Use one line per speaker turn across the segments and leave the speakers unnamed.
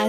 À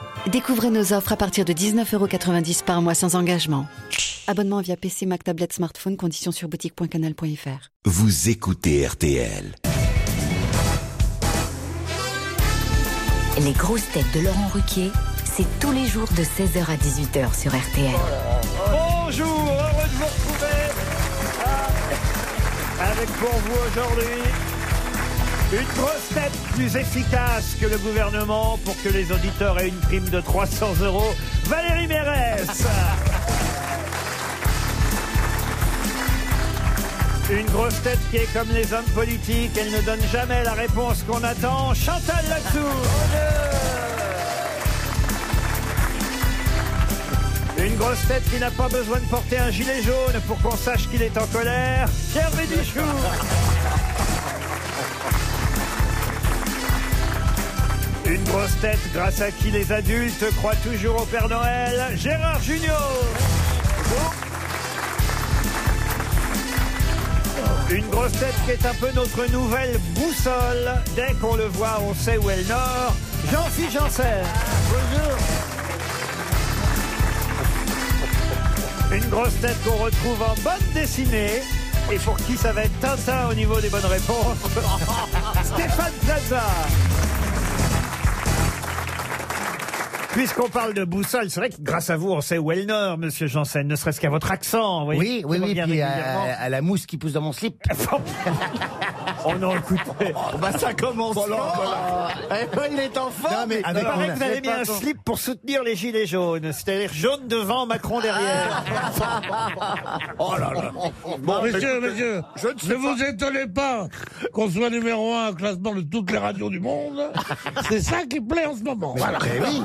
Découvrez nos offres à partir de 19,90€ par mois sans engagement. Abonnement via PC, Mac, tablette, smartphone, conditions sur boutique.canal.fr.
Vous écoutez RTL.
Les grosses têtes de Laurent Ruquier, c'est tous les jours de 16h à 18h sur RTL.
Bonjour, heureux de vous retrouver Ah, avec pour vous aujourd'hui une grosse tête plus efficace que le gouvernement pour que les auditeurs aient une prime de 300 euros, Valérie Mérès. Une grosse tête qui est comme les hommes politiques, elle ne donne jamais la réponse qu'on attend, Chantal Latsou. Une grosse tête qui n'a pas besoin de porter un gilet jaune pour qu'on sache qu'il est en colère, Pierre Bénichou. Une grosse tête grâce à qui les adultes croient toujours au Père Noël, Gérard Junior. Une grosse tête qui est un peu notre nouvelle boussole. Dès qu'on le voit, on sait où est le nord. Jean-Philippe Janssen. Bonjour. Une grosse tête qu'on retrouve en bonne dessinée. Et pour qui ça va être Tintin au niveau des bonnes réponses Stéphane Plaza Puisqu'on parle de boussole, c'est vrai que grâce à vous, on sait où est le nord, monsieur Janssen, ne serait-ce qu'à votre accent. vous
Oui, oui,
voyez, qui
oui,
revient
puis
régulièrement.
à, à la mousse qui pousse dans mon slip.
oh non, écoutez.
bah ça commence.
Oh. Eh ben,
Il est en forme.
Non, mais
Il
avec
paraît
mon-
que vous avez mis un slip pour soutenir les gilets jaunes, c'est-à-dire jaune devant, Macron
Ah,
derrière.
Oh là là.
Bon, messieurs, messieurs, ne vous étonnez pas qu'on soit numéro un au classement de toutes les radios du monde. C'est ça qui plaît en ce moment. Voilà.
Mais Eh oui.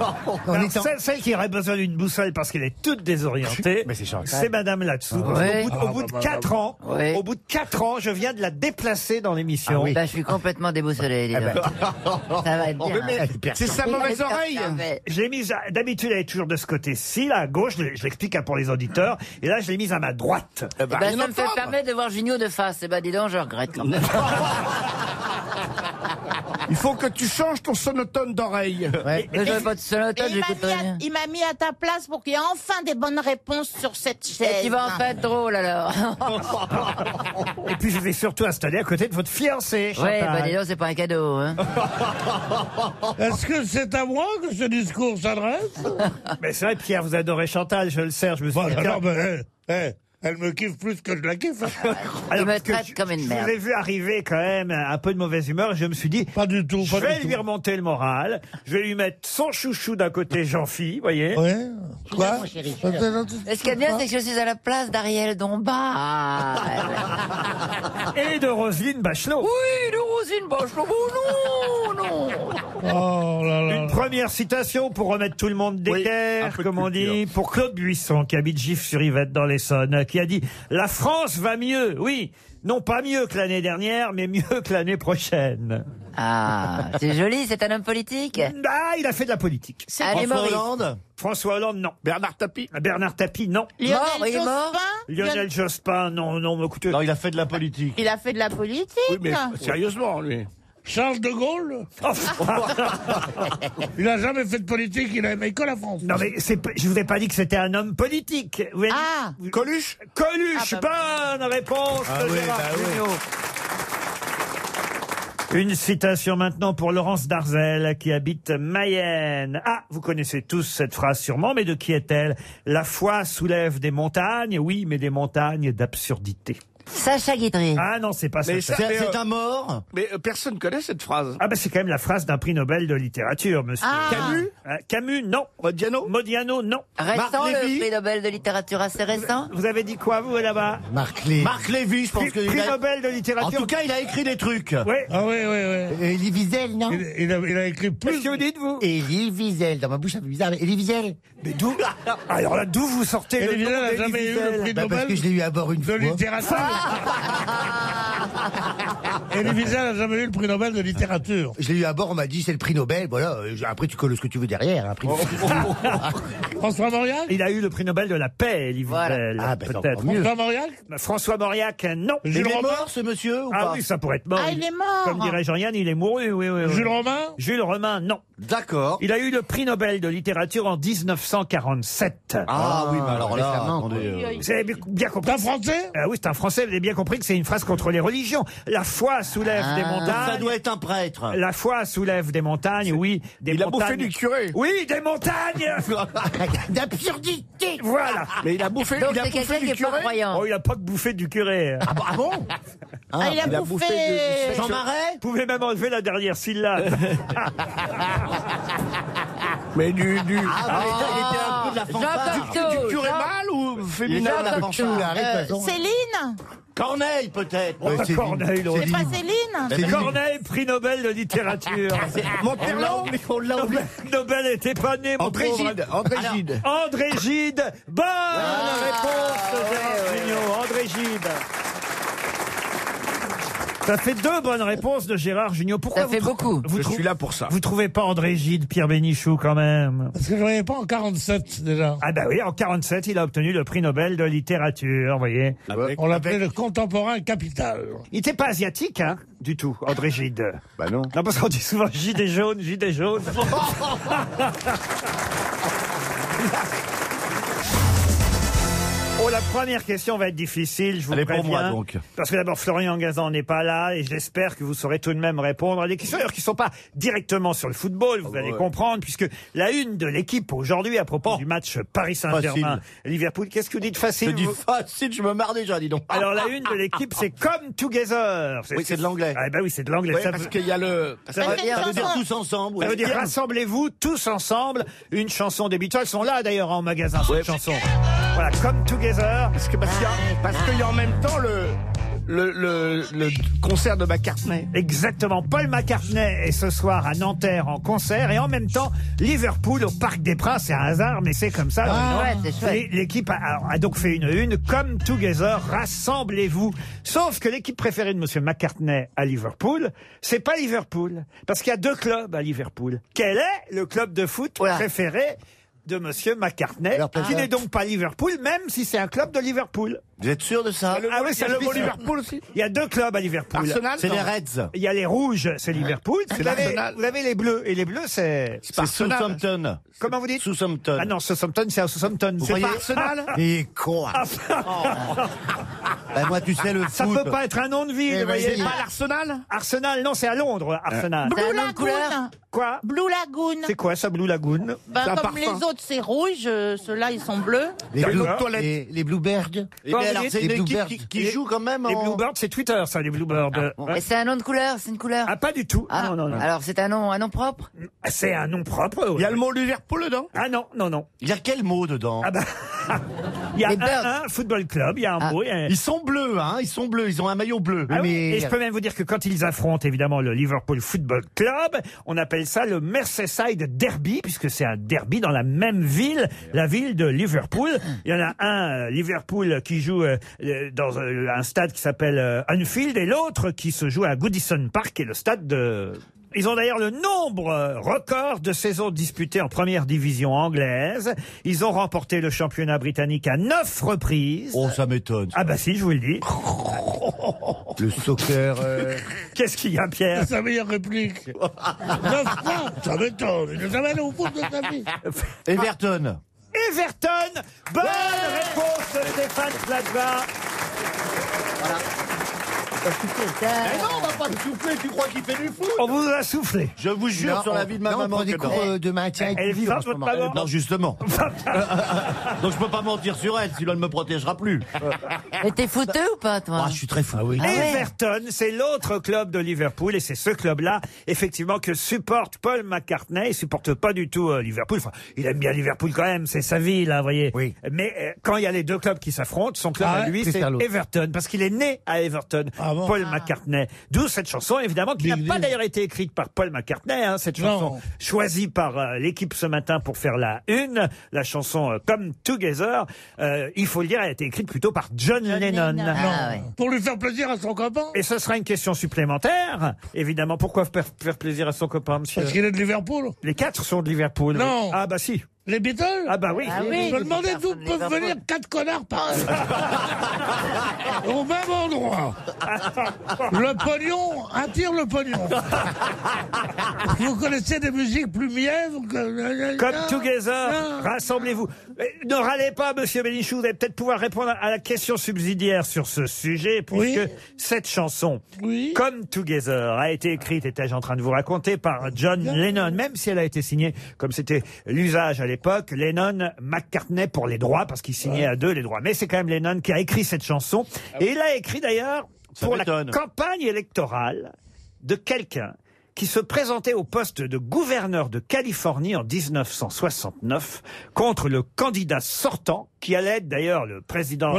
On
Alors,
est en-
celle, celle qui aurait besoin d'une boussole parce qu'elle est toute désorientée,
Mais c'est Chantal.
c'est Madame Latsou.
Ouais.
Au bout, de- au bout de
Ah, bah, bah,
4 ans,
Ouais.
au bout de quatre ans, je viens de la déplacer dans l'émission.
oui.
Bah, je suis complètement Ah, déboussolé. dis
Eh
donc.
ben,
Ça va être bien. hein.
C'est sa
Je l'ai mise, à- d'habitude elle est toujours de ce côté-ci, là à gauche, je, je l'explique hein, pour les auditeurs, et là je l'ai mise à ma droite.
Bah, ça me fait permettre de voir Junio de face. Et bah, dis donc, je regrette quand même.
Il faut que tu changes ton sonotone d'oreille.
Ouais. Mais j'avais pas de sonotone,
Il m'a
j'écoute
mis à-
rien.
il m'a mis à ta place pour qu'il y ait enfin des bonnes réponses sur cette
Et
chaise.
tu vas en fait drôle alors.
Et puis je vais surtout installer à côté de votre fiancé,
ouais,
Chantal.
bah, dis donc, c'est pas un cadeau. Hein.
Est-ce que c'est à moi que ce discours s'adresse
Mais c'est vrai, Pierre, vous adorez Chantal, je le sers, je me suis
Bon,
dit, tiens,
non, mais, eh, eh, elle me kiffe plus que je la kiffe.
Il me
parce que
traite
je-
comme une
Je
merde.
vous ai vu arriver quand même un peu de mauvaise humeur et je me suis dit,
Pas du tout,
je
pas
vais
du
lui
tout.
remonter le moral, je vais lui mettre son chouchou d'un côté, Jean-Phi, vous voyez.
Ouais. Quoi
mon chéri,
Ça, c'est gentil.
Mais Ce qui est bien, c'est que je suis à la place d'Ariel Dombas.
Ah. Et de Roselyne Bachelot.
oui, de Rosine
bah,
Bachelot. Oh non, non.
Oh là là.
Une première citation pour remettre tout le monde d'équerre, comme on dit, pour Claude Buisson, qui habite Gif-sur-Yvette dans l'Essonne, qui a dit « La France va mieux, oui, non pas mieux que l'année dernière, mais mieux que l'année prochaine.
Ah, c'est joli, c'est un homme politique. »
Ah, il a fait de la politique.
Allez, Maurice.
François Hollande, non.
Bernard Tapie.
Bernard Tapie, non.
Lionel
Mort, il est mort.
Jospin
Lionel Jospin, non, non, mais écoutez,
il a fait de la politique.
Il a fait de la politique.
Sérieusement, lui.
Charles de Gaulle
Ah, bah
Il a jamais fait de politique, il a aimé que la France.
Non mais c'est, pas- je vous ai pas dit que c'était un homme politique. Vous avez dit-
Ah. bah
vous-
Coluche
Coluche, bonne réponse
Ah
Ah
de
bah
Gérard
bah
Jugnot. Une citation maintenant pour Laurence Darzel qui habite Mayenne. Ah, vous connaissez tous cette phrase sûrement, mais de qui est-elle La foi soulève des montagnes, oui, mais des montagnes d'absurdité.
Sacha Guitry.
Ah non, c'est pas ça.
Mais ça- mais, euh,
un mort.
mais, euh, personne connaît cette phrase.
Ah ben c'est quand même la phrase d'un prix Nobel de littérature, monsieur.
Ah.
Camus Ah, Camus, non.
Modiano
Modiano, non.
Récent,
Marc
le
Lévy.
prix Nobel de littérature assez récent.
Vous avez dit quoi, vous, là-bas
Marc Lévy.
Marc Lévy, je
Prix, prix Nobel de littérature.
cas, il a écrit des trucs.
Ouais.
Ah oui, oui, oui.
Elie Wiesel, non
Il, il a, il a écrit plus.
Qu'est-ce que vous dites, vous
Elie Wiesel. Dans ma bouche, ça fait bizarre. mais Elie Wiesel.
Mais d'où Alors là, d'où vous sortez
Elie
le nom
Wiesel n'a
d'Elie
jamais eu
Wiesel
le prix
Bah, parce
Nobel
que je l'ai eu à bord une
de
fois.
littérature. Et Lévizel n'a jamais eu le prix Nobel de littérature.
Je l'ai eu à bord, on m'a dit c'est le prix Nobel, voilà. euh, Après, tu colles ce que tu veux derrière. hein, un prix Nobel.
François Mauriac
Il a eu le prix Nobel de la paix, Elie Wiesel,
Ah, ben,
peut-être.
encore mieux.
François Mauriac
Bah, François Mauriac, euh, non.
Jules
Il est
Romain
mort, ce monsieur, ou
Ah
pas
oui, ça pourrait être mort.
Ah, il est mort.
Comme dirait Jean-Yann, il est mouru, oui, oui. oui.
Jules Romain
Jules Romain, non.
D'accord.
Il a eu le prix Nobel de littérature en 1947.
Ah oui, mais alors là,
récemment,
attendez, euh,
Vous avez bien compris.
C'est un Français
Ah oui, c'est un français, vous avez bien compris que c'est une phrase contre les religions. La foi soulève
Ah.
des
ça
montagnes.
doit être un prêtre.
La foi soulève des montagnes, oui. Des
Il a
montagnes.
bouffé du curé.
Oui, des montagnes
D'absurdité
Voilà
Mais il a bouffé,
Donc
il a
c'est
bouffé
quelqu'un qui
du
est pas
curé. bah,
croyant.
Oh, il a pas que bouffé du curé.
Ah bon, ah bon
Ah, il a bouffé.
bouffé
Jean Marais
Vous pouvez même enlever la dernière syllabe.
Ah,
Mais du, du,
Ah, mais là, il était un peu de la
Jean
fanfare.
du
Cocteau
curé
Jean-
mâle ou
Il
féminin
était un peu de la
Ouh,
fanfare.
arrête, de toute façon.
Euh, Céline
Corneille, peut-être.
Ouais,
pas
c'est
Corneille, l'autre.
c'est
C'est pas
Lille.
Céline
C'est Lille.
Corneille, prix Nobel de littérature.
Monterland, on l'a oublié.
Nobel, Nobel était pas né, mon
André
pauvre.
Gide, André Gide.
André Gide. Bonne réponse, Gérard Jugnot. André Gide. Ça fait deux bonnes réponses de Gérard Jugnot. Pourquoi
Ça
vous
fait
trou-
beaucoup.
Vous,
Je
trou-
suis là pour ça.
vous trouvez pas André Gide, Pierre Bénichou, quand même
Parce que je ne voyais pas en 47 déjà.
Ah bah oui, en 47, il a obtenu le prix Nobel de littérature, vous voyez.
On l'appelait le contemporain capital.
Il n'était pas asiatique, hein, du tout, André Gide.
Bah non.
Non, parce qu'on dit souvent gilet jaune, gilet jaune. Oh, la première question va être difficile, je vous
Elle est pour moi,
préviens.
donc.
Parce que d'abord, Florian Gazan n'est pas là et j'espère que vous saurez tout de même répondre à des questions d'ailleurs, qui ne sont pas directement sur le football,
Ah bah
vous allez comprendre, puisque la une de l'équipe aujourd'hui à propos du match Paris Saint-Germain-Liverpool, qu'est-ce que vous dites
Je
facile
dis
vous
facile, je me marre déjà, dis donc.
Alors la une de l'équipe, c'est Come Together.
Oui, c'est de l'anglais.
Ah ben oui, c'est de l'anglais.
Oui,
Ça
parce
veut-
qu'il y a le.
ça veut
Ça fait
dire-
Ça veut
chanson.
dire tous ensemble.
ça
oui.
veut dire rassemblez-vous tous ensemble. Une chanson des Beatles. Ils sont là d'ailleurs en magasin, cette chanson. Voilà, Come Together. Ah,
Parce que, parce qu'il y a- parce qu'il y a en même temps le, le, le, le concert de McCartney.
Exactement. Paul McCartney est ce soir à Nanterre en concert et en même temps Liverpool au Parc des Princes. C'est un hasard, mais c'est comme ça.
Ah, ouais, c'est chouette.
Et L'équipe a, a donc fait une une Come Together, rassemblez-vous. Sauf que l'équipe préférée de Monsieur McCartney à Liverpool, c'est pas Liverpool, parce qu'il y a deux clubs à Liverpool. Quel est le club de foot préféré de Monsieur McCartney,
Alors,
qui
peut-être.
n'est donc pas Liverpool, même si c'est un club de Liverpool.
Vous êtes sûr de ça
Ah oui, c'est
Il y a
le
le mot Liverpool aussi.
Il y a deux clubs à Liverpool.
Arsenal
C'est
non.
les Reds.
Il y a les rouges, c'est Liverpool. Vous avez,
l'Arsenal.
vous avez les bleus. Et les bleus, c'est.
C'est
Arsenal.
Southampton.
Comment vous dites
Southampton.
Ah non, Southampton, c'est à Southampton.
Vous voyez
Et quoi
hein. Ben,
Bah, moi, tu sais, le
Ça
foot.
peut pas être un nom de ville,
Eh,
vous voyez.
vas-y.
Pas Euh.
Arsenal
Arsenal, non, c'est à Londres, Arsenal.
Blue
nom de couleur
Lagoon
Quoi
Blue Lagoon
C'est quoi ça, Blue Lagoon
Ben,
C'est un
comme
parfum.
les autres, c'est rouge, euh, ceux-là, ils sont bleus.
Les,
D'accord.
blue- les, les Bluebirds
Eh ben,
Comment
alors,
vous dites
c'est une
Les
équipe
Bluebirds.
qui, qui joue quand même
Les
en.
Bluebirds, c'est Twitter, ça, les Bluebirds.
Et
Ouais.
c'est un nom de couleur, c'est une couleur.
Ah, pas du tout.
Ah,
Non, non, non.
Alors c'est un nom, un nom propre.
C'est un nom propre. ouais.
Il y a le mot Liverpool dedans
Ah non, non, non.
Il y a quel mot dedans
Ah bah. Il y a
Les Birds.
un, un football club, il y a un
Ah.
mot. il y a-
Ils sont bleus, hein. Ils sont bleus. Ils ont un maillot bleu.
Ah oui,
Mais-
Et je peux même vous dire que quand ils affrontent évidemment le Liverpool Football Club, on appelle ça le Merseyside Derby, puisque c'est un derby dans la même ville, la ville de Liverpool. Il y en a un, euh, Liverpool, qui joue euh, euh, dans euh, un stade qui s'appelle euh, Anfield, et l'autre qui se joue à Goodison Park, qui est le stade de... Ils ont d'ailleurs le nombre euh, record de saisons disputées en première division anglaise. Ils ont remporté le championnat britannique à neuf reprises.
Oh, ça m'étonne.
Ah bah si, je vous le dis.
Le soccer. euh,
Qu'est-ce qu'il y a, Pierre
C'est sa meilleure réplique. Neuf fois, ça m'étonne. Il n'est jamais allé au foot de sa vie.
Everton.
Everton. Bonne réponse de Stéphane Plaza.
Bah, Mais non, on va pas te souffler. Tu crois qu'il fait du foot
On vous a soufflé.
Je vous jure
non,
sur la vie de ma
non, on
maman
prend des
que
cours
non.
euh, de maintien. et
Elle est
culture
vivante,
en ce
votre
moment.
maman
Non, justement. Donc je peux pas mentir sur elle, sinon elle me protégera plus.
Ah
Et t'es fouteux ou pas, toi
Ah, je suis très fou.
Ah ouais.
Everton, c'est l'autre club de Liverpool et c'est ce club-là, effectivement, que supporte Paul McCartney. Il supporte pas du tout euh, Liverpool. Enfin, il aime bien Liverpool quand même, c'est sa ville, hein, vous voyez.
Oui.
Mais euh, quand il y a les deux clubs qui s'affrontent, son club
Ah
à
ouais,
lui,
c'est
c'est
faire l'autre.
Everton, parce qu'il est né à Everton.
Ah
avant. Paul McCartney. D'où cette chanson, évidemment, qui n'a pas d'ailleurs été écrite par Paul McCartney, hein, cette chanson choisie par euh, l'équipe ce matin pour faire la une, la chanson euh, Come Together. Euh, il faut le dire, elle a été écrite plutôt par John, Lennon.
Lennon. Ah, ouais. Pour lui faire plaisir à son copain.
Et ce sera une question supplémentaire, évidemment. Pourquoi faire faire plaisir à son copain, monsieur
Parce qu'il est de Liverpool.
Les quatre sont de Liverpool. oui.
Non.
Ah bah si.
Les Beatles
Ah bah oui.
Je me demandais d'où peuvent venir quatre connards par Au même endroit. Le pognon attire le pognon. Vous connaissez des musiques plus mièvres que...
Comme Together, rassemblez-vous. Eh, Ne râlez pas, monsieur Bénichou, vous allez peut-être pouvoir répondre à la question subsidiaire sur ce sujet, puisque cette chanson, Comme Together, a été écrite, étais-je en train de vous raconter, par John Lennon, même si elle a été signée, comme c'était l'usage à l'époque, Lennon, McCartney pour les droits, parce qu'il signait à deux les droits. Mais c'est quand même Lennon qui a écrit cette chanson, et il a écrit d'ailleurs
Ça
pour la
m'étonne.
campagne électorale de quelqu'un qui se présentait au poste de gouverneur de Californie en 1969 contre le candidat sortant, qui allait être d'ailleurs le président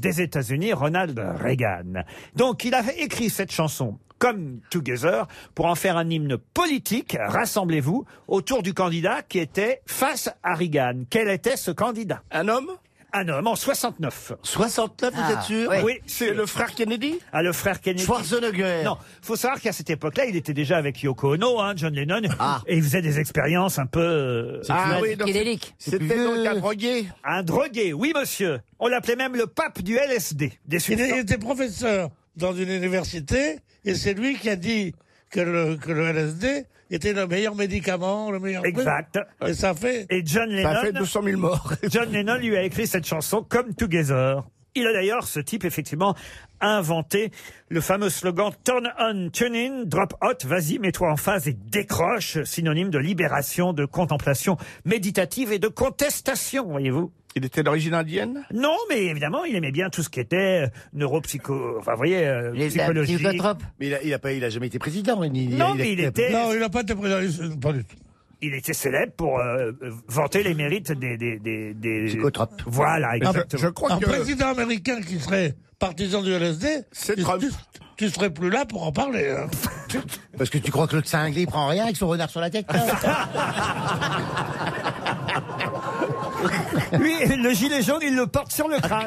des États-Unis, Ronald Reagan. Donc il avait écrit cette chanson. Comme Together, pour en faire un hymne politique, rassemblez-vous, autour du candidat qui était face à Reagan. Quel était ce candidat Un homme Un homme en 69. 69,
vous êtes sûr
Oui,
Oui,
c'est le frère Kennedy Ah, le frère Kennedy.
Schwarzenegger.
Non, faut savoir qu'à cette époque-là, il était déjà avec Yoko Ono, hein, John Lennon, et il faisait des expériences un peu... euh,
Ah oui, donc c'est- C'était donc un drogué.
Un drogué, oui monsieur. On l'appelait même le pape du LSD.
Il
Des
est- il
substances-
était professeur dans une université et c'est lui qui a dit que le, que le LSD était le meilleur médicament, le meilleur. truc.
Exact.
Et ça fait.
Et John Lennon.
Ça fait 200 000 morts.
John Lennon lui a écrit cette chanson comme Together. Il a d'ailleurs, ce type, effectivement, inventé le fameux slogan Turn on, tune in, drop out, vas-y, mets-toi en phase et décroche, synonyme de libération, de contemplation méditative et de contestation, voyez-vous. Il était d'origine indienne Non, mais évidemment, il aimait bien tout ce qui était euh, neuropsycho... Enfin, vous voyez, euh, psychologie.
Mais il a, il a pas, il a jamais été président. il-
Non, mais il était-
Non, il n'a pas été président. il- Pas du tout.
Il était célèbre pour euh, euh, vanter les mérites des... des, des, des...
Psychotropes.
Ah,
Voilà,
ben,
exactement.
un président américain qui serait partisan du LSD, tu, tu, tu serais plus là pour en parler. hein.
Parce que tu crois que le cinglé il prend rien avec son renard sur la tête là
Lui, le gilet jaune, il le porte sur le crâne.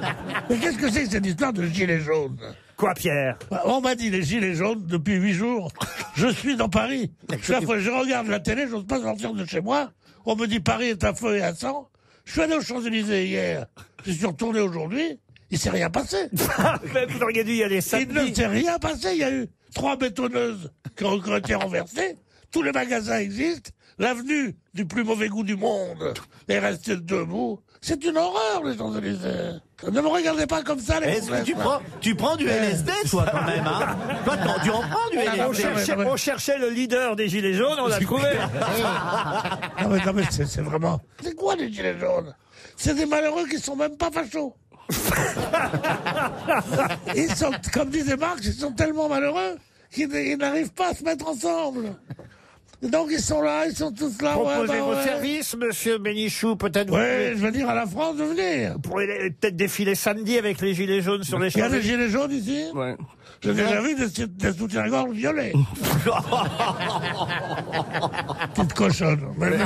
Mais qu'est-ce que c'est que cette histoire de gilets jaunes
Quoi, Pierre
Bah, On m'a dit les gilets jaunes depuis huit jours. Je suis dans Paris. Chaque fois que je regarde la télé, j'ose pas sortir de chez moi. On me dit Paris est à feu et à sang. Je suis allé aux Champs-Élysées hier. Je suis retourné aujourd'hui. Il s'est rien passé.
Mais vous auriez dû y aller
Il ne s'est rien passé. Ah, bah, Il y a eu trois bétonneuses qui ont qui ont été renversées. Tous les magasins existent. L'avenue du plus mauvais goût du monde est restée debout. C'est une horreur, les Champs-Élysées. Ne me regardez pas comme ça, les
Est-ce que
Français,
tu
quoi.
prends, tu prends du LSD, toi, quand même, hein Toi, t'en- tu en prends du
Ah, non,
On
LSD
cherchait, on cherchait le leader des Gilets jaunes, on l'a trouvé.
Non mais, non, mais c'est c'est vraiment... C'est quoi les gilets jaunes C'est des malheureux qui sont même pas fachos. ils sont, comme disait Marx, ils sont tellement malheureux qu'ils n- ils n'arrivent pas à se mettre ensemble. Et Donc ils sont là, ils sont tous là. ouais,
Proposez
bah
vos
ouais.
services, monsieur Bénichou, peut-être.
Ouais,
vous
je veux dire à la France de venir.
pourrez, vous pourrez peut-être défiler samedi avec les Gilets jaunes sur les
Il y a des
champs.
gilets jaunes ici J'ai déjà vu des, des soutiens-gorge violets. Petite cochonne. Mais-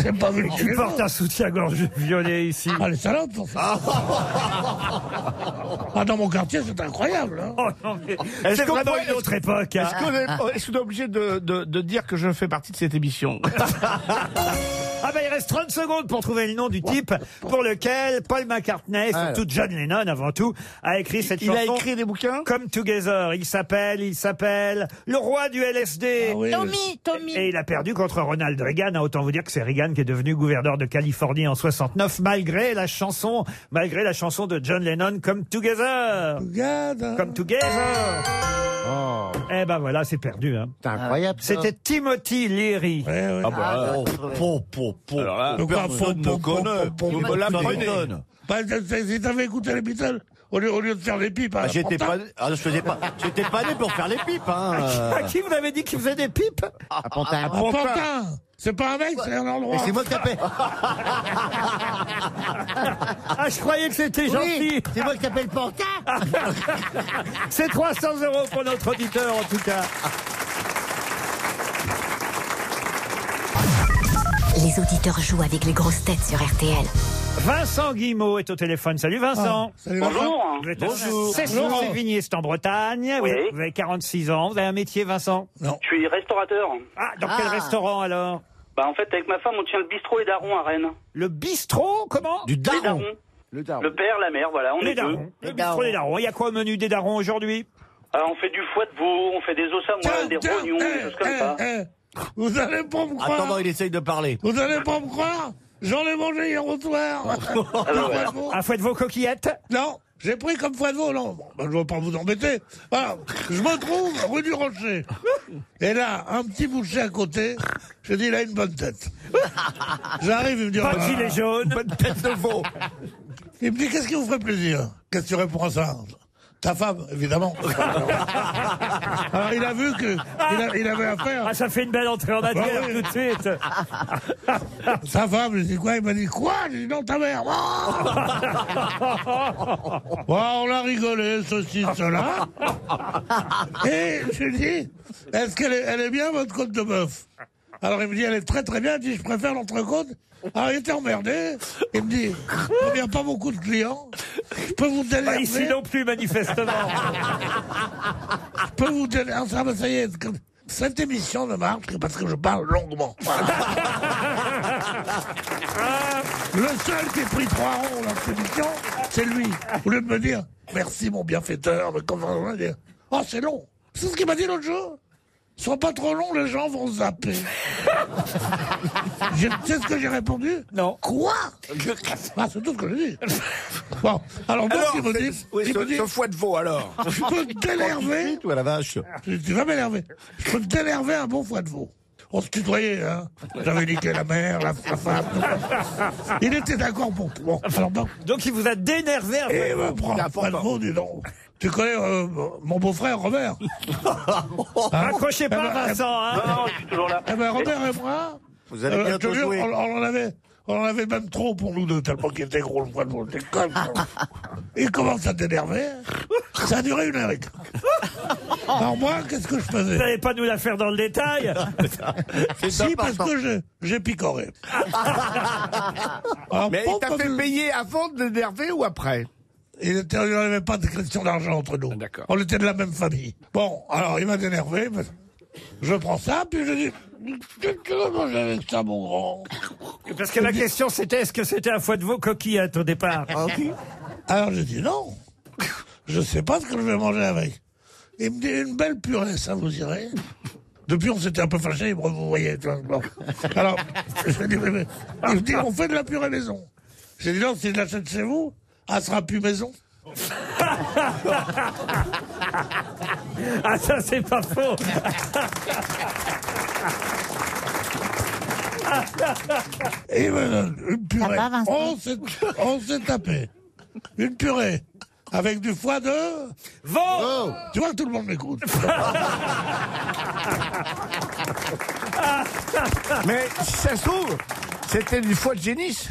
J'ai pas vu les
Tu
gilets
portes
jaunes.
un soutien-gorge violet ici.
Ah, les salopes pour ça. Ah, dans mon quartier, c'est incroyable. hein.
Oh, non, mais
Est-ce
C'est
qu'on
vraiment
peut-
une autre époque. hein.
Est-ce qu'on est, est-ce qu'on est obligé de, de- de dire que je fais partie de cette émission
Ah ben il reste 30 secondes pour trouver le nom du type pour lequel Paul McCartney, et surtout John Lennon avant tout, a écrit cette
Il a
chanson.
écrit des bouquins
Come Together, il s'appelle, il s'appelle le roi du LSD.
Ah oui.
Tommy, Tommy.
Et il a perdu contre Ronald Reagan. hein. Autant vous dire que c'est Reagan qui est devenu gouverneur de Californie en 69, malgré la chanson, malgré la chanson de John Lennon, Come Together.
Regarde.
Come Together. Eh ben voilà, c'est perdu. hein.
C'est incroyable. ça.
C'était Timothy Leary.
Ouais, ouais.
Oh, po, po, po.
Donc,
Personne
pom, pom,
ne
pom,
connaît.
pom, pom,
Vous me
pom,
la
pom.
prenez.
Bah, c'est- si t'avais écouté les Beatles, au lieu, au lieu de faire les pipes. à
Ah,
la
j'étais pas,
Panta-
ah, je faisais pas, j'étais pas né pour faire les pipes, hein. euh.
À qui vous avez dit qu'il faisait des pipes
À Pantin.
Ah, À Pantin. C'est pas un mec, c'est un endroit.
Et c'est moi qui t'appelle.
Ah, je croyais que c'était
Oui,
gentil.
c'est moi qui t'appelle Pantin.
C'est 300 euros pour notre auditeur, en tout cas.
Les auditeurs jouent avec les grosses têtes sur RTL.
Vincent Guimau est au téléphone. Salut Vincent.
Salut, Vincent.
Vous êtes Bonjour. C'est
Bonjour.
Sévigné, c'est en Bretagne. Vous
Oui.
avez- Vous avez 46 ans. Vous avez un métier, Vincent
Je suis restaurateur.
Ah, dans quel restaurant alors
Bah en fait avec ma femme on tient le bistrot et daron à Rennes.
Le bistrot, comment
Du
Les
daron.
darons.
Le daron.
Le père, la mère, voilà, on
Les
est deux.
darons. Le bistrot des darons. Il y a quoi au menu des darons aujourd'hui
Ah, on fait du foie de veau, on fait des os à moelle, des
Tiens,
rognons,
eh,
des choses comme
eh,
ça.
eh, Vous allez pas me croire.
Attends, non, il essaye de parler.
Vous allez pas me croire J'en ai mangé hier au soir.
bah ouais.
Ah. Un fouet de vos coquillettes
Non, j'ai pris comme foie de veau, non. Bon, ben, je ne veux pas vous embêter. Voilà, je me trouve rue du Rocher. Et là, un petit boucher à côté, je dis, il a une bonne tête. J'arrive, il me dit...
Pas
oh
de
là
gilet
là.
jaune
Tête de veau.
Il me dit, qu'est-ce qui vous ferait plaisir Qu'est-ce que tu réponds à ça Ta femme, évidemment. Alors, il a vu que il, a- il avait affaire.
Ah, ça fait une belle entrée en matière
Bah oui.
tout de suite.
Sa femme, je dis quoi Il m'a dit quoi J'ai dit non, ta mère. Ah Bon, on a rigolé, ceci, cela. Et je lui dis est-ce qu'elle est, elle est bien votre côte de bœuf Alors il me dit elle est très très bien. Je dis je préfère l'entrecôte. Alors il était emmerdé. Il me dit il n'y a pas beaucoup de clients. Je peux vous
Pas
déléguer.
ici non plus, manifestement.
Je peux vous donner. Ah, ça, bah, ça y est. comme- Cette émission ne marche que parce que je parle longuement. Ah, Le seul qui a pris trois ronds dans cette émission, c'est lui. Vous voulez me dire merci mon bienfaiteur, mais comment on va dire Oh, c'est long. C'est ce qu'il m'a dit l'autre jour. Sois pas trop long, les gens vont zapper. Je- tu sais ce que j'ai répondu
Non.
Quoi Ah, c'est tout ce que j'ai dit. Bon, alors moi,
Alors,
il me dit,
c'est- oui,
il me
ce,
dit
ce foie de veau, alors.
je peux t'énerver
Toi, la vache.
tu tu vas m'énerver. Je peux t'énerver un bon foie de veau. On se tutoyait, hein. J'avais niqué la mère, la, la femme. Il était d'accord pour tout. Bon, alors donc,
Donc il vous a dénervé un peu.
et me prends un foie de veau, dis donc. Tu connais euh, mon beau-frère, Robert
Oh.
Raccrochez pas,
Eh ben,
Vincent. hein.
Non, je suis toujours là.
Eh ben, Robert et moi,
Vous avez
euh,
bien
je te
tout
jure,
joué.
on, on en avait, on en avait même trop pour nous deux, tellement qu'il était gros le foie de veau. T'es con, quoi. Il commence à t'énerver. Ça a duré une heure et quart. Alors moi, qu'est-ce que je faisais
Vous n'allez pas nous la faire dans le détail.
Si, parce que j'ai- j'ai picoré. Alors,
Mais il
pauvre
t'a fait
Pablo,
payer avant de l'énerver ou après Ah,
il était- il n'y avait pas de question d'argent entre nous.
d'accord.
On était de la même famille. Bon, alors il m'a dénervé. parce- Je prends ça, puis je dis Qu'est-ce que tu veux manger avec ça, mon grand
Parce que la question c'était est-ce que c'était un foie de vos coquillettes au départ
Ah, Alors j'ai dit Non, je ne sais pas ce que je vais manger avec. Il me dit Une belle purée, ça vous irait depuis, on s'était un peu fâchés, il me revoyait. tu vois. Bon. Alors, je dis, mais- mais- il me dit, on fait de la purée maison. J'ai dit, non, si je l'achète chez vous, elle sera plus maison.
Ah, ça, c'est pas faux.
Et voilà, Eh ben, une purée.
Ça va, Vincent
On s'est- on s'est tapé. Une purée. Avec du foie de.
Vos
Tu vois que tout le monde m'écoute.
Mais si ça se trouve, c'était du foie de génisse.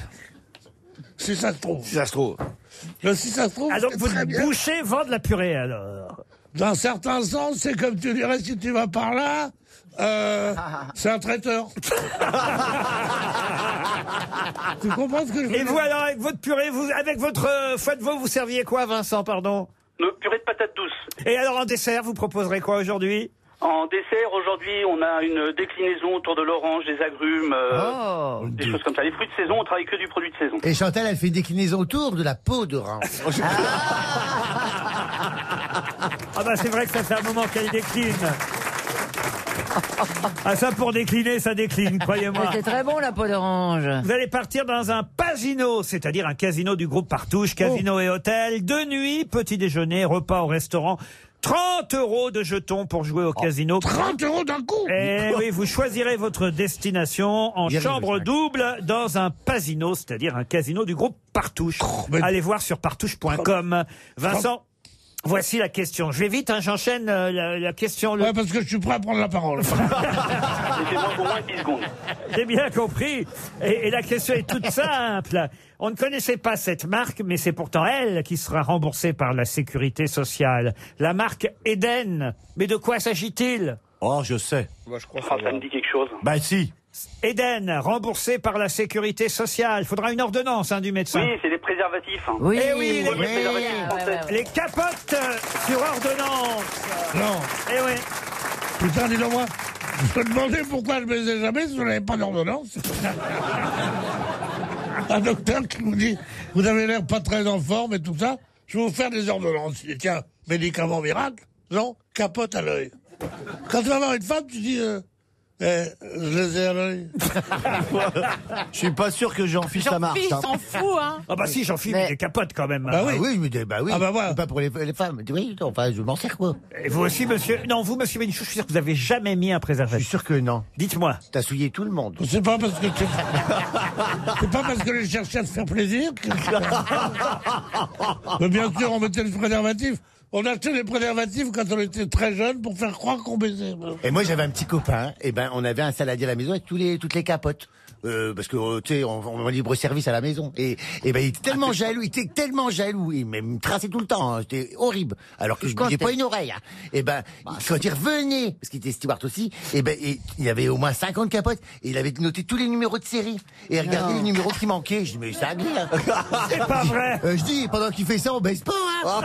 si ça se trouve.
Si ça se trouve. Ah,
Le si ça se trouve,
Alors,
c'est
vous
très bien.
bouchez, vend de la purée, alors.
Dans certains sens, c'est comme tu dirais si tu vas par là. euh, c'est un traiteur. tu comprends ce que je veux
Et
dire
vous, alors, avec votre purée, vous, avec votre euh, foie de veau, vous serviez quoi, Vincent, pardon
Une purée de patates douces.
Et alors, en dessert, vous proposerez quoi aujourd'hui
En dessert, aujourd'hui, on a une déclinaison autour de l'orange, des agrumes, euh,
Oh
des choses comme ça. Les fruits de saison, on travaille que du produit de saison.
Et Chantal, elle fait une déclinaison autour de la peau de rang.
Ah bah c'est vrai que ça fait un moment qu'elle décline. Ah ça pour décliner, ça décline, croyez-moi.
C'était très bon la peau d'orange.
Vous allez partir dans un pasino, c'est-à-dire
Oh.
un casino du groupe Partouche, casino et hôtel, deux nuits, petit déjeuner, repas au restaurant. 30 euros de jetons pour jouer au casino.
30 Oh, euros d'un coup
Eh oui, vous choisirez votre destination en
Il y avait
chambre double dans un pasino, c'est-à-dire un casino du groupe Partouche.
Oh,
Allez voir sur partouche.com. Vincent, voici la question. Je vais vite, hein, j'enchaîne euh, la, la question. Le...
parce que je suis prêt à prendre la parole.
Laissez-moi pour moins 10 secondes.
J'ai bien compris. Et, et la question est toute simple. On ne connaissait pas cette marque, mais c'est pourtant elle qui sera remboursée par la sécurité sociale. La marque Eden. Mais de quoi s'agit-il
Oh, je sais.
Ah, ça me dit quelque chose.
Bah si.
Eden, remboursée par la sécurité sociale. Il faudra une ordonnance hein, du médecin.
Oui, c'est des préservatifs. hein.
Oui, Eh oui,
Les
les-
premiers
oui.
préservatifs français.
Les capotes euh, sur ordonnance.
Non.
Eh oui.
Putain, dis-le-moi. Je me demandais pourquoi je baisais jamais si je n'avais pas d'ordonnance. Un docteur qui nous dit Vous avez l'air pas très en forme et tout ça, je vais vous faire des ordonnances. Il dit Tiens, médicament miracle Non, capote à l'œil. Quand tu vas voir une femme, tu dis euh, Eh, Je les ai à l'œil.
Je suis pas sûr que
Ah,
j'en fiche la marque.
Jean-Philippe
hein.
s'en fout, hein.
Ah bah si, j'en fiche
Mais-
des capotes quand même.
Bah oui, oui, je me dis, bah oui.
Ah bah voilà.
c'est pas pour les, les femmes. Oui, non, enfin, je m'en sers quoi.
Et vous aussi, monsieur Non, vous, monsieur Bénichou, je suis sûr que vous avez jamais mis un préservatif. Je suis
sûr que non.
Dites-moi.
T'as souillé tout le monde.
C'est pas parce que tu... C'est pas parce que je cherchais à te faire plaisir que... Mais bien sûr, on mettait le préservatif. On achetait les préservatifs quand on était très jeune pour faire croire qu'on baisait.
Et moi, j'avais un petit copain. Et ben, on avait un saladier à la maison avec tous les, toutes les capotes. Euh, parce que euh, tu sais, on, on va libre service à la maison. Et, et ben, il était
Ah,
tellement jaloux, il était tellement jaloux, il me me traçait tout le temps. hein. C'était horrible. Alors que je bougeais pas une oreille. hein. Et ben,
Bah,
il- quand il revenait, parce qu'il était steward aussi, et ben, et il avait au moins 50 capotes. Et il avait noté tous les numéros de série et regardé
Non.
les numéros qui manquaient. Je dis mais ça hein.
C'est pas vrai.
Euh, je dis pendant qu'il fait ça, on baisse pas. Hein.
Ah.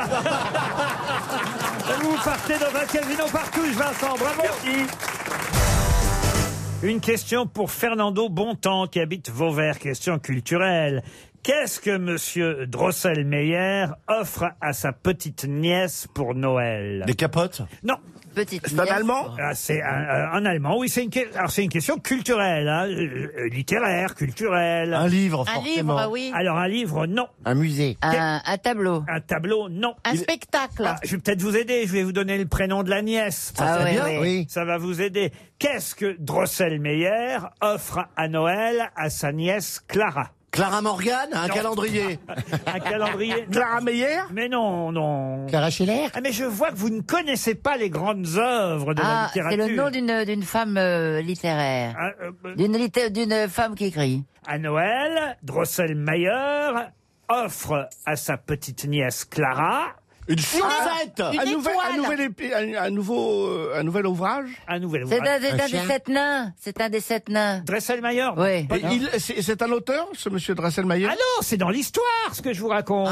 Vous partez dans un casino partout, Vincent. Bravo. Une question pour Fernando Bontemps qui habite Vauvert. Question culturelle. Qu'est-ce que Monsieur Drosselmeyer offre à sa petite nièce pour Noël
Des capotes
Non.
Petite
C'est un Allemand C'est un, euh, un Allemand, oui. C'est une, que- alors, c'est une question culturelle, hein, euh, euh, littéraire, culturelle. Un
livre,
Un forcément. livre, bah oui.
Alors, un livre, non.
Un musée.
Un, un tableau.
Un tableau, non.
Un
Il-
spectacle.
Ah, je vais peut-être vous aider. Je vais vous donner le prénom de la nièce.
Ah
c'est
ouais, ouais. Oui.
Ça va vous aider. Qu'est-ce que Drosselmeyer offre à Noël à sa nièce Clara
Clara Morgan, un
Non.
calendrier.
Un calendrier. Clara Meyer Mais non, non.
Clara Scheller
Ah, mais je vois que vous ne connaissez pas les grandes œuvres de la
Ah, c'est
littérature. Ah, euh, bah.
le nom d'une d'une femme euh, littéraire. D'une litté- d'une femme qui écrit.
À Noël, Drosselmayer offre à sa petite nièce Clara une
chaussette Une- une Un nouvel- un étoile nouvel
un nouveau
euh,
un nouvel ouvrage, un nouvel
C'est un,
ouvrage.
c'est un des sept nains. C'est un des sept nains.
Dresselmayer.
Oui.
Et il- c'est c'est un auteur, ce monsieur Drasselmayer
Ah non, c'est dans l'histoire ce que je vous raconte.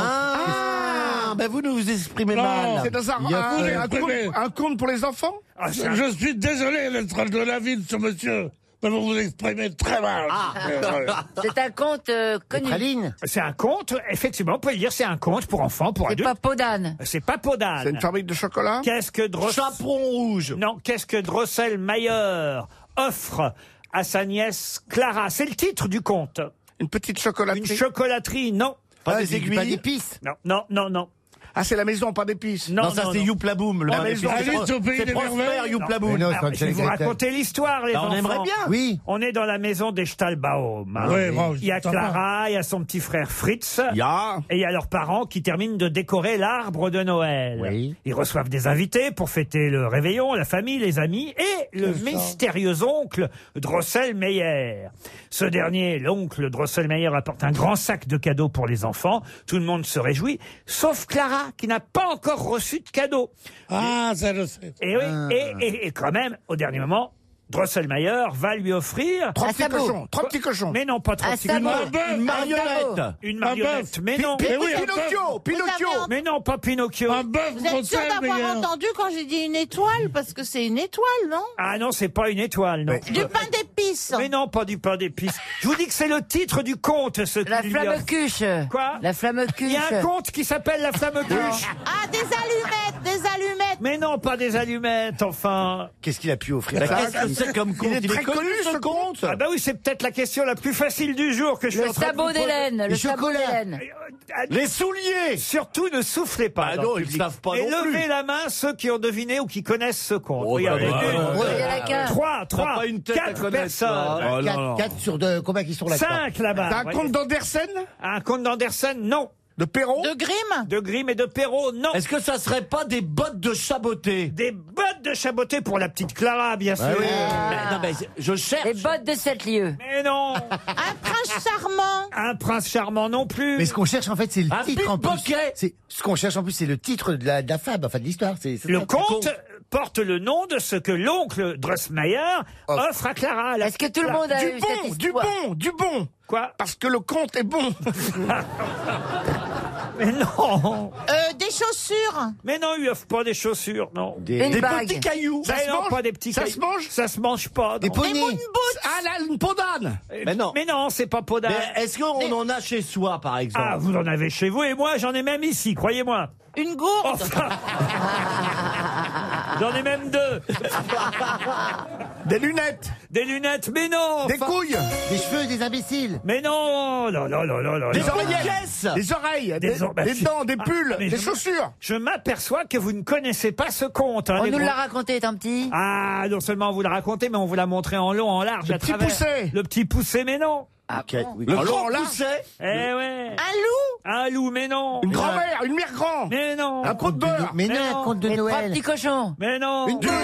Ah, ben vous nous vous exprimez
Non,
mal.
c'est dans un,
Il y a-
un-
euh,
un conte, un conte pour les enfants
Je je suis désolé d'être de la ville, ce monsieur. Mais vous vous exprimez très mal.
Ah.
Ah.
Euh,
C'est un conte euh, connu.
C'est un conte, effectivement, on peut le dire, c'est un conte pour enfants, pour adultes. C'est pas
Podane.
Euh, C'est pas Podane.
C'est une fabrique de chocolat
Qu'est-ce que Dross... Chaperon rouge. Non, qu'est-ce que Drosselmayer offre à sa nièce Clara C'est le titre du conte.
Une petite chocolaterie
Une chocolaterie, non.
Pas Ah, des du- aiguilles pas d'épices
Non, non, non, non.
Ah, c'est la maison, pas d'épices
Non, ça, non, c'est non. Youplaboum, le
La
pain
maison,
d'épices.
Alice au pays
C'est
des
Prosper,
merveilles
Youplaboum.
Mais non, c'est
Alors,
pas
je vais vous
Michel Gretel.
raconter l'histoire, les
Bah, on
enfants.
aimerait bien.
Oui. On est dans la maison des Stahlbaum. hein.
Ouais, bon,
il y a
sympa.
Clara, il y a son petit frère Fritz. Et il y a leurs parents qui terminent de décorer l'arbre de Noël. Ils reçoivent des invités pour fêter le réveillon, la famille, les amis et le mystérieux oncle Drosselmeyer. Ce dernier, l'oncle Drosselmeyer, apporte un grand sac de cadeaux pour les enfants. Tout le monde se réjouit, sauf Clara qui n'a pas encore reçu de cadeau.
Ah, ça le sais.
Et oui, et, et- et quand même, au dernier moment, Drosselmayer va lui offrir
Trois Un petits sabot. cochons,
trois petits cochons. Mais non, pas trois
Ah,
Un
petits
sabot.
cochons.
Un bœuf, un sabot. Un
une marionnette.
bœuf.
Mais
Pi-
non,
Pi- Mais oui, un Pinocchio, bœuf. Pinocchio. Vous avez en-
Mais non, pas Pinocchio. Un bœuf.
Vous êtes sûr
euh,
d'avoir entendu quand j'ai dit une étoile Parce que c'est une étoile, non
Ah non, c'est pas une étoile, non.
Du pain d'épices
Mais non, pas du pain d'épices. Je vous dis que c'est le titre du conte, ce La
flamme cuche.
Quoi
La flamme cuche.
Il y a un conte qui s'appelle La flamme cuche.
Ah, des allumettes, des allumettes
Mais non, Non, pas des allumettes, enfin.
Qu'est-ce qu'il a pu offrir
Bah,
ça
qu'est-ce que c'est comme compte
Il est
Il est
très
connu,
connu
ce
ce compte
Ah bah oui, c'est peut-être la question la plus facile du jour que je suis
Le
en train de
sabot
vous poser.
d'Hélène, le sabot d'Hélène.
Les souliers Surtout ne soufflez pas.
Ah
dans
non,
le
ils
public.
savent pas
Et
non plus.
levez la main ceux qui ont deviné ou qui connaissent ce compte.
bah,
Regardez.
bah,
Une,
bah,
deux,
bah, Il y en a qu'un.
Trois,
T'as
trois,
pas une tête à
quatre
connaître,
personnes.
là. Oh, non, non.
Ah, Quatre sur deux, combien qui sont là
Cinq là-bas.
T'as un compte
d'Andersen Un compte d'Andersen, non. De Perrault De Grimm De Grimm et de Perrault, non. Est-ce que ça serait pas des bottes de chaboté Des bottes de chaboté pour la petite Clara, bien
Bah
sûr.
non, mais je cherche.
Les bottes de cette lieu.
Mais non Un
prince charmant
Un prince charmant non plus.
Mais ce qu'on cherche en fait, c'est le
Un
titre en plus.
pickpocket.
C'est ce qu'on cherche en plus, c'est le titre de la, de la fable, enfin de l'histoire. C'est c'est
Le
ça.
conte porte le nom de ce que l'oncle Drosselmayer offre à Clara. Est-ce
que tout le monde a eu cette
Oh. Du
histoire
bon, du bon.
Quoi
Parce que le compte est bon.
Mais non
Euh, des chaussures
Mais non, il lui offre pas des chaussures, non.
Des- Une des bague. petits cailloux.
Ça
Ça se
non,
mange
pas des petits
Ça
cailloux.
se mange
Ça se mange pas.
Des
non. Euh,
poneys. Des moon
Ah là, une peau d'âne Mais non.
Mais non, c'est pas peau d'âne.
Mais est-ce qu'on en a chez soi, par exemple
Ah, vous en avez chez vous et moi, j'en ai même ici, croyez-moi.
Une gourde
Ah.
J'en ai même deux.
Des lunettes.
Des lunettes, mais non
Des
enfin-
couilles.
Des cheveux, des imbéciles.
Mais non Non, non, non, non, non.
Des
non.
oreillettes. Des oreilles. Des,
or- bah,
des
si.
dents, des
Ah,
pulls,
mais
des
je-
chaussures.
Je m'aperçois que vous ne connaissez pas ce conte. hein,
On
les
nous
gros.
l'a raconté étant petit.
Ah, non seulement on vous l'a raconté, mais on vous l'a montré en long, en large,
Le
à
petit
travers.
poucet.
Le petit poussé, mais non
Ok, oui.
Le
Alors,
grand là.
Eh ouais
Un loup
Un loup, mais non
Une grand-mère, une mère grand.
Mais non
Un pot de
de-
beurre.
Mais non,
Mais
un
non.
conte de
Les trois
Noël.
petits cochons.
Mais non
Une
Du miel,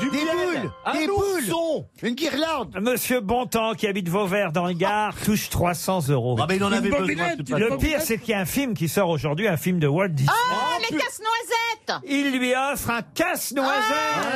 du
Des
miel.
boules,
Un
des
ourson.
boules, une guirlande.
Monsieur Bontemps, qui habite Vauvert dans le Gard, touche 300 euros.
Ah, mais il en
Une
avait besoin.
bobinette,
de toute
une
façon.
Le pire, c'est qu'il y a un film qui sort aujourd'hui, un film de Walt Disney.
Oh,
Ah, les casse-noisettes Ah.
Il lui offre un casse-noisette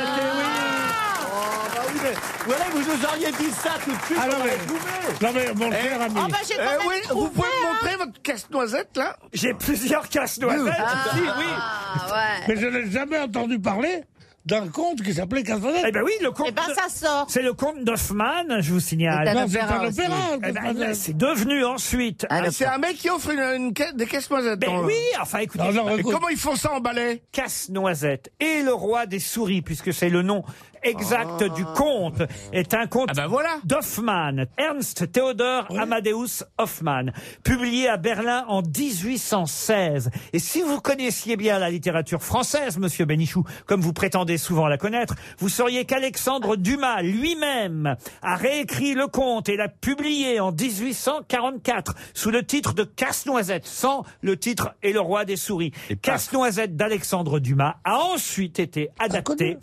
Eh
Ah, bah oui, mais- Ou alors, vous nous auriez dit ça tout de suite.
Ah, non,
on aurait
mais-
trouvé.
Non Ah, mais mon cher ami.
Oh bah j'ai
Eh
quand même
oui,
trouvé,
vous pouvez me
hein.
montrer votre casse-noisette là
oui J'ai plusieurs casse-noisettes Si, oui
Ah ouais.
Mais je n'ai jamais entendu parler d'un conte qui s'appelait Casse-Noisette.
Eh ben oui, le conte...
Eh ben
de-
ça sort
C'est le conte d'Hoffmann, je vous
C'est
signale.
un-
non, c'est
l'opéra
un
aussi.
opéra.
Eh ben,
Casse-Noisette.
c'est devenu ensuite...
Ah,
C'est un mec qui offre une, une ca- des casse-noisettes.
Ben
dans le-
oui, enfin écoutez,
Non, non,
Et
écoute,
comment ils font ça en balai
Casse-Noisette et le roi des souris, puisque c'est le nom exact du conte, est un conte
Ah ben voilà
d'Hoffmann, Ernst Theodor Amadeus Hoffmann, publié à Berlin en 1816. Et si vous connaissiez bien la littérature française, monsieur Bénichou, comme vous prétendez souvent la connaître, vous sauriez qu'Alexandre Dumas lui-même a réécrit le conte et l'a publié en 1844 sous le titre de Casse-Noisette, sans le titre Et le roi des souris. Casse-Noisette d'Alexandre Dumas a ensuite été adapté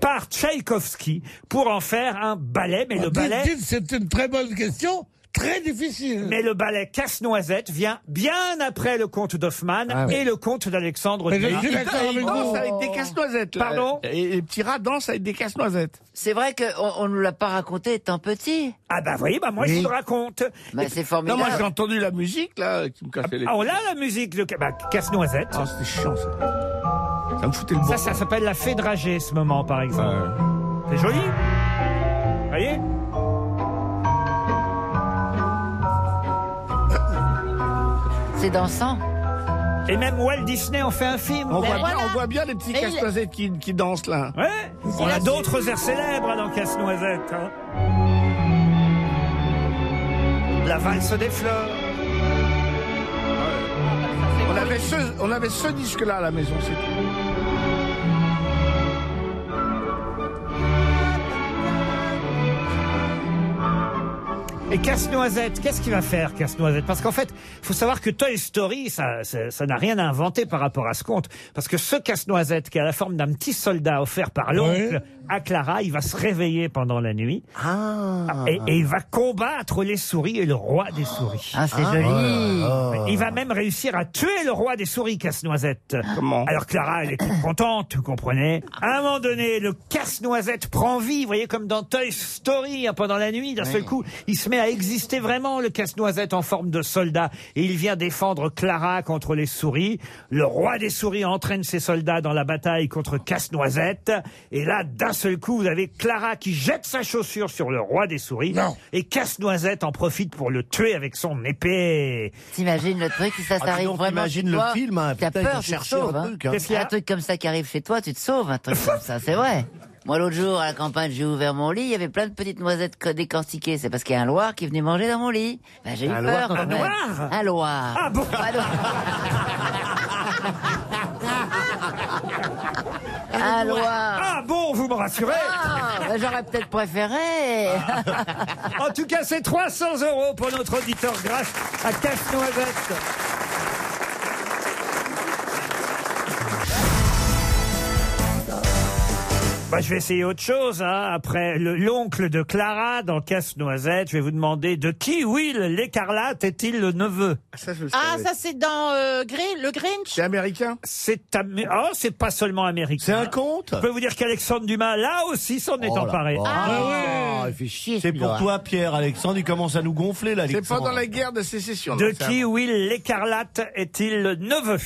par Tchaïkovski pour en faire un ballet, mais le
Ah, dites-
ballet,
dites, C'est une très bonne question, très difficile.
mais le ballet Casse-Noisette vient bien après le conte d'Hoffmann
Ah ouais.
et le conte d'Alexandre
Mais je
Dumas.
suis
Ils
d'accord avec
dansent
vous.
avec des casse-noisettes. là.
Pardon
Et les petits rats dansent avec des casse-noisettes.
C'est vrai qu'on on nous l'a pas raconté étant petit.
Ah bah voyez, bah moi je vous le raconte.
Bah,
Non, moi
c'est
j'ai
formidable.
entendu la musique là qui me cassait les.
Ah, on a la musique de bah, Casse-Noisette.
Ah, c'était chiant ça. Ça me foutait le
Ça, ça s'appelle la fée dragée, ce moment, par exemple.
bon.
C'est joli. Voyez
C'est dansant.
Et même Walt Disney en fait un film.
On voit,
Ben
bien,
voilà.
on voit bien les petits
Mais il-
casse-noisettes qui, qui dansent là.
Ouais. On a d'autres airs célèbres dans Casse-Noisette. hein. La valse des fleurs.
On avait ce, on avait ce disque là à la maison, c'est tout.
Et Casse-Noisette, qu'est-ce qu'il va faire, Casse-Noisette Parce qu'en fait, faut savoir que Toy Story, ça ça ça n'a rien à inventer par rapport à ce conte. Parce que ce Casse-Noisette, qui a la forme d'un petit soldat offert par l'oncle
Ouais.
à Clara, il va se réveiller pendant la nuit.
Ah.
Et, et il va combattre les souris et le roi des souris.
Ah, c'est joli.
Il va même réussir à tuer le roi des souris, Casse-Noisette.
Comment
Alors Clara, elle est toute contente, vous comprenez. À un moment donné, le casse-noisette prend vie, vous voyez, comme dans Toy Story, hein, pendant la nuit, d'un seul coup, il se met à exister vraiment, le casse-noisette en forme de soldat. Et il vient défendre Clara contre les souris. Le roi des souris entraîne ses soldats dans la bataille contre casse-noisette. Et là, d'un seul coup, vous avez Clara qui jette sa chaussure sur le roi des souris. Et casse-noisette en profite pour le tuer avec son épée.
T'imagines le truc si ça
Ah, dis
t'arrive
donc,
vraiment
t'imagines
chez
le
toi,
film, hein,
T'as
putain, ils ont
peur, tu te
cherché un
sauves. hein.
truc, hein. Qu'est-ce qu'il y a
Un truc comme ça qui arrive chez toi, tu te sauves. Un truc comme ça, c'est vrai. Moi, l'autre jour, à la campagne, j'ai ouvert mon lit, il y avait plein de petites noisettes co- décortiquées. C'est parce qu'il y a un loir qui venait manger dans mon lit. Ben, j'ai eu
Un loir
peur quand
Un
même.
loir
Un loir.
Ah bon
Un loir.
Ah,
Un loir.
Ah bon, vous me rassurez
Ah, ben, J'aurais peut-être préféré.
En tout cas, c'est 300 euros pour notre auditeur grâce à Casse-Noisette. Bah, je vais essayer autre chose. hein. Après le- l'oncle de Clara dans Casse-Noisette, je vais vous demander de qui Will l'écarlate est-il le neveu
Ah, ça c'est dans euh, Gr- le Grinch
C'est américain C'est amé- oh, c'est pas seulement américain. C'est un conte Je peux vous dire qu'Alexandre Dumas, là aussi, s'en est
Oh là
emparé.
là. Ah Ah ouais. ouais.
il fait chier.
C'est pour
celui-là.
toi, Pierre. Alexandre, il commence à nous gonfler, là,
C'est
Alexandre.
pendant la guerre de sécession.
De
non, c'est
qui
avant.
Will l'écarlate est-il le neveu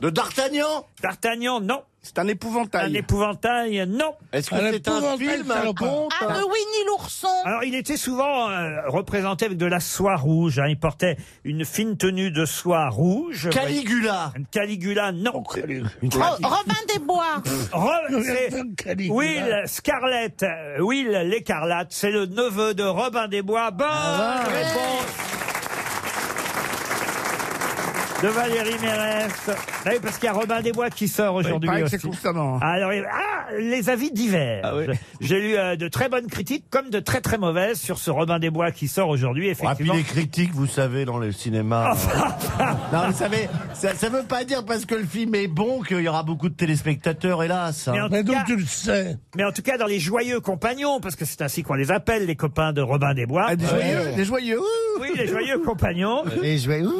De D'Artagnan D'Artagnan, non. C'est un épouvantail. Un épouvantail, non.
Est-ce que Un c'est un épouvantail, film, un salopard. conte
Ah, de Winnie l'ourson
Alors, il était souvent euh, représenté avec de la soie rouge. hein. Il portait une fine tenue de soie rouge.
Caligula.
Caligula, non.
Ro- Robin des Bois
Ro- c'est- Will Scarlett, euh, Will l'écarlate, c'est le neveu de Robin des Bois. Bonne
Ah
réponse de Valérie Mérès. Ah oui, parce qu'il y a Robin des Bois qui sort aujourd'hui.
paraît que
aussi.
c'est
hein.
concernant.
Alors, il- ah, les avis divers.
Ah
J'ai lu euh, de très bonnes critiques comme de très très mauvaises sur ce Robin des Bois qui sort aujourd'hui,
Ah, puis
effectivement.
les critiques, vous savez, dans le cinéma. non, vous savez, ça, ça veut pas dire parce que le film est bon qu'il y aura beaucoup de téléspectateurs, hélas. hein.
tu le sais. Mais en tout cas, dans les joyeux compagnons, parce que c'est ainsi qu'on les appelle, les copains de Robin des Bois.
Des joyeux, des joyeux. ouh.
Oui, les joyeux compagnons.
Les joyeux.
Vous-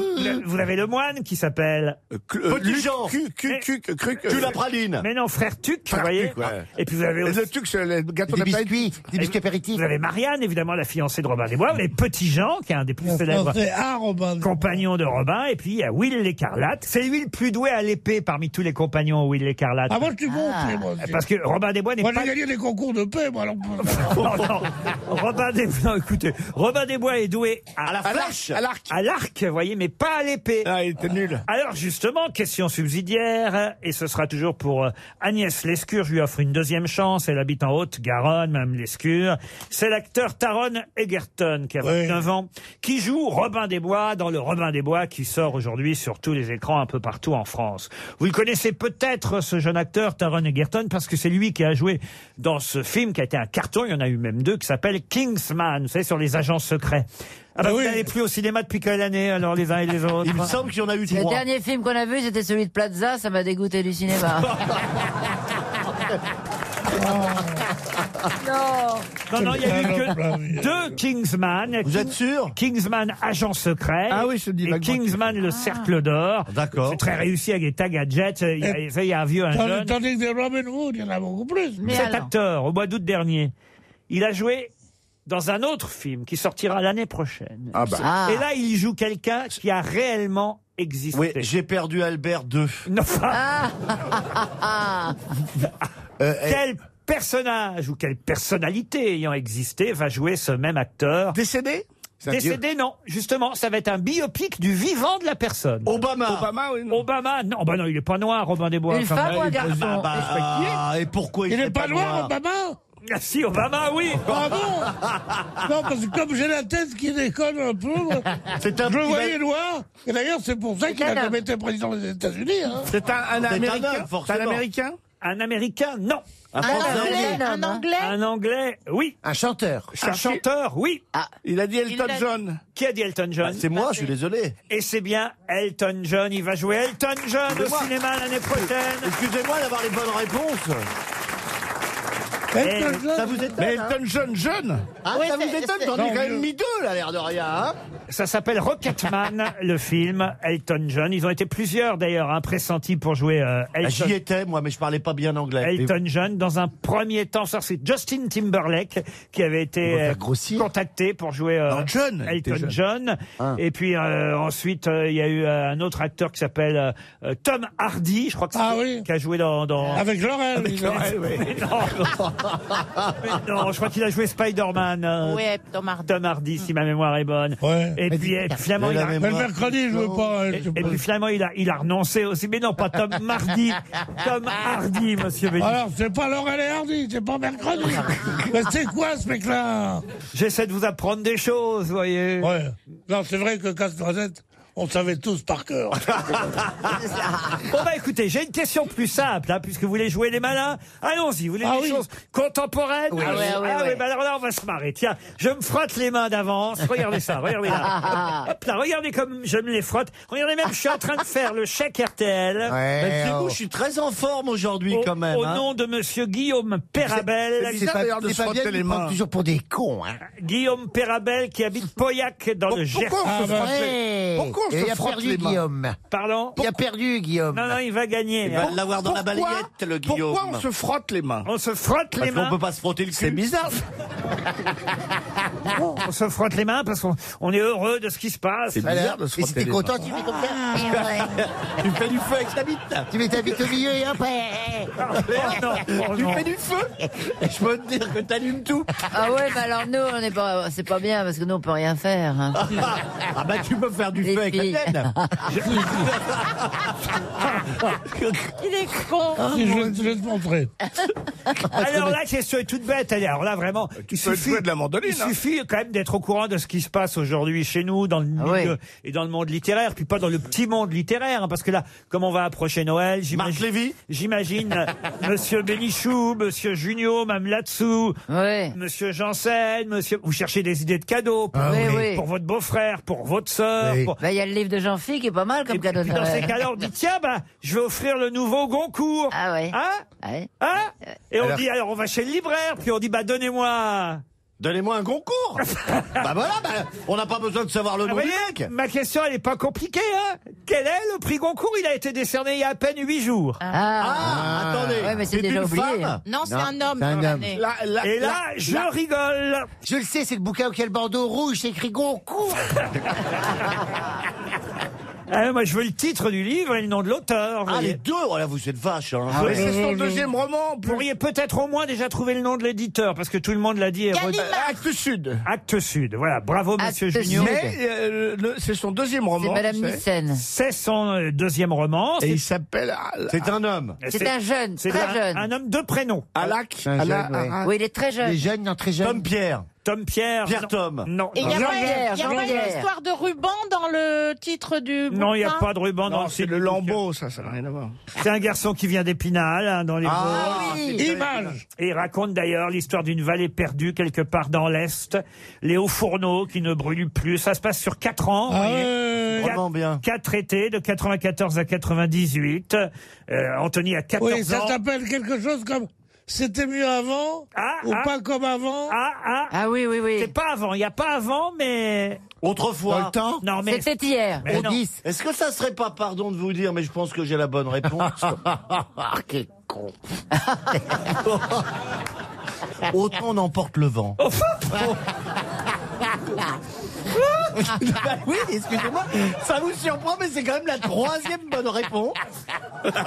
Vous avez le moine qui s'appelle.
euh, Petit Luc, Jean. Cu- cu-
Mais-
cu- cu- cru- Tu la praline.
Mais non, frère Tuc, vous
Frère
voyez.
Tuc, ouais.
Et puis vous avez
Et
aussi.
le Tuc, c'est le gâteau
Des
d'apéritif.
Des biscuits Vous avez Marianne, évidemment, la fiancée de Robin des Bois. Vous avez Petit Jean, qui est un des plus célèbres
c'est un
compagnons de Robin. Et puis il y a Will l'écarlate. C'est lui le plus doué à l'épée parmi tous les compagnons, Will l'écarlate.
Ah, moi, je suis bon, Ah. tu sais, moi aussi.
Parce que Robin des Bois n'est
Moi,
pas.
j'ai gagné des concours de paix, moi, alors.
Oh non. Robin des Bois, écoutez, Robin des Bois est doué à, la
flèche.
à l'arc, à l'arc, vous voyez, mais pas à l'épée. Ah, il était nul. Alors justement, question subsidiaire, et ce sera toujours pour euh, Agnès Lescure. Je lui offre une deuxième chance. Elle habite en Haute-Garonne, Mme Lescure. C'est l'acteur Taron Egerton qui a 29 ans, qui joue Robin des Bois dans le Robin des Bois qui sort aujourd'hui sur tous les écrans un peu partout en France. Vous le connaissez peut-être ce jeune acteur Taron Egerton parce que c'est lui qui a joué dans ce film qui a été un carton. Il y en a eu même deux qui s'appelle Kingsman. Vous savez sur les agents secrets. Ah bah, vous n'allez plus au cinéma depuis quelle année alors les uns et les autres
Il me semble qu'il y en a eu
Le
trois.
dernier film qu'on a vu, c'était celui de Plaza, ça m'a dégoûté du cinéma. Oh. non
Non, non, il n'y a eu
Ah,
que deux Kingsman. Vous êtes sûr Kingsman Agent Secret. Ah oui, je dis. Et Kingsman Le Cercle d'Or. D'accord. C'est très réussi avec des tas gadgets. Il y a,
Et-
ça, il y a un vieux, un
Tandis
jeune.
tandis que des Robin Hood, il y en a beaucoup plus.
Cet acteur, au mois d'août dernier, il a joué dans un autre film qui sortira l'année prochaine.
Ah bah. Ah.
Et là, il joue quelqu'un qui a réellement existé.
Oui, j'ai perdu Albert 2.
Non.
Ah,
Euh,
quel personnage ou quelle personnalité ayant existé va jouer ce même acteur Décédé
C'est un
Décédé, non. Justement, ça va être un biopic du vivant de la personne.
Obama.
Obama, oui. Non. Obama, non, bah non, il est pas noir, Robin des Bois.
Une
quand
femme
même.
ou un garçon Bah, bah, Respecté. et pourquoi il Il est serait pas pas noir, noir Obama
Ah si, Obama, oui
Ah bon Non, parce que comme j'ai la tête qui déconne un peu, moi,
C'est un
je le
petit
voyais
mal-
noir. Et d'ailleurs, c'est pour ça qu'il
C'est un
a jamais
homme.
été président des États-Unis. hein.
C'est un- un C'est un Américain homme, forcément. C'est un Américain
Un Américain, non.
Un Français.
Anglais,
Un
Anglais Un Anglais, oui.
Un chanteur.
Un chanteur, oui.
Ah. Il a dit Elton
Il l'a-
John.
Qui a dit Elton John
Bah, c'est moi, je suis désolé.
Et c'est bien Elton John. Il va jouer Elton John au
Excusez-moi.
cinéma l'année prochaine.
Excusez-moi d'avoir les bonnes réponses.
Eh,
Elton John. Ça vous étonne,
Mais
hein
Elton John, jeune
Ah, ça vous étonne, t'en es quand même mis deux, là, l'air de rien, hein
Ça s'appelle Rocketman, le film, Elton John. Ils ont été plusieurs d'ailleurs, hein, pressentis pour jouer euh,
Ah,
Elton
J'y étais, moi, mais je parlais pas bien anglais.
Elton John, dans un premier temps, ça c'est Justin Timberlake qui avait été euh, contacté pour jouer euh,
Non, John, il était
Elton
jeune. Ah.
John. Et puis euh, ensuite, euh, il y a eu euh, un autre acteur qui s'appelle euh, euh, Tom Hardy, je crois que c'est- qui a joué dans, dans-
Ah Avec Laurel.
Avec Laurel, Ah, oui. Mais non, non. Mais non, je crois qu'il a joué Spider-Man. euh,
Oui, Tom Hardy. Mm.
Tom Hardy, si ma mémoire est bonne. Et puis euh, finalement,
Mais
il
la
a...
mémoire- Mais le mercredi, je veux pas, hein,
Et,
je veux
et
pas.
puis finalement, il a, il a renoncé aussi. Mais non, pas Tom Hardy. Tom Hardy, monsieur Bénichou.
Alors, c'est pas Laurel et Hardy, c'est pas mercredi. Mais c'est quoi ce mec-là
J'essaie de vous apprendre des choses, vous voyez.
Ouais. Non, c'est vrai que Casse-Noisette, on savait tous par cœur.
Bon bah écoutez, j'ai une question plus simple, hein, puisque vous voulez jouer les malins. Allons-y, vous voulez des choses contemporaines
Ah Oui. Ah ouais, ouais,
Ah oui,
ouais.
bah alors là, on va se marrer. Tiens, je me frotte les mains d'avance. Regardez ça, regardez là. Hop là, regardez comme je me les frotte. Regardez même, je suis en train de faire le chèque RTL.
Mais
oh.
vous, Bah, je suis très en forme aujourd'hui, quand même.
Au
hein.
nom de Monsieur Guillaume Perabel.
c'est bizarre, d'ailleurs, de se frotter les mains.
pour des
hein.
cons. Guillaume Perabel qui habite Pauillac dans le Gers.
Pourquoi on se frotte les- Pourquoi on se
Ah, bah. Et il a
frotte
perdu,
les mains
Guillaume. Pardon Il a perdu Guillaume. Non, non, il va gagner. hein.
Il va l'avoir dans la balayette, le Guillaume.
Pourquoi on se frotte les mains
On se frotte
Parce
les
qu'on
mains.
peut pas se frotter le cul. C'est bizarre.
on se frotte les mains parce qu'on on est heureux de ce qui se passe.
C'est bizarre de se Et si frotter t'es les content, mains. tu fais comme ça.
tu fais du feu avec ta bite.
Tu mets ta bite au milieu et hop. eh,
Ah,
non,
tu
non.
fais du feu Et Je peux te dire que t'allumes tout.
Ah ouais, bah alors nous, on n'est pas, c'est pas bien parce que nous, on peut rien faire. hein. bah,
Ah bah tu peux faire du feu avec la
filles.
tienne.
Il est con.
Ah,
Ah,
Si, je, vais- je vais te montrer.
Alors la question est toute bête. Elle est- Alors là, vraiment, il
peux jouer de la mandoline,
il
hein.
suffit quand même d'être au courant de ce qui se passe aujourd'hui chez nous, dans le milieu et dans le monde littéraire, puis pas dans le petit monde littéraire, hein, parce que là, comme on va approcher Noël, j'imagine, j'imagine euh, Monsieur Bénichou, Monsieur Junio, Mme Latsou, Monsieur Janssen, Monsieur, vous cherchez des idées de cadeaux pour,
Ah oui.
pour-
Oui, oui.
pour votre beau-frère, pour votre sœur.
Bah,
pour-
Il y a le livre de Jean-Philippe qui est pas mal comme cadeau. de
puis dans ces
Noël.
cas-là, on dit tiens, bah, je vais offrir le nouveau Goncourt. Ah ouais. Hein Hein Et on dit alors on va chez le libraire, puis on dit bah donnez-moi.
Donnez-moi un Goncourt. bah voilà, bah, on n'a pas besoin de savoir le
Ah,
nom
voyez,
du mec.
ma question elle est pas compliquée hein. Quel est le prix Goncourt Il a été décerné il y a à peine huit jours.
Ah, attendez.
Ouais, mais c'est déjà
une
oublié.
femme
Non, c'est un homme.
c'est un
dans
homme.
l'année.
La- la-
Et là,
la-
je
la-
rigole.
Je le sais, c'est le bouquin auquel bandeau rouge, c'est écrit Goncourt.
Ah, moi je veux le titre du livre et le nom de l'auteur.
Ah, les deux, oh là, vous êtes vache. Hein.
Ah,
Mais
ouais.
c'est son deuxième roman.
Vous pourriez peut-être au moins déjà trouver le nom de l'éditeur parce que tout le monde l'a dit. et redit.
Acte Sud.
Acte Sud. Voilà, bravo
Ah,
Acte
monsieur Junior.
Mais euh, le- c'est son deuxième roman. tu sais.
C'est son euh, deuxième roman.
Et
C'est- Euh,
il s'appelle.
C'est un homme. Ah.
C'est un jeune,
c'est
très
un,
jeune.
Un homme de prénom.
Alak.
Un Alak- jeune, ouais. Alak-
Oui, il est très jeune.
Les jeunes, non, très jeunes.
Tom Pierre.
Tom Pierre.
Pierre
non.
Tom.
Non.
Et il n'y a, pas-
Jean-Pierre,
y a pas une
Jean-Pierre.
histoire de ruban dans le titre du bouquin
Non, il n'y a pas de ruban dans
Non,
le
c'est
site.
le Lambeau, ça, ça n'a rien à voir.
C'est un garçon qui vient d'Épinal, hein, dans les Vosges. Ah,
Image.
Et il raconte d'ailleurs l'histoire d'une vallée perdue quelque part dans l'Est, les hauts fourneaux qui ne brûlent plus. Ça se passe sur quatre ans. vous voyez.
Vraiment bien.
Quatre étés, de 94 à 98. Euh, Anthony a 14
Oui, ça
ans.
s'appelle quelque chose comme C'était mieux avant ou
ah.
pas comme avant.
Ah, ah,
Ah oui, oui, oui.
c'est pas avant, il n'y a pas avant, mais...
Autrefois.
temps
Non, mais...
C'était hier.
mais non.
Est-ce que ça serait pas, pardon de vous dire, mais je pense que j'ai la bonne réponse. ah, quel con. Autant on emporte le vent. Bah oui, excusez-moi, ça vous surprend, mais c'est quand même la troisième bonne réponse.
Ah.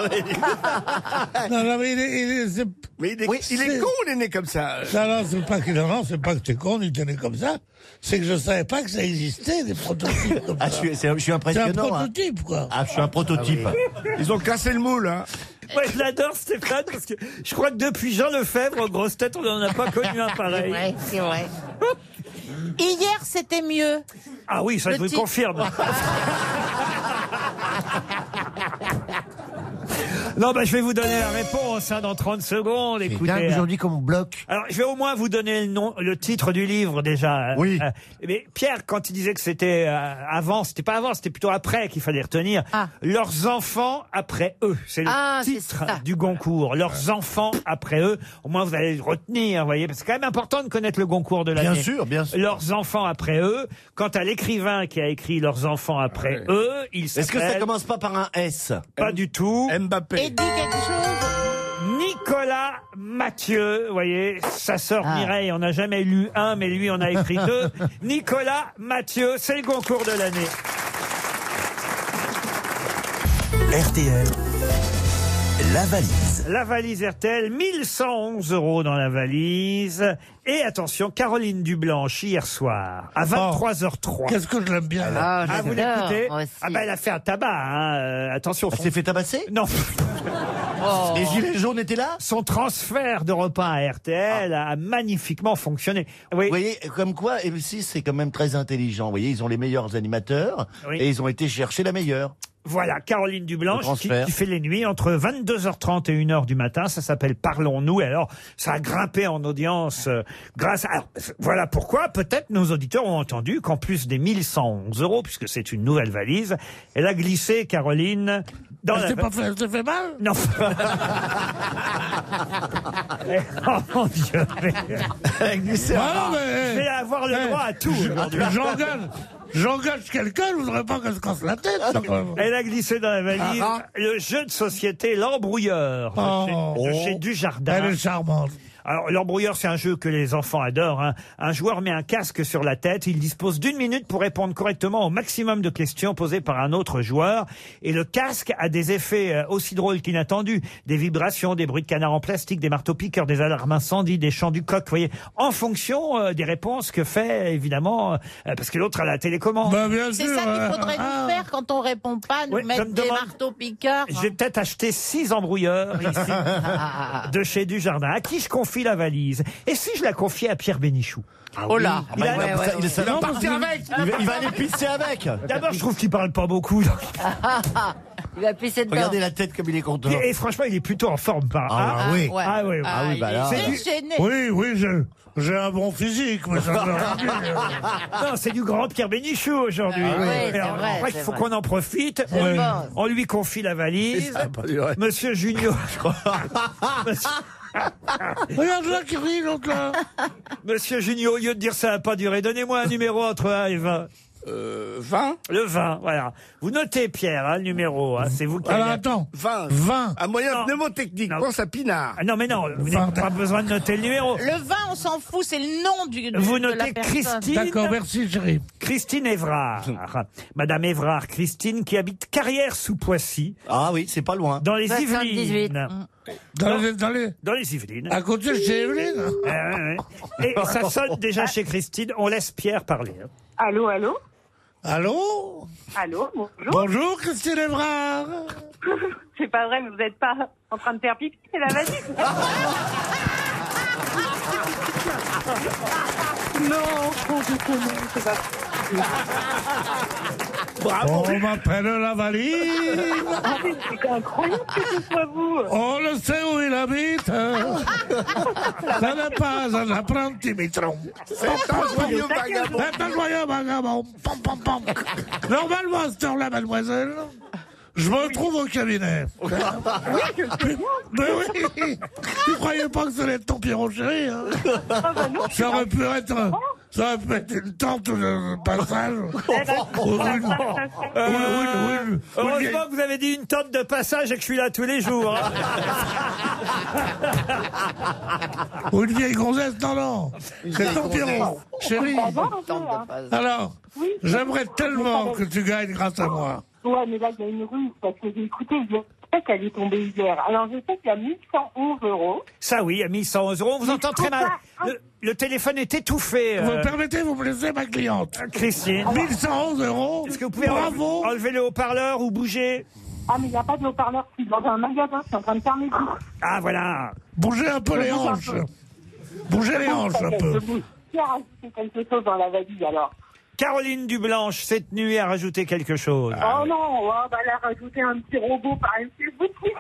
Non, non, mais il est, il est- c'est-
Mais il est,
Oui,
il est
c'est-
con, il est né comme ça.
non, non, c'est pas que non, non, c'est pas que t'es con, il t'es né comme ça. C'est que je savais pas que ça existait des prototypes comme
Ah,
ça.
je suis, c'est- je suis
C'est un
impressionnant. hein.
prototype, quoi.
Ah, je suis un prototype.
Ils ont cassé le moule. Hein.
Moi, je l'adore, Stéphane, parce que je crois que depuis Jean Lefebvre, aux grosses têtes, on n'en a pas connu un pareil.
Ouais, c'est vrai. Hier, c'était mieux.
Ah oui, ça, je
Le
vous le
titre.
confirme. Non, bah, je vais vous donner la réponse hein, dans 30 secondes.
Eh
Écoutez,
dingue, aujourd'hui,
comme on bloque. Alors, je vais au moins vous donner le nom, le titre du livre déjà. Oui. mais Pierre, quand il disait que c'était euh, avant, c'était pas avant, c'était plutôt après qu'il fallait retenir. Leurs enfants après eux, c'est le
Ah, c'est
titre
ça.
du Goncourt. Leurs enfants après eux. Au moins, vous allez le retenir, vous voyez, parce que c'est quand même important de connaître le Goncourt de l'année.
Bien sûr, bien sûr.
Leurs enfants après eux. Quant à l'écrivain qui a écrit leurs enfants après eux, il s'appelle.
Ah Est-ce que ça commence pas par un S
Pas du tout.
Mbappé.
Nicolas Mathieu, vous voyez, sa sœur
Ah.
Mireille, on n'a jamais lu un, mais lui, on a écrit deux. Nicolas Mathieu, c'est le concours de l'année.
RTL, la valise.
La valise RTL, 1111 euros dans la valise. Et attention, Caroline Dublanche, hier soir, à 23h03.
Oh. Qu'est-ce que je l'aime bien
Ah,
là.
vous l'écoutez Ah, bah, elle a fait un tabac, hein, euh, attention. Elle s'est fait tabasser Non.
Les gilets jaunes étaient là Ah.
Son transfert de repas à RTL a magnifiquement fonctionné.
Vous voyez, comme quoi M6 c'est quand même très intelligent. Vous voyez, ils ont les meilleurs animateurs
Oui.
et ils ont été chercher la meilleure.
Voilà, Caroline Dublanche
Le
qui,
transfert.
qui fait les nuits entre 22h30 et 1h du matin. Ça s'appelle Parlons-nous. Et alors, ça a grimpé en audience euh, grâce à... alors, voilà pourquoi, peut-être, nos auditeurs ont entendu qu'en plus des 1111 euros, puisque c'est une nouvelle valise, elle a glissé, Caroline... Dans
Elle
la...
s'est pas fait- elle s'est fait mal
Non. oh mon Dieu. mais-
Ah non, mais-
Je vais avoir le
eh,
droit à tout
je-
aujourd'hui.
J'engage, j'engage quelqu'un, je voudrais pas qu'elle se casse la tête. quand même.
Ah, Elle a glissé dans la valise
Ah,
le jeu de société L'Embrouilleur de chez- de chez Dujardin.
Oh. Elle est charmante.
Alors, l'embrouilleur, c'est un jeu que les enfants adorent. hein. Un joueur met un casque sur la tête. Il dispose d'une minute pour répondre correctement au maximum de questions posées par un autre joueur. Et le casque a des effets euh, aussi drôles qu'inattendus. Des vibrations, des bruits de canard en plastique, des marteaux-piqueurs, des alarmes incendies, des chants du coq. Vous voyez, en fonction euh, des réponses que fait, évidemment, euh, parce que l'autre a la télécommande.
Bah,
C'est ça
hein.
qu'il faudrait nous faire quand on répond pas, nous
Ouais,
mettre
je me
des
demande-
marteaux piqueurs.
Je vais peut-être acheter six embrouilleurs ici, de chez Dujardin. À qui je confie la valise Et si je la confiais à Pierre Bénichou
Oh là. Ah bah, il va- ça- il est- ça va
Non,
partir
mais-
avec. Il va- il va aller pisser avec.
D'abord, je trouve qu'il parle pas beaucoup.
Il a pissé dedans.
Regardez la tête comme il est content.
Et, et franchement, il est plutôt en forme par
Ah,
ah,
oui.
Ah oui,
Ah, oui, bah là.
C'est du-
Déchaîné.
Oui, oui, j'ai- j'ai un bon physique, mais ça me rend bien.
Non, c'est du grand Pierre Bénichou aujourd'hui.
Ah oui,
Et
c'est
alors,
vrai,
je crois
c'est
qu'il faut
vrai.
qu'on en profite.
Je Oui. pense.
On lui confie la valise. Monsieur Junior. Monsieur-
Regarde là qui rit, l'autre là.
Monsieur Junio, au lieu de dire ça n'a pas duré, donnez-moi un numéro entre 1 et 20.
Euh,
20
Le 20, voilà. Vous notez, Pierre, hein, le numéro. hein, c'est vous qui
Alors
avez-
attends.
20.
20.
Un moyen
Non.
mnémotechnique. Pense à Pinard.
Ah, non, mais non, vous n'avez pas besoin de noter le numéro.
Le vin, on s'en fout, c'est le nom du, du-
Vous
de la
notez
personne.
Christine.
D'accord, merci, chérie.
Christine Évrard. Madame Évrard, Christine, qui habite Carrière sous Poissy,
Ah oui, c'est pas loin.
dans les
78.
Yvelines. Mm.
Dans les, dans les-
Dans les Yvelines.
à côté de chez Evelyne.
Ouais, Eh ouais, ouais. Et ça sonne déjà chez Christine. On laisse Pierre parler. hein.
Allô, allô
Allô
Allô, bonjour.
Bonjour, Christine Evrard.
C'est pas vrai, mais vous n'êtes pas en train de faire pipi, c'est la valise. non, c'est pas
On m'appelle la valise.
Ah, mais C'est incroyable que ce soit vous.
On le sait où il habite. Ça n'est pas un apprenti mitron. C'est un joyeux vagabond. C'est un joyeux vagabond. Pam, pam, pam. Normalement, à cette heure-là, mademoiselle, je me trouve au cabinet. Mais oui, tu croyais pas que ça allait être ton Pierrot chéri hein
Ah bah
Ça aurait pu être... Ça aurait pu être une tente de passage.
Eh ben,
Ou une- ou une- ou une- ou une-
Oh. Heureusement que vous avez dit une tente de passage et que je suis là tous les jours. hein.
Ou une vieille gonzesse, non, non. C'est ton Pierrot. Chérie, alors, j'aimerais tellement que tu gagnes grâce à moi.
Ouais, mais là, il y a une ruse, parce que j'ai écouté hier. Je sais qu'elle est tombée hier. Alors, je sais qu'il y a 1111 euros.
Ça oui, à 1111 euros. On vous entend très mal. Le, le téléphone est étouffé.
Vous
euh, Ah,
me permettez, vous me laissez ma cliente.
Christine.
1111 euros.
Est-ce que vous pouvez
Bravo.
enle- enlever le haut-parleur ou bouger
Ah, mais il n'y a pas de haut-parleur. Je suis dans un magasin, je suis en train de faire mes courses.
Ah voilà.
Bougez un peu les
Bougez un
hanches.
peu.
Bougez les hanches un peu.
Qui a rajouté quelque chose dans la valise, alors
Caroline Dublanche, cette nuit,
Ah.
a rajouté quelque chose.
bah, Oh non, on va la rajouter un petit robot par une petite boutique.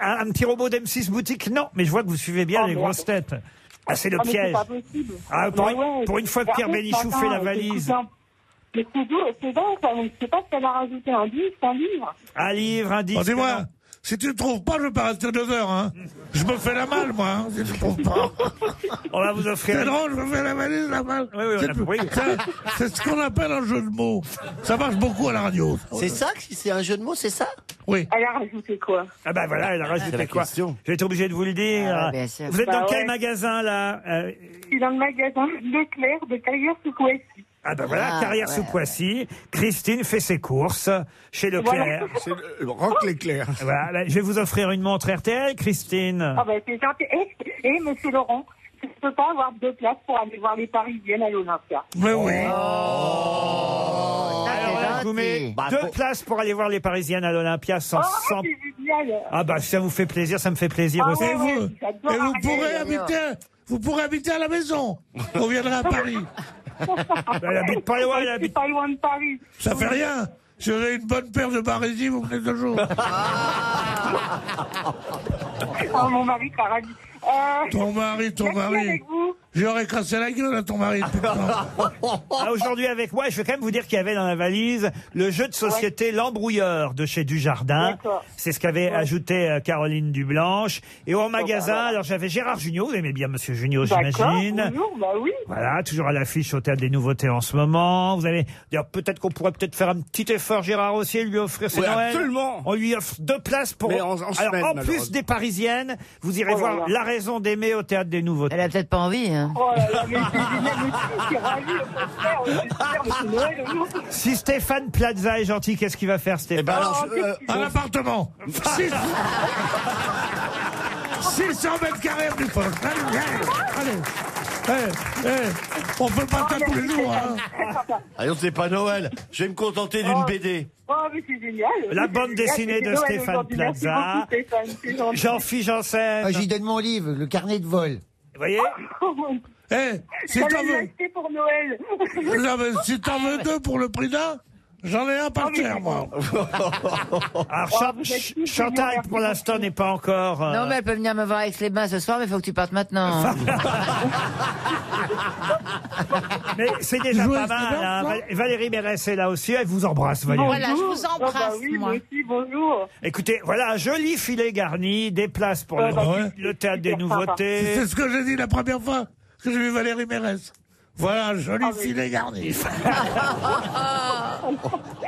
un, un petit robot d'M6 Boutique Non, mais je vois que vous suivez bien
Oh,
les
merde.
grosses têtes. Ah, c'est le
Ah, mais
piège.
pas possible.
Ah, pour
Mais
une-
ouais,
pour une fois que
par
Pierre
contre,
Bénichou
Tintin,
fait la
euh, c'est
valise.
Tintin. Mais c'est dur, c'est dingue, ça. Donc, je sais pas si elle a rajouté un livre, un livre.
Un livre, un disque.
Oh, dis-moi, si tu ne trouves pas, je pars à 2 heures. Hein. Je me fais la malle, moi, hein, si tu ne trouves pas.
On va vous offrir.
C'est drôle, je me fais la valise, la malle.
oui, on
C'est
a
tout.
compris.
Ça, C'est ce qu'on appelle un jeu de mots. Ça marche beaucoup à la radio.
Oh
C'est ça que- C'est un jeu de mots, c'est ça
Oui.
Elle a rajouté quoi
Ah bah voilà, elle a
C'est
rajouté
la
quoi J'ai été obligé de vous le dire.
Ah ouais, bien sûr.
vous êtes
Bah
dans quel
ouais.
magasin là Euh,
Je suis dans le magasin Leclerc de carrière sous Poissy.
Ah bah voilà,
Ah,
carrière
ouais,
sous Poissy. Christine fait ses courses chez Leclerc.
Voilà. C'est
le rock Leclerc. Voilà, là, je vais vous offrir une montre RTL, Christine.
Ah ben c'est gentil. Et, et monsieur Laurent, je ne peux pas avoir deux places pour aller voir les Parisiennes à l'Olympia.
Mais oui. Alors là, je vous mets
Bah,
deux
pour-
places pour aller voir les Parisiennes à l'Olympia
Oh,
sans. sans- Ah bah ça vous fait plaisir, ça me fait
Ah
plaisir aussi.
et vous, et vous
arriver,
pourrez
j'adore.
habiter, vous pourrez habiter à la maison. On viendra à Paris.
Ben, Elle habite pas loin, elle habite
pas loin de Paris.
Ça fait rien. Si vous avez une bonne paire de barésies, vous venez deux jours.
Ah. Oh, mon mari sera ravi. Euh,
Ton mari, ton
merci
mari.
avec vous.
J'aurais cassé la gueule à ton mari. depuis le temps.
Ah, Aujourd'hui avec moi, je vais quand même vous dire qu'il y avait dans la valise le jeu de société L'embrouilleur de chez Dujardin.
D'accord.
C'est ce qu'avait ajouté euh, Caroline Dublanche. Et au magasin, alors j'avais Gérard Junior, vous aimez bien Monsieur Junior,
D'accord,
j'imagine.
bonjour, bah oui.
Voilà, toujours à l'affiche au théâtre des nouveautés en ce moment. Vous avez d'ailleurs peut-être qu'on pourrait peut-être faire un petit effort Gérard aussi et lui offrir ses
Oui,
Noël.
absolument.
On lui offre deux places pour
Mais en- en
Alors
semaine,
en plus
malheureusement.
des parisiennes, vous irez
Oh là
voir
là.
la raison d'aimer au théâtre des nouveautés. Elle a peut-être pas envie hein.
Oh là là, mais c'est génial, mais si, je suis ravi, au contraire, on est super, mais c'est Noël aujourd'hui.
Si Stéphane Plaza est gentil, qu'est-ce qu'il va faire Stéphane
ben alors, je- euh,
Un appartement. Six- 600 mètres carrés plus proche. Allez, allez. allez. Eh, eh, on peut pas ça tous les
Oh,
jours. Hein.
Allons, Ah c'est pas Noël. Je vais me contenter d'une BD.
Oh, mais c'est génial.
La
C'est
bande
génial,
dessinée
c'est
de
Noël
Stéphane
aujourd'hui. Merci
Plaza.
beaucoup, Stéphane, c'est gentil.
Jean-Philippe Janssen.
Ah, J'y donne mon livre, le carnet de vol.
Vous voyez
Eh, si
J'allais
t'en
lui
veux,
acheter pour Noël.
non, mais si t'en veux deux pour le prix d'un, j'en ai un par terre, moi.
Alors, Chan- Ch- Chantal, pour l'instant, n'est pas encore. euh,
Non, mais elle peut venir me voir avec les bains ce soir, mais il faut que tu partes maintenant. hein.
Mais c'est déjà pas mal. hein. Val- Valérie Mérès est là aussi. Elle vous embrasse, Valérie.
Voilà, je vous
Ah bah
embrasse,
oui,
moi.
moi aussi, bonjour.
Écoutez, voilà un joli filet garni, des places pour
Ah
le,
bah ouais.
le théâtre des
C'est
nouveautés.
ce que j'ai dit la première fois que j'ai vu Valérie Mérès. Voilà un joli filet garni.
Ah.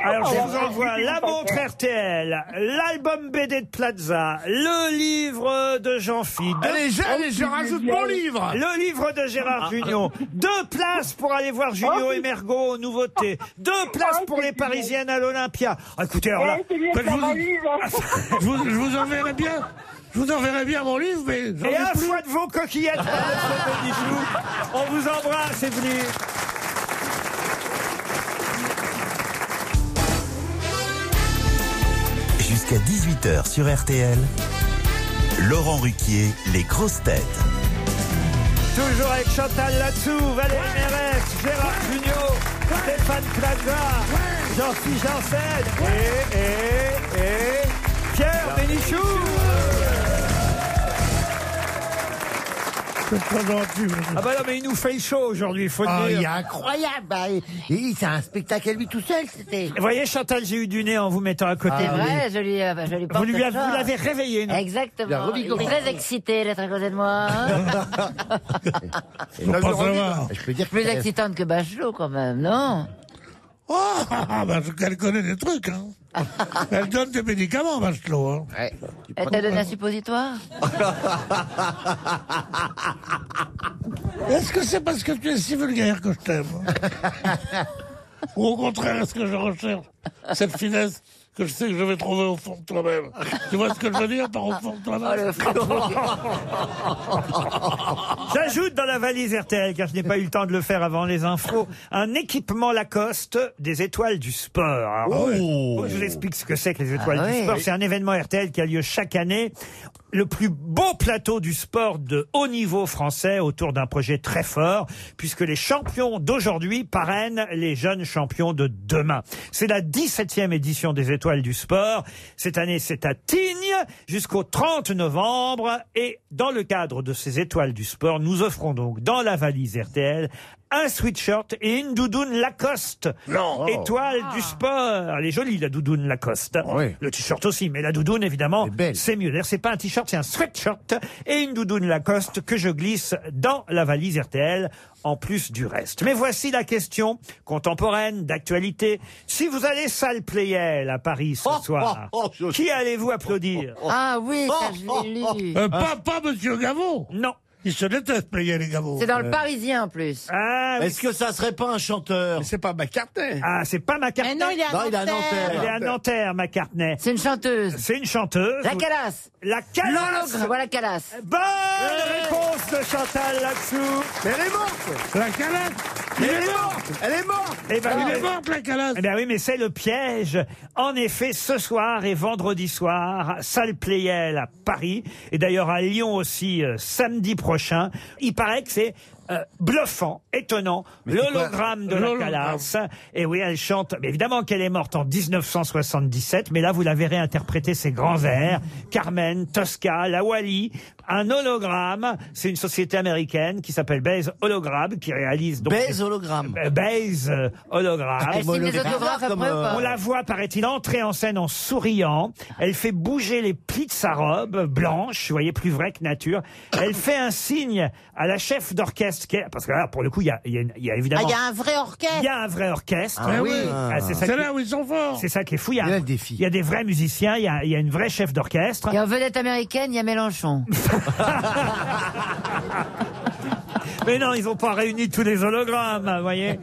Alors,
Oh,
je vous
Ah,
envoie la montre RTL, l'album BD de Plaza, le livre de Jean-Phi. deux-
Allez, je- allez, Ah, je rajoute mon livre.
Le livre de Gérard Junior. Deux places pour aller voir Junior et Mergot aux nouveautés. Deux places pour les Parisiennes à l'Olympia. Ah, Écoutez, alors là...
Ben, je,
hein.
vous, je vous- je vous enverrai bien, je vous enverrai bien mon livre, mais j'en
Et
ai
un
plus.
foie de hein, vos coquillettes, madame Sophie Benichou. On vous embrasse, Evelyne.
Jusqu'à 18h sur RTL, Laurent Ruquier, les grosses têtes.
Toujours avec Chantal Latsou, Valérie Mérès, Gérard Junior, Stéphane Plaza, Jean-Philippe Janssen et, et, et Pierre Bénichou. Ah bah non, mais il nous fait chaud aujourd'hui, il faut le
Oh,
dire.
il est incroyable. bah, et- et c'est un spectacle à lui tout seul, c'était. Ah,
Vous voyez, Chantal, j'ai eu du nez en vous mettant à côté
C'est
de lui.
vrai, je lui, euh, je lui porte
lui
le
avez-
corps.
Ah vous l'avez réveillé, non
Il a
Exactement. Il
revigoré.
est très excité d'être à côté de moi. hein.
Et
pas
je rends
savoir.
libre. Je peux dire que
Plus excitante que Bachelot, quand même, non
Oh, ah, bah, elle connaît des trucs, hein. Elle donne des médicaments, Bachelot. Hein.
Elle t'a donné un suppositoire
Est-ce que c'est parce que tu es si vulgaire que je t'aime Ou au contraire, est-ce que je recherche cette finesse que je sais que je vais trouver au fond de toi-même Tu vois ce que je veux dire par au fond de
Oh,
toi-même
J'ajoute dans la valise RTL, car je n'ai pas eu le temps de le faire avant les infos, un équipement Lacoste des étoiles du sport. Alors, faut que Je vous explique ce que c'est que les étoiles
Ah
du
ouais.
sport. C'est un événement RTL qui a lieu chaque année. le plus beau plateau du sport de haut niveau français autour d'un projet très fort, puisque les champions d'aujourd'hui parrainent les jeunes champions de demain. C'est la 17e édition des Étoiles du Sport. Cette année, c'est à Tignes jusqu'au 30 novembre. Et dans le cadre de ces Étoiles du Sport, nous offrons donc dans la valise RTL un sweatshirt et une doudoune Lacoste. Oh.
Non.
Étoile du sport. Elle est jolie, la doudoune Lacoste. Le t-shirt aussi, mais la doudoune, évidemment, c'est mieux. D'ailleurs, c'est pas un t-shirt, c'est un sweatshirt et une doudoune Lacoste que je glisse dans la valise RTL en plus du reste. Mais voici la question contemporaine, d'actualité. Si vous allez salle Playel à Paris ce soir, qui allez-vous applaudir
Oh.
Ah oui, ça, je l'ai lu.
Euh, pas, pas Monsieur Gavot
Non.
Ils se détestent, Playel et Gavot. Euh,
C'est dans le Parisien en plus.
Ah,
Est-ce que ça serait pas un chanteur C'est pas McCartney.
Ah, c'est pas McCartney.
Mais non, il est à
Non, il est à
Nanterre.
Nanterre.
Elle est à Nanterre, McCartney.
C'est une chanteuse.
C'est une chanteuse.
La calasse.
Euh, La calasse. Eh ben,
L'hologramme, voilà calasse.
Bonne réponse de Chantal là-dessous.
Mais elle est morte
La calasse
Elle est morte Elle est morte
Eh ben,
Il
oui,
est
mais-
mort, la calasse
Eh bien oui, mais c'est le piège. En effet, ce soir et vendredi soir, salle Playel à Paris, et d'ailleurs à Lyon aussi euh, samedi prochain, il paraît que c'est euh, bluffant, étonnant, l'hologramme de la
L'hologramme.
Calas. Et Ah oui, elle chante, mais évidemment qu'elle est morte en 1977, mais là vous la verrez interpréter ses grands airs, Carmen, Tosca, Lawali, un hologramme, c'est une société américaine qui s'appelle Baze Hologramme, qui réalise donc...
Baze Hologramme.
Euh, Baze euh, Hologramme.
Elle signe Ah, des
Hologramme,
autographes après ou
comme, euh,
pas
On la voit, paraît-il, entrer en scène en souriant. Elle fait bouger les plis de sa robe euh, blanche, vous voyez, plus vrai que nature. Elle fait un signe à la chef d'orchestre, qui est- parce que là, pour le coup, il y a, il y a une- il y a
Ah,
évidemment...
il y a un vrai orchestre.
il y a un vrai orchestre.
Ah oui.
Ah, c'est ça
C'est
qui-
là où ils sont forts.
c'est ça qui est fou. Il y, a,
le défi.
il y a des vrais musiciens, il y a, il y a une vraie chef d'orchestre.
Et en vedette américaine, il y a Mélenchon.
Mais non, ils n'ont pas réuni tous les hologrammes, vous voyez.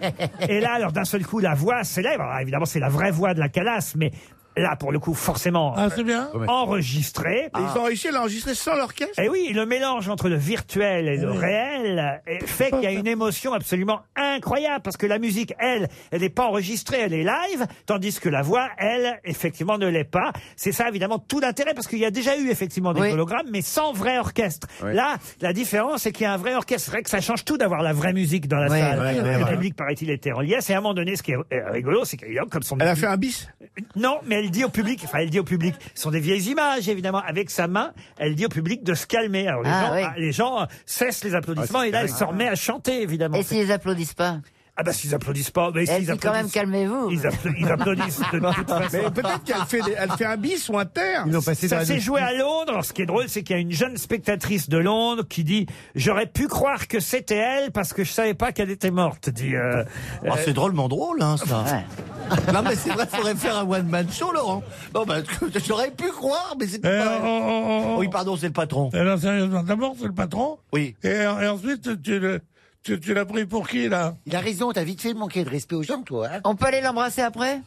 Et là, alors d'un seul coup, la voix célèbre. Alors, évidemment, c'est la vraie voix de la calasse, mais là, pour le coup, forcément
Ah, c'est bien. Ah.
enregistrée.
Ah.
Et Ils ont réussi à l'enregistrer sans l'orchestre
Eh,
Et Eh oui, le mélange entre le virtuel et le réel euh, fait qu'il y a une émotion absolument incroyable parce que la musique, elle, elle n'est pas enregistrée, elle est live, tandis que la voix, elle, effectivement, ne l'est pas. C'est ça, évidemment, tout l'intérêt parce qu'il y a déjà eu effectivement des
Oui.
hologrammes, mais sans vrai orchestre. Là, la différence, c'est qu'il y a un vrai orchestre. C'est vrai que ça change tout d'avoir la vraie musique dans la
Oui,
salle.
oui, oui,
le
oui.
public, paraît-il, était en liesse. Et à un moment donné, ce qui est euh, rigolo, c'est qu'évidemment, comme son Euh,
Elle a fait un bis
non, mais elle dit au public, enfin elle dit au public, ce sont des vieilles images évidemment, avec sa main, elle dit au public de se calmer. Alors les,
Ah,
gens,
oui.
ah, les gens, euh, cessent les
Ah,
applaudissements et là elle se remet à chanter évidemment.
Et s'ils applaudissent pas
Ah bah s'ils applaudissent pas, mais
Elle
s'ils
dit quand même
applaudissent,
calmez-vous.
ils, appla- ils applaudissent de toute façon.
Mais peut-être qu'elle fait, des- elle fait un bis ou un terre
Ils ont passé dans
Ah, Ça
la
s'est
douche.
joué à Londres. Alors, Ce qui est drôle, c'est qu'il y a une jeune spectatrice de Londres qui dit J'aurais pu croire que c'était elle parce que je savais pas qu'elle était morte. Dit, euh,
Ah, c'est drôlement drôle, hein, ça.
Ouais.
non, mais c'est vrai, faudrait faire un one-man show, Laurent. Non, bah, j'aurais pu croire, mais c'était
Eh,
pas...
oh, oh, oh, oh.
Oui, pardon, c'est le patron.
Eh non, sérieusement, d'abord, c'est le patron.
Oui.
Et, et ensuite, tu, le- tu, tu l'as pris pour qui, là
Il a raison, t'as vite fait de manquer de respect aux gens, toi. hein.
On peut aller l'embrasser après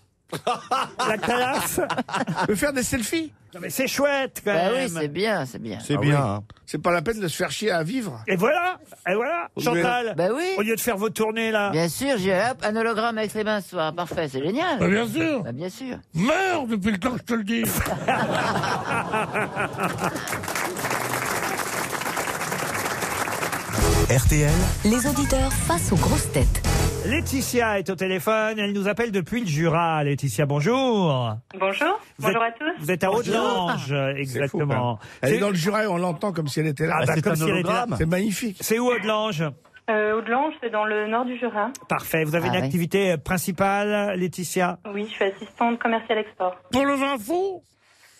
la calasse.
De faire des selfies
Non, mais c'est chouette quand
Bah oui,
même. Ah
c'est bien, c'est bien.
C'est bien, hein.
C'est pas la peine de se faire chier à vivre
et voilà, et voilà, Chantal.
Bah oui.
Au lieu de faire vos tournées là.
Bien sûr, j'ai hop, un hologramme avec les mains ce soir. Parfait, c'est génial.
Bah, Bien sûr.
Bah, bien sûr.
Meurs depuis le temps que je te le dis.
RTL,
Les auditeurs face aux grosses têtes.
Laetitia est au téléphone, elle nous appelle depuis le Jura. Laetitia, bonjour.
Bonjour,
Vous
bonjour
êtes-
à tous.
Vous êtes à Haute-Lange,
C'est fou,
exactement.
hein. Elle est
C'est-
dans le Jura et on l'entend comme si elle était là.
Ah, bah,
c'est
comme
un
si elle était là.
hologramme.
C'est magnifique.
C'est où Haute-Lange
Euh, Audelange, c'est dans le nord du Jura.
Parfait. Vous avez
Ah
une
oui.
activité euh, principale, Laetitia
Oui, je suis assistante commerciale export.
pour le vin fou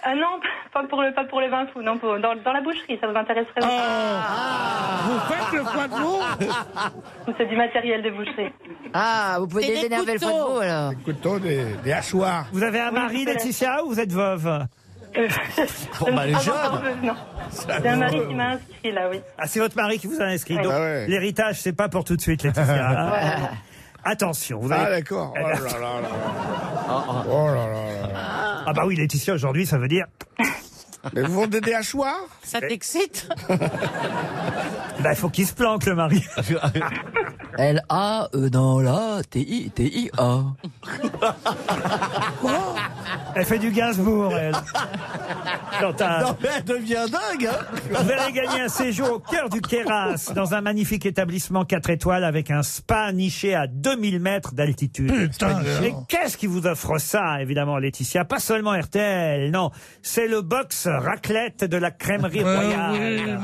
Ah non, pas pour le pas pour les vins fous, non, pour- dans, dans la boucherie, ça vous intéresserait Ah.
Oh. Vous faites le poids de veau
C'est du matériel de boucherie.
hein.
Ah, vous pouvez
C'est des
dénerver le
couteaux.
poids de veau, alors.
Couteau, des, des hachoirs.
Vous avez un mari,
tout à fait.
Laetitia, ou vous êtes veuve
Euh,
Bon, bah, les
Ah, non,
jeunes.
pardon, non. C'est un mari qui m'a inscrit là, oui.
Ah, c'est votre mari qui vous a inscrit.
Ouais.
Donc,
Ah ouais.
l'héritage, c'est pas pour tout de suite, Laetitia.
Ah,
hein. Attention, vous Euh,
Ah
allez...
d'accord. Oh là là là là. Oh là là là.
Ah bah oui, Laetitia, aujourd'hui, ça veut dire...
Mais vous vendez des hachoirs
Ça t'excite
Bah, il faut qu'il se planque, le mari. Oh.
L-A, E dans la, T-I, T-I-A.
Elle fait du Gainsbourg, elle. Non, t'as-
Non, mais elle devient dingue. hein.
Vous allez gagner un séjour au cœur du Queyras, dans un magnifique établissement 4 étoiles avec un spa niché à 2000 mètres d'altitude.
Putain,
Et
alors.
qu'est-ce qui vous offre ça, évidemment, Laetitia Pas seulement RTL, non. C'est le box raclette de la crèmerie
Ouais,
royale.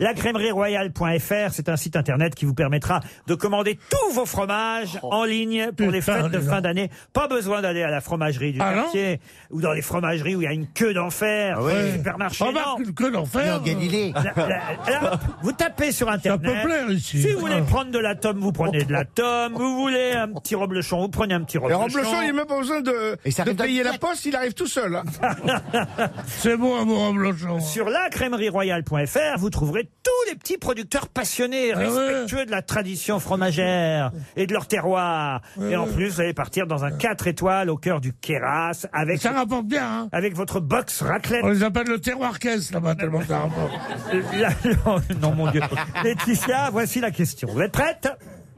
La crèmerie royale.fr, c'est un site internet qui vous permettra de commander tous vos fromages en ligne pour les
Oh. Putain,
fêtes de
dis
fin
donc.
d'année. Pas besoin d'aller à la fromagerie du
Ah non Ah
quartier ou dans les fromageries où il y a une queue d'enfer.
ouais.
au Supermarché,
Remarque,
non.
une queue d'enfer.
Non, Galilée.
euh,
La- la- la- vous tapez sur Internet.
peut plaire ici.
Si vous voulez
Ah.
prendre de la tome, vous prenez de la tome. Vous voulez un petit reblochon, vous prenez un petit
Le
reblochon.
Reblochon, il n'a même pas besoin de,
Et ça
de
arrive dans
payer
le
la poste, il arrive tout seul. hein.
C'est bon, un bon reblochon. Sur la crèmerieroyale.fr, vous trouverez tous les petits producteurs passionnés,
Ah ouais.
respectueux de la tradition fromagère et de leur terroir.
Ah Ouais, Ah.
et en
ouais.
plus, vous allez partir dans un 4 étoiles au cœur du Kéras avec. Ça rapporte bien, Avec votre box raclette.
hein. On les appelle le terroir caisse là-bas, tellement ça rapporte.
Là, non, non, mon Dieu. Laetitia, voici la question. Vous êtes prête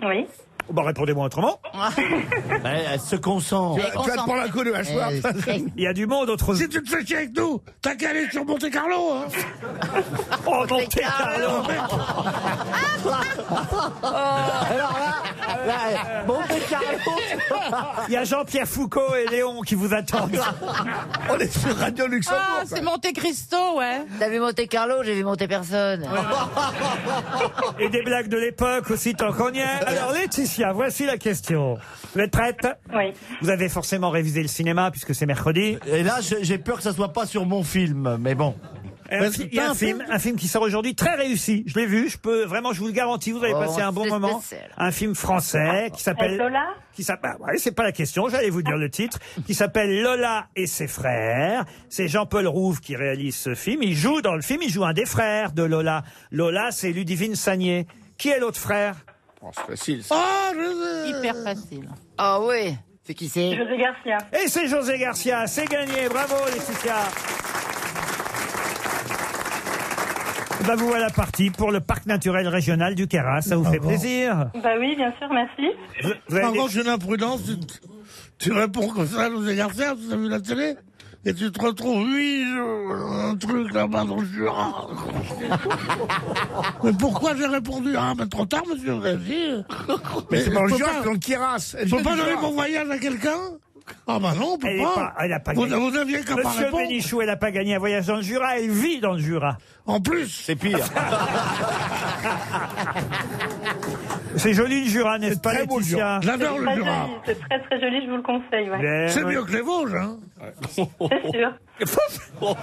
Oui.
Bon, répondez-moi autrement.
elle se concentre.
Tu vas- tu vas te prendre un coup de hachoir.
Il y a du monde autre
Si tu te fais chier avec nous, t'as qu'à aller sur Monte Carlo. Hein.
oh, Monte Carlo Oh.
Alors là,
là, Monte
Carlo.
Il y a Jean-Pierre Foucault et Léon qui vous attendent.
On est sur Radio
Ah, c'est Monte Cristo, ouais.
T'as vu Monte Carlo, j'ai vu Monte personne.
Ah. Et des blagues de l'époque aussi, tant qu'on y est. Alors, Laetitia, voici la question. Vous êtes prête
Oui.
Vous avez forcément révisé le cinéma puisque c'est mercredi.
Et là, j'ai j'ai peur que ça soit pas sur mon film, mais bon.
Un, fi- Eh, il y a un film, un film qui sort aujourd'hui très réussi. Je l'ai vu, je peux vraiment, je vous le garantis, vous allez
Oh,
passer un bon
c'est
moment.
spécial.
Un film
Ah,
français qui s'appelle
Lola
qui s'appelle ah, ouais, c'est pas la question, j'allais vous dire le titre, qui s'appelle Lola et ses frères. C'est Jean-Paul Rouve qui réalise ce film, il joue dans le film, il joue un des frères de Lola. Lola, c'est Ludivine Sagné. Qui est l'autre frère Ah,
Oh, c'est facile.
Hyper facile.
Ah oui. C'est qui c'est
José Garcia.
Et c'est José Garcia, c'est gagné, bravo Laetitia Eh Ben vous voilà parti pour le parc naturel régional du Caras,
Ah
ça vous
Ah
fait plaisir
Bah oui, bien sûr, merci.
Vous avez
Par contre, j'ai une imprudence. Tu, tu réponds comme ça aux égarcères, tu as vu la télé et tu te retrouves, oui, je- un truc là-bas dans le Jura. Mais pourquoi j'ai répondu Ah, mais trop tard, monsieur Régi.
Mais c'est pas le
je peux
Jura,
pas-
c'est dans le Kiras.
Je peux pas donner mon voyage à quelqu'un Ah, bah non, on peut
Elle est
pas.
pas- elle a pas
vous,
gagné.
vous aviez qu'à pas
Monsieur
répondre.
Bénichou, elle n'a pas gagné un voyage dans le Jura, elle vit dans le Jura.
En plus C'est
pire.
C'est joli le Jura, n'est-ce pas, Laetitia
C'est très joli, C'est très très joli, je vous le conseille. ouais.
Ben,
C'est
oui.
mieux que les Vosges, hein
C'est sûr.
Non,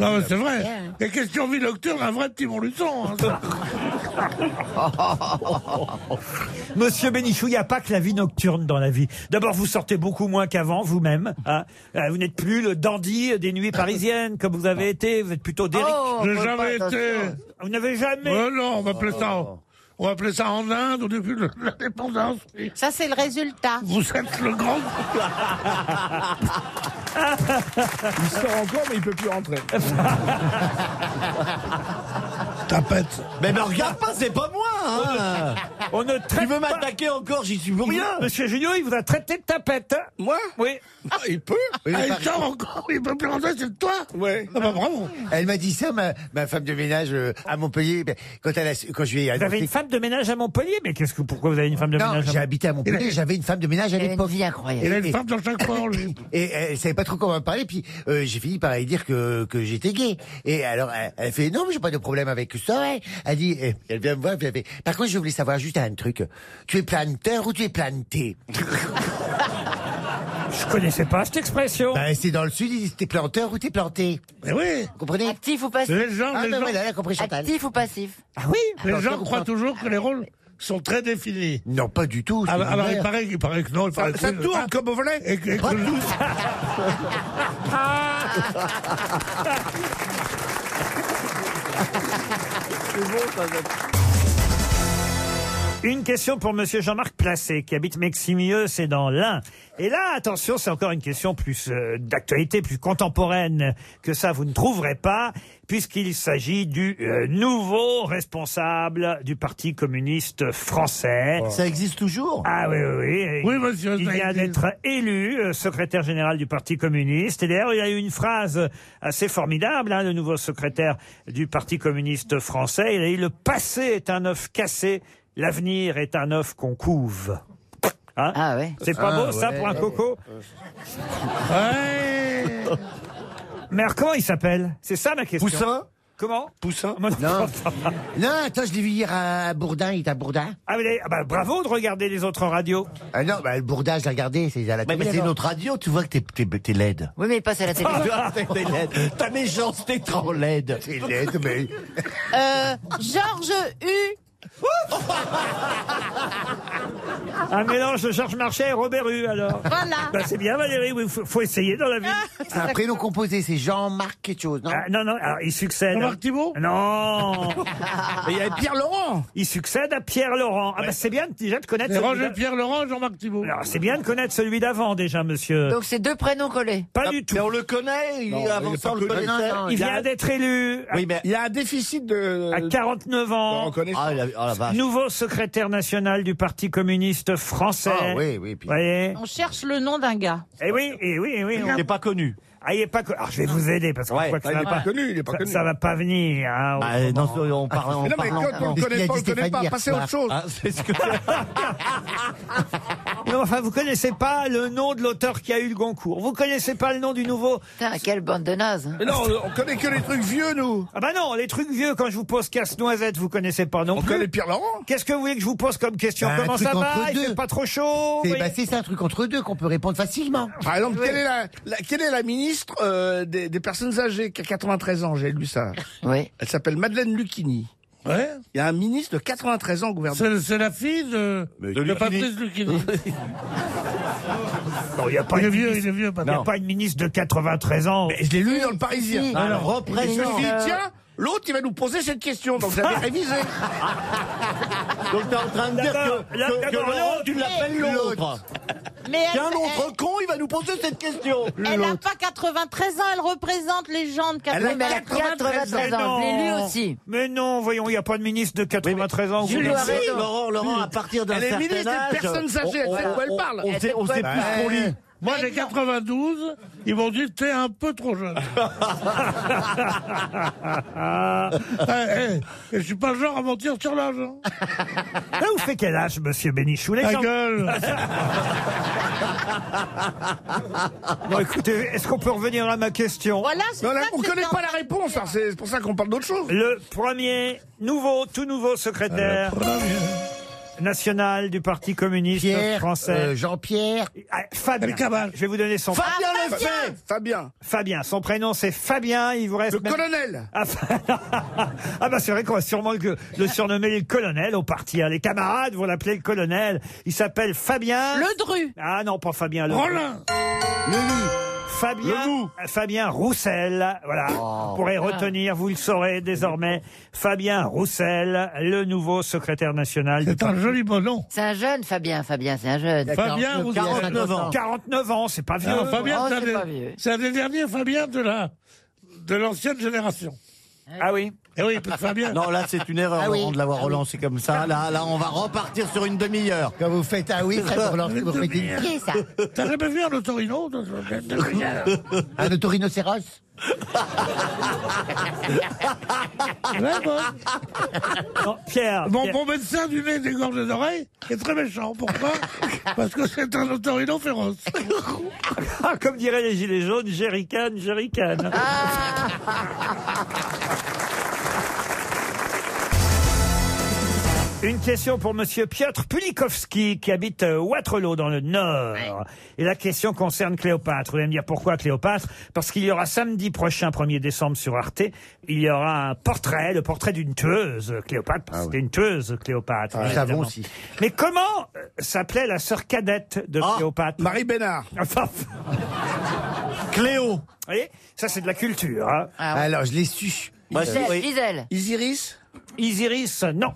mais c'est
Ah.
vrai. Les questions vie nocturne, un vrai petit Montluçon. Hein, ça.
Monsieur Bénichou, il n'y a pas que la vie nocturne dans la vie. D'abord, vous sortez beaucoup moins qu'avant, vous-même. hein. Euh, Vous n'êtes plus le dandy des nuits parisiennes, comme vous avez été. Vous êtes plutôt Derrick.
Ah. Oh, J'ai on peut jamais pas, été. attention.
Vous n'avez jamais...
Ouais, non, on va appeler ça. On va appeler ça en Inde, depuis le- l'indépendance.
Ça, c'est le résultat.
Vous êtes le grand.
Il sort encore, mais il peut plus rentrer.
Tapette.
Mais me regarde pas, c'est pas moi. Hein.
On ne
Tu
traite
veux
pas...
m'attaquer encore, j'y suis pour rien.
Monsieur Junio, il vous a traité de tapette. hein.
Moi
Oui.
Il peut
Ah, il sort encore, il peut plus rentrer, c'est toi
Ouais.
Ah bah bravo
Elle m'a dit ça, ma, ma femme de ménage euh, à Montpellier, ben, quand, elle a su- quand je lui ai
Vous avez
annoncé-
une femme de ménage à Montpellier, mais qu'est-ce que pourquoi vous avez une femme de
Non,
ménage à
hein.
j'ai habité à
Eh ben,
Montpellier, j'avais une femme de ménage à
Il a une
l'époque.
vie
Il
incroyable.
a une femme dans chaque port, lui.
Et elle savait pas trop comment me parler, puis euh, j'ai fini par lui dire que, que j'étais gay. Et alors, elle, elle fait, non, mais j'ai pas de problème avec ça, ouais. Elle dit, eh, elle vient me voir, puis elle fait, par contre, je voulais savoir juste un truc. Tu es planteur ou tu es planté
Je connaissais pas cette expression.
Ben, c'est dans le sud, ils disent, t'es planteur ou t'es planté
Mais Eh oui
Vous comprenez
Actif ou passif
Les gens,
Ah,
les
ben
gens,
voilà, elle a compris Chantal.
Actif ou passif
Ah oui
les
Alors,
gens
je
croient
comprends.
toujours que les rôles sont très définis.
Non, pas du tout. c'est
Alors,
une
Ah, alors, il
merde.
paraît, il paraît que non, il paraît
Ça,
que
ça
oui,
tourne
ah,
comme au volet.
et que- et que-
Une question pour Monsieur Jean-Marc Placé, qui habite Meximieux, c'est dans l'Ain. Et là, attention, c'est encore une question plus euh, d'actualité, plus contemporaine que ça, vous ne trouverez pas, puisqu'il s'agit du euh, nouveau responsable du Parti communiste français.
Ça existe toujours
Ah oui, oui, oui.
Oui, monsieur,
Il
ça
vient
existe.
d'être élu euh, secrétaire général du Parti communiste. Et d'ailleurs, il y a eu une phrase assez formidable, hein, le nouveau secrétaire du Parti communiste français. Il a dit Le passé est un œuf cassé, l'avenir est un œuf qu'on couve. Hein C'est pas
Ah
beau, ça,
ouais.
pour un coco Mais alors, comment il s'appelle C'est ça ma question.
Poussin
Comment
Poussin
Non.
non, attends, je l'ai vu hier à Bourdin, il est à Bourdin.
Ah, mais, les- ah bah, bravo de regarder les autres radios.
Ah non, bah, le Bourdin, je l'ai regardé, c'est à la
Mais,
télé,
c'est
alors.
notre radio, tu Ah, vois que t'es, t'es, t'es laide.
Oui, mais il passe à la télé.
t'es laide. Ta méchanceté t'es trop laide. T'es laide, mais...
Euh, Georges U.
Un mélange de Georges Marchais et Robert Hue, alors.
Voilà.
Bah, c'est bien, Valérie, il faut, faut essayer dans la vie.
Un prénom composé, c'est Jean-Marc quelque chose, non
Ah, non, non, alors, il succède.
Jean-Marc
Thibault Non
Mais il y avait Pierre
Laurent Il succède à Pierre Laurent. Ah, bah, c'est bien déjà de connaître
Mais
celui
Roger
d'a-
Pierre Laurent, Jean-Marc Thibault.
Alors, c'est bien de connaître celui d'avant, déjà,
Euh.
monsieur.
Donc c'est deux prénoms collés.
pas du tout.
Mais on le connaît, il,
Non,
avant
il est
ça,
pas
on le
connu.
connaissait.
Non, non, il vient d'être élu.
Oui, mais...
Il y a un déficit de.
À 49 ans.
Non, on connaît-
Ah, il a- oh, la vache.
Nouveau secrétaire national du Parti communiste français.
Ah, oui, oui, puis-
Voyez
On cherche le nom d'un gars.
Eh oui, eh oui, eh oui.
Il n'est pas connu.
Ah, il est pas connu. Alors, je vais vous aider parce que je crois que
ah,
ça
il
va
est pas connu, il est pas
ça-
connu.
Ça va pas venir. hein, au
Bah, euh,
moment.
non, on parle- on
Mais non, mais
parle
quand on
en-
le connaît pas, on le connaît pas, passez à autre chose.
Ah, c'est ce que-
Non, enfin, vous connaissez pas le nom de l'auteur qui a eu le Goncourt. Vous connaissez pas le nom du nouveau.
Putain, quelle bande de nazes. hein.
Mais non,
euh,
on- on connaît que les trucs vieux, nous.
Ah bah non, les trucs vieux, quand je vous pose casse-noisette, vous connaissez pas non
On
plus.
connaît Pierre Laurent.
Qu'est-ce que vous voulez que je vous pose comme question
Bah, un
Comment
truc
ça
entre
va Il
deux.
fait pas trop chaud
C'est
voyez Ah,
bah, c'est ça, un truc entre deux qu'on peut répondre facilement.
Par exemple, quelle, est la, la- quelle est la ministre euh, des, des personnes âgées qui a 93 ans J'ai lu ça.
Oui.
Elle s'appelle Madeleine Lucchini.
Ouais.
Il y a un ministre de 93 ans au gouvernement.
C'est c'est la fille de,
Mais
de
Lucchini.
Patrice Lucchini.
Non, il n'y a pas
il est
une
vieux,
ministre-
il est vieux,
il y a
Patrice.
pas une ministre de 93 ans.
Mais je l'ai lu dans le Parisien.
Si.
Alors,
Alors,
je me suis
représentant.
dit, tiens, l'autre, il va nous poser cette question. Donc, j'avais révisé.
Donc t'es en train de dire
D'abord,
que,
là,
que- que
d'abord,
Laurent,
l'autre.
tu l'appelles l'autre.
Mais elle,
Tiens, l'autre
elle-
con, il va nous poser cette question.
elle a pas 93 ans, elle représente les gens de
Elle a
93 ans.
93
Mais
ans. Je l'ai lu
non.
aussi.
Mais non, voyons, il n'y a pas de ministre de 93 ans. vous
Mais
Julien
connaissez.
si,
raison.
Laurent, Laurent, à partir d'un
Elle est
certain
ministre des
âge,
personnes âgées,
on-
elle sait de quoi elle
on-
parle.
On sait, on sait plus
parle.
qu'on lit.
Moi, j'ai 92. Ils m'ont dit, t'es un peu trop jeune.
Ah, Euh,
Eh, eh, je suis pas le genre à mentir sur l'âge. hein.
Là, euh, vous faites quel âge, monsieur Bénichou Les
Ta
gens-
gueule. Ah,
Bon, écoutez, est-ce qu'on peut revenir à ma question
Voilà, c'est
Non, là,
ça
on
que
connaît
c'est
pas la réponse. alors C'est pour ça qu'on parle d'autre chose.
Le premier nouveau, tout nouveau secrétaire national du Parti communiste
Pierre,
français.
euh, Jean-Pierre,
Ah, Fabien.
El Kabal.
Je vais vous donner son
Fabien
Ah,
le
Fabien
fait. Fabien.
Fabien. Son prénom c'est Fabien. Il vous reste
Le
même-
colonel.
Ah, ah bah c'est vrai qu'on va sûrement le, le surnommer le colonel au parti. hein. Les camarades vont l'appeler le colonel. Il s'appelle Fabien.
Le Dru.
Ah non, pas Fabien. Le...
Rollin.
Fabien,
Le loup.
Fabien Roussel, voilà,
Oh.
Oh,
vous pourrez retenir, vous le saurez désormais, Fabien Roussel, le nouveau secrétaire national du
C'est un
parti.
joli bon nom.
C'est un jeune, Fabien. Fabien, c'est un jeune.
Fabien, vous
49 ans.
49 ans, c'est pas vieux.
Non, Fabien,
Oh,
c'est un
c'est
des-
pas vieux.
c'est un des derniers Fabien de la de l'ancienne génération.
Ah oui
Eh oui, parce que Fabien.
Non, là, c'est une erreur,
Ah oui.
Laurent, de l'avoir relancé comme ça. Là, là, on va repartir sur une demi-heure.
quand vous faites un Ah oui, ça vous relancez, vous faites une
Qui est ça
T'as jamais vu un autorino de- de- de- de-
Un autorhinocéros
Ouais, bon.
Non, Pierre,
Mon
Pierre-
bon médecin du nez, des gorges et des oreilles est très méchant. Pourquoi Parce que c'est un autorino féroce.
Ah, comme diraient les gilets jaunes, jerrycan, jerrycan. Une question pour Monsieur Piotr Pulikowski qui habite euh, Waterloo dans le Nord. Et la question concerne Cléopâtre. Vous allez me dire pourquoi Cléopâtre Parce qu'il y aura samedi prochain, 1er décembre sur Arte, il y aura un portrait, le portrait d'une tueuse Cléopâtre. Parce que C'était une tueuse Cléopâtre.
Nous
évidemment.
savons aussi.
Mais comment euh, s'appelait la sœur cadette de
Ah,
Cléopâtre
Marie Bénard.
Enfin,
Cléo.
Vous voyez, ça c'est de la culture. Hein.
Ah
Bah,
ouais.
Alors, je l'ai su.
Moi, je-
Gisèle,
oui.
Gisèle.
Isiris.
Isiris, non.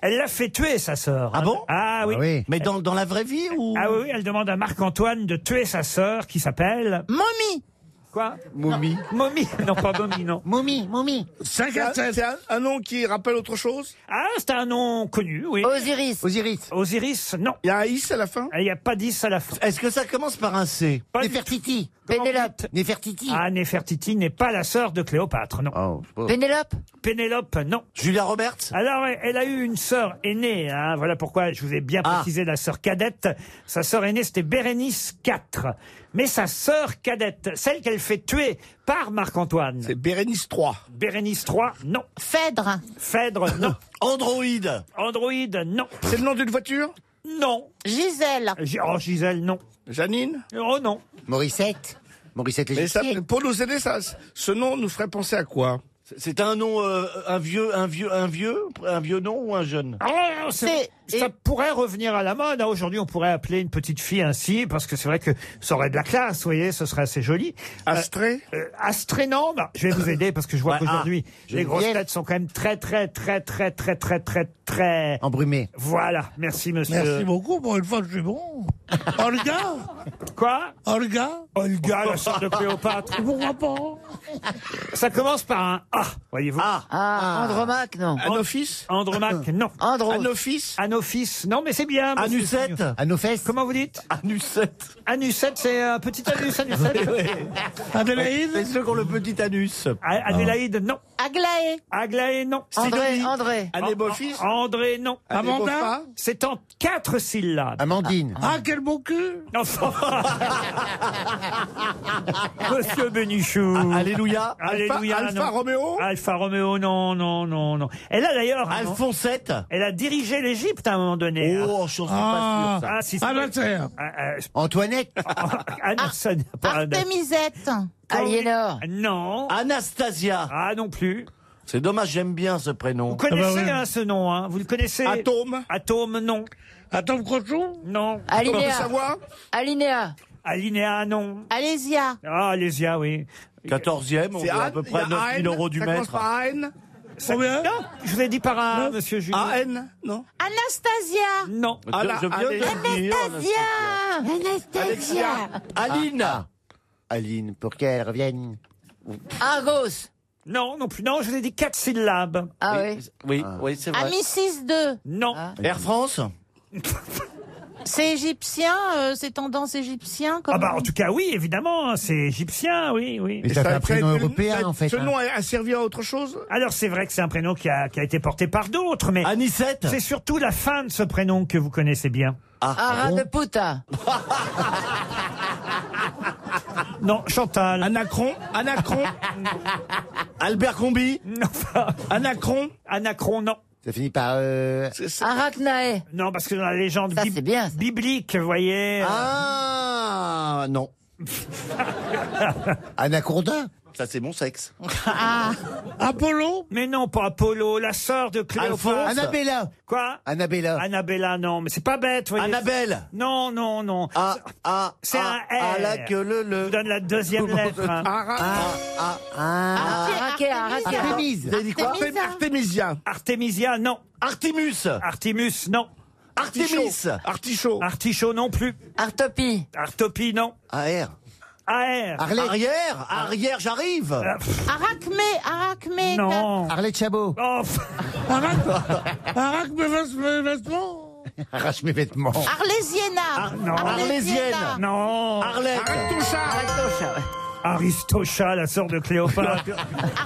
Elle l'a fait tuer, sa sœur. Ah bon Ah oui. Mais dans, la vraie vie ou Ah oui, oui, elle demande à Marc-Antoine de tuer sa sœur qui s'appelle.
Mommy
Quoi Momie. Momie. Non, pas momie, non.
Momie, momie.
C'est un- c'est un, un nom qui rappelle autre chose
Ah, c'est un nom connu, oui.
Osiris.
Osiris.
Osiris, non.
Il y a un Is à la fin
Il n'y a pas d'Is à la fin.
Est-ce que ça commence par un C
Néfertiti.
Pénélope.
Néfertiti.
Ah, Néfertiti n'est pas la sœur de Cléopâtre, non.
Pénélope
Pénélope, non.
Julia Roberts
Alors, elle a eu une sœur aînée, hein, voilà pourquoi je vous ai bien précisé la sœur cadette. Sa sœur aînée, c'était Bérénice IV. Mais sa sœur cadette, celle qu'elle fait tuer par Marc-Antoine. C'est
Bérénice III.
Bérénice III, non.
Phèdre.
Phèdre, non.
Androïde.
Androïde, non.
C'est le nom d'une voiture
Non.
Gisèle.
Oh, Gisèle, non.
Janine
Oh non.
Morissette. Morissette
Mais ça, pour nous aider, ça, ce nom nous ferait penser à quoi
C'est un nom, euh, un vieux, un vieux, un vieux, un vieux nom ou un jeune
Ah, c'est- ça pourrait revenir à la mode. hein. Aujourd'hui, on pourrait appeler une petite fille ainsi, parce que c'est vrai que ça aurait de la classe, vous voyez, ce serait assez joli.
Astrée
euh, Astrée, non, bah, je vais vous aider, parce que je vois
Ouais,
qu'aujourd'hui,
ah,
les grosses
Geneviève.
têtes sont quand même très, très, très, très, très, très, très, très...
Embrumées.
Voilà, merci monsieur.
Merci beaucoup, pour une fois que je suis bon. Olga
Quoi
Olga
Olga, la sœur de Cléopâtre.
Pourquoi pas
Ça commence par un A, voyez-vous. Ah,
Ah, Andromaque, non.
Anophis
Andromaque, non.
Andros.
Anophis
Anophis, non, mais c'est bien.
Anucette
Anofesse. Comment vous dites
Anucette.
Anucette, c'est un petit anus, Anucette.
Adélaïde C'est ceux qui ont le petit anus.
A- Adélaïde, non.
Aglaé.
Aglaé, non.
André, André.
Anébophis André, non.
Amanda
C'est en quatre syllabes.
Amandine.
Ah, quel beau cul
Monsieur Benichou.
Ah, Alléluia.
Alléluia.
Alpha- Alpha
non.
Romeo
Alpha Romeo, non, non, non, non. Elle a d'ailleurs.
Alphonsette
Elle a dirigé l'Égypte à un moment donné.
Oh, je suis pas sûr, ça.
Ah, si, si.
Anatère.
Ah, ah,
Antoinette.
Anderson.
Ah,
pas Anderson.
Artémisette.
Aliénor.
Non.
Anastasia.
Ah, non plus.
C'est dommage, j'aime bien ce prénom.
Vous connaissez hein, ce nom, hein Vous le connaissez
Atome
Atome, non.
Atome Crochon
Non.
Alinéa. Alinéa.
Alinéa, non.
Alésia.
Ah, Alésia, oui.
14e, on est à peu près 9000 euros du mètre.
N
Ça- Non, je vous ai dit par un, monsieur Julien.
AN Non
Anastasia.
Non.
Ah, Je- je viens de le dire.
Anastasia. Anastasia.
Ah.
Aline
Ah,
ah.
Aline, pour qu'elle revienne.
Argos.
Non, non plus. Non, je vous ai dit quatre syllabes.
Ah oui.
Oui, oui, c'est
Ah,
vrai.
Amicis 2.
Non.
Ah.
Air France
C'est égyptien, euh, c'est tendance égyptien comme
Ah bah en tout cas oui, évidemment, hein, c'est égyptien, oui, oui.
Mais ça fait un prénom européen, en fait.
Ce
hein.
nom a, a servi à autre chose
Alors c'est vrai que c'est un prénom qui a, qui a été porté par d'autres, mais
Anisette
c'est surtout la fin de ce prénom que vous connaissez bien. Ah,
Ah.
Ah
Arabeputa.
Non, Chantal.
Anacron Anacron
Albert Combi
Non, enfin,
Anacron
Anacron, non.
Ça finit par. euh,
C'est- c'est-
Arachnae.
Non, parce que dans la légende
Ça,
bib-
c'est bien, ça.
biblique, vous voyez. euh.
Ah non.
Ah. Anaconda.
Ça c'est mon sexe.
Ah.
Apollo
Mais non, pas Apollo, la sœur de Cléopâtre.
Alphonse.
Annabella.
Quoi
Annabella.
Annabella, non, mais c'est pas bête, vous voyez.
Annabelle
Non, non, non.
Ah ah
C'est
ah,
un
ah,
R.
la queue le Ah,
Je
le.
vous donne la deuxième lettre. hein.
Arachea,
Ah,
Arachea.
Artémise.
Vous avez dit quoi
Artemisia.
Artemisia.
Artemisia, non.
Artemus.
Artemis, non.
Artemis.
Artichaut
Artichaut, non plus.
Artopie.
Artopie, non.
AR.
AR.
Arlette.
Arrière, arrière, j'arrive.
Ah, pff,
Arachmé, Arachmé.
non.
Arlette Chabot.
Oh, pff,
Arak mes vêt- mes vêtements
Arrache mes vêtements.
Arlésiena.
Oh. Ah, non.
Arlésienne.
non.
Arlette.
Aristocha, la sœur de Cléopâtre.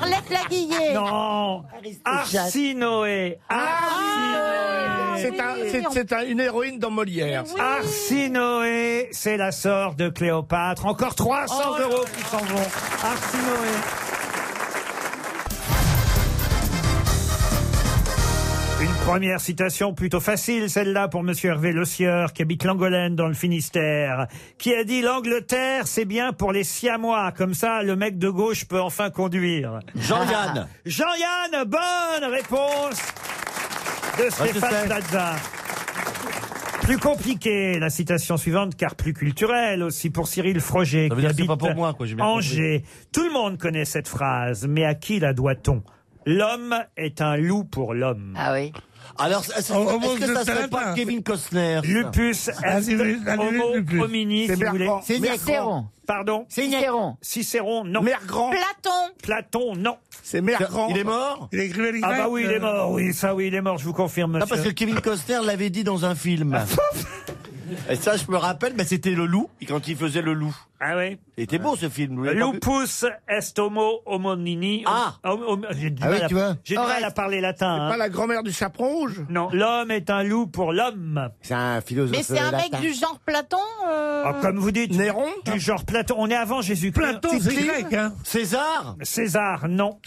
Arlette Laguillé.
non. Arsinoé. Arsinoé.
Ah, C'est un- c'est- c'est un- une héroïne dans Molière.
Arsinoé, c'est la sœur de Cléopâtre. Encore
Oh,
300 euros qui s'en vont. Arsinoé. Une première citation plutôt facile, celle-là, pour Monsieur Hervé Le Sieur, qui habite Langolène dans le Finistère, qui a dit l'Angleterre, c'est bien pour les Siamois. Comme ça, le mec de gauche peut enfin conduire.
Jean-Yann.
Jean-Yann, bonne réponse de Stéphane
sais.
Plaza. Plus compliqué, la citation suivante, car plus culturelle aussi, pour Cyril Froger,
Ça veut
qui
dire que c'est
habite
pas pour moi, quoi, j'ai bien
Angers. Tout le monde connaît cette phrase, mais à qui la doit-on L'homme est un loup pour l'homme.
Ah oui.
Alors, est-ce est-ce que ça serait
hein.
pas Kevin Costner ça
Lupus, est, homo, homini,
C'est
si vous voulez.
Bertrand. C'est Mercron. Cicéron.
Pardon
Cicéron.
Cicéron, non.
Mergrand.
Platon.
Platon, non.
C'est Mergrand. Il est mort
Il écrivait Ah bah
euh.
oui, il est mort, oui, ça oui, il est mort, je vous confirme,
Non, parce que
monsieur. Ah,
Kevin Costner l'avait dit dans un film. Et ça, je me rappelle, mais c'était le loup, quand il faisait le loup.
Ah oui
C'était beau ce film. vous l'avez pas vu
Lupus est homo homonini. Ah, J'ai du
Ah oui,
mal à-
tu vois.
j'ai du mal à
Oreste.
parler latin.
C'est
hein.
pas la
grand-mère du chaperon rouge
Non, l'homme est un loup pour l'homme.
C'est un philosophe
Mais c'est
euh,
un mec du genre Platon euh,
Ah, comme vous dites, Néron Du genre Platon. On est avant Jésus-Christ.
Platon, c'est
Tite-Live.
grec, hein.
César
César, non.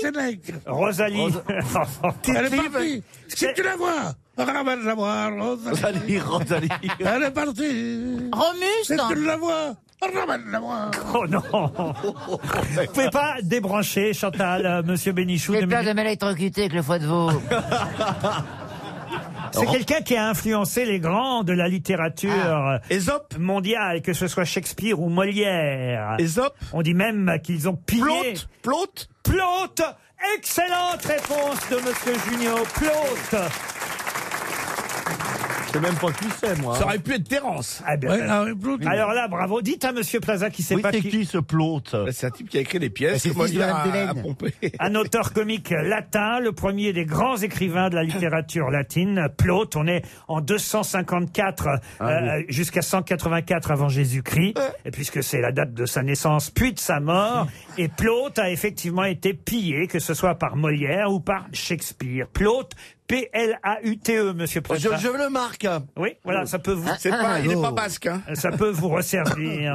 Sénèque.
Rosalie. Oh,
Elle est partie. Si
C'est-
tu la vois, ramène la voir, Rosalie.
Rosalie, Rosalie.
Elle est partie.
Romus
Si tu la vois, ramène la voir.
Oh non Vous pouvez pas débrancher, Chantal, euh, Monsieur Bénichou. deux
Pas
minutes.
de m'électrocuter avec le foie de veau.
C'est quelqu'un qui a influencé les grands de la littérature
Ah. Ésope
mondiale, que ce soit Shakespeare ou Molière.
Ésope
On dit même qu'ils ont pillé. Plante
Plante
Plante Excellente réponse de Monsieur Junio. Plante
C'est même pas qui c'est, moi.
Ça aurait pu être Terence.
Ah ben,
Ouais, ah oui, Plante.
Alors là, bravo. Dites à Monsieur Plaza qui sait
Oui,
pas
c'est qui ce plante
Bah, C'est un type qui a écrit des
Bah,
pièces.
c'est
que
le fils de
Molière
Madame
a- a
Delaine.
pompé.
Un auteur comique latin, le premier des grands écrivains de la littérature latine, Plaute. On est en 254
Ah
euh, jusqu'à 184 avant Jésus-Christ, et puisque c'est la date de sa naissance puis de sa mort. Et Plaute a effectivement été pillé, que ce soit par Molière ou par Shakespeare. Plaute, P-L-A-U-T-E, E, monsieur
Je,
Plaza.
je le marque.
hein.
Oui,
Oh.
voilà, ça peut vous.
C'est
Ah,
pas, Ah, il est pas basque. Hein.
Ça peut vous resservir.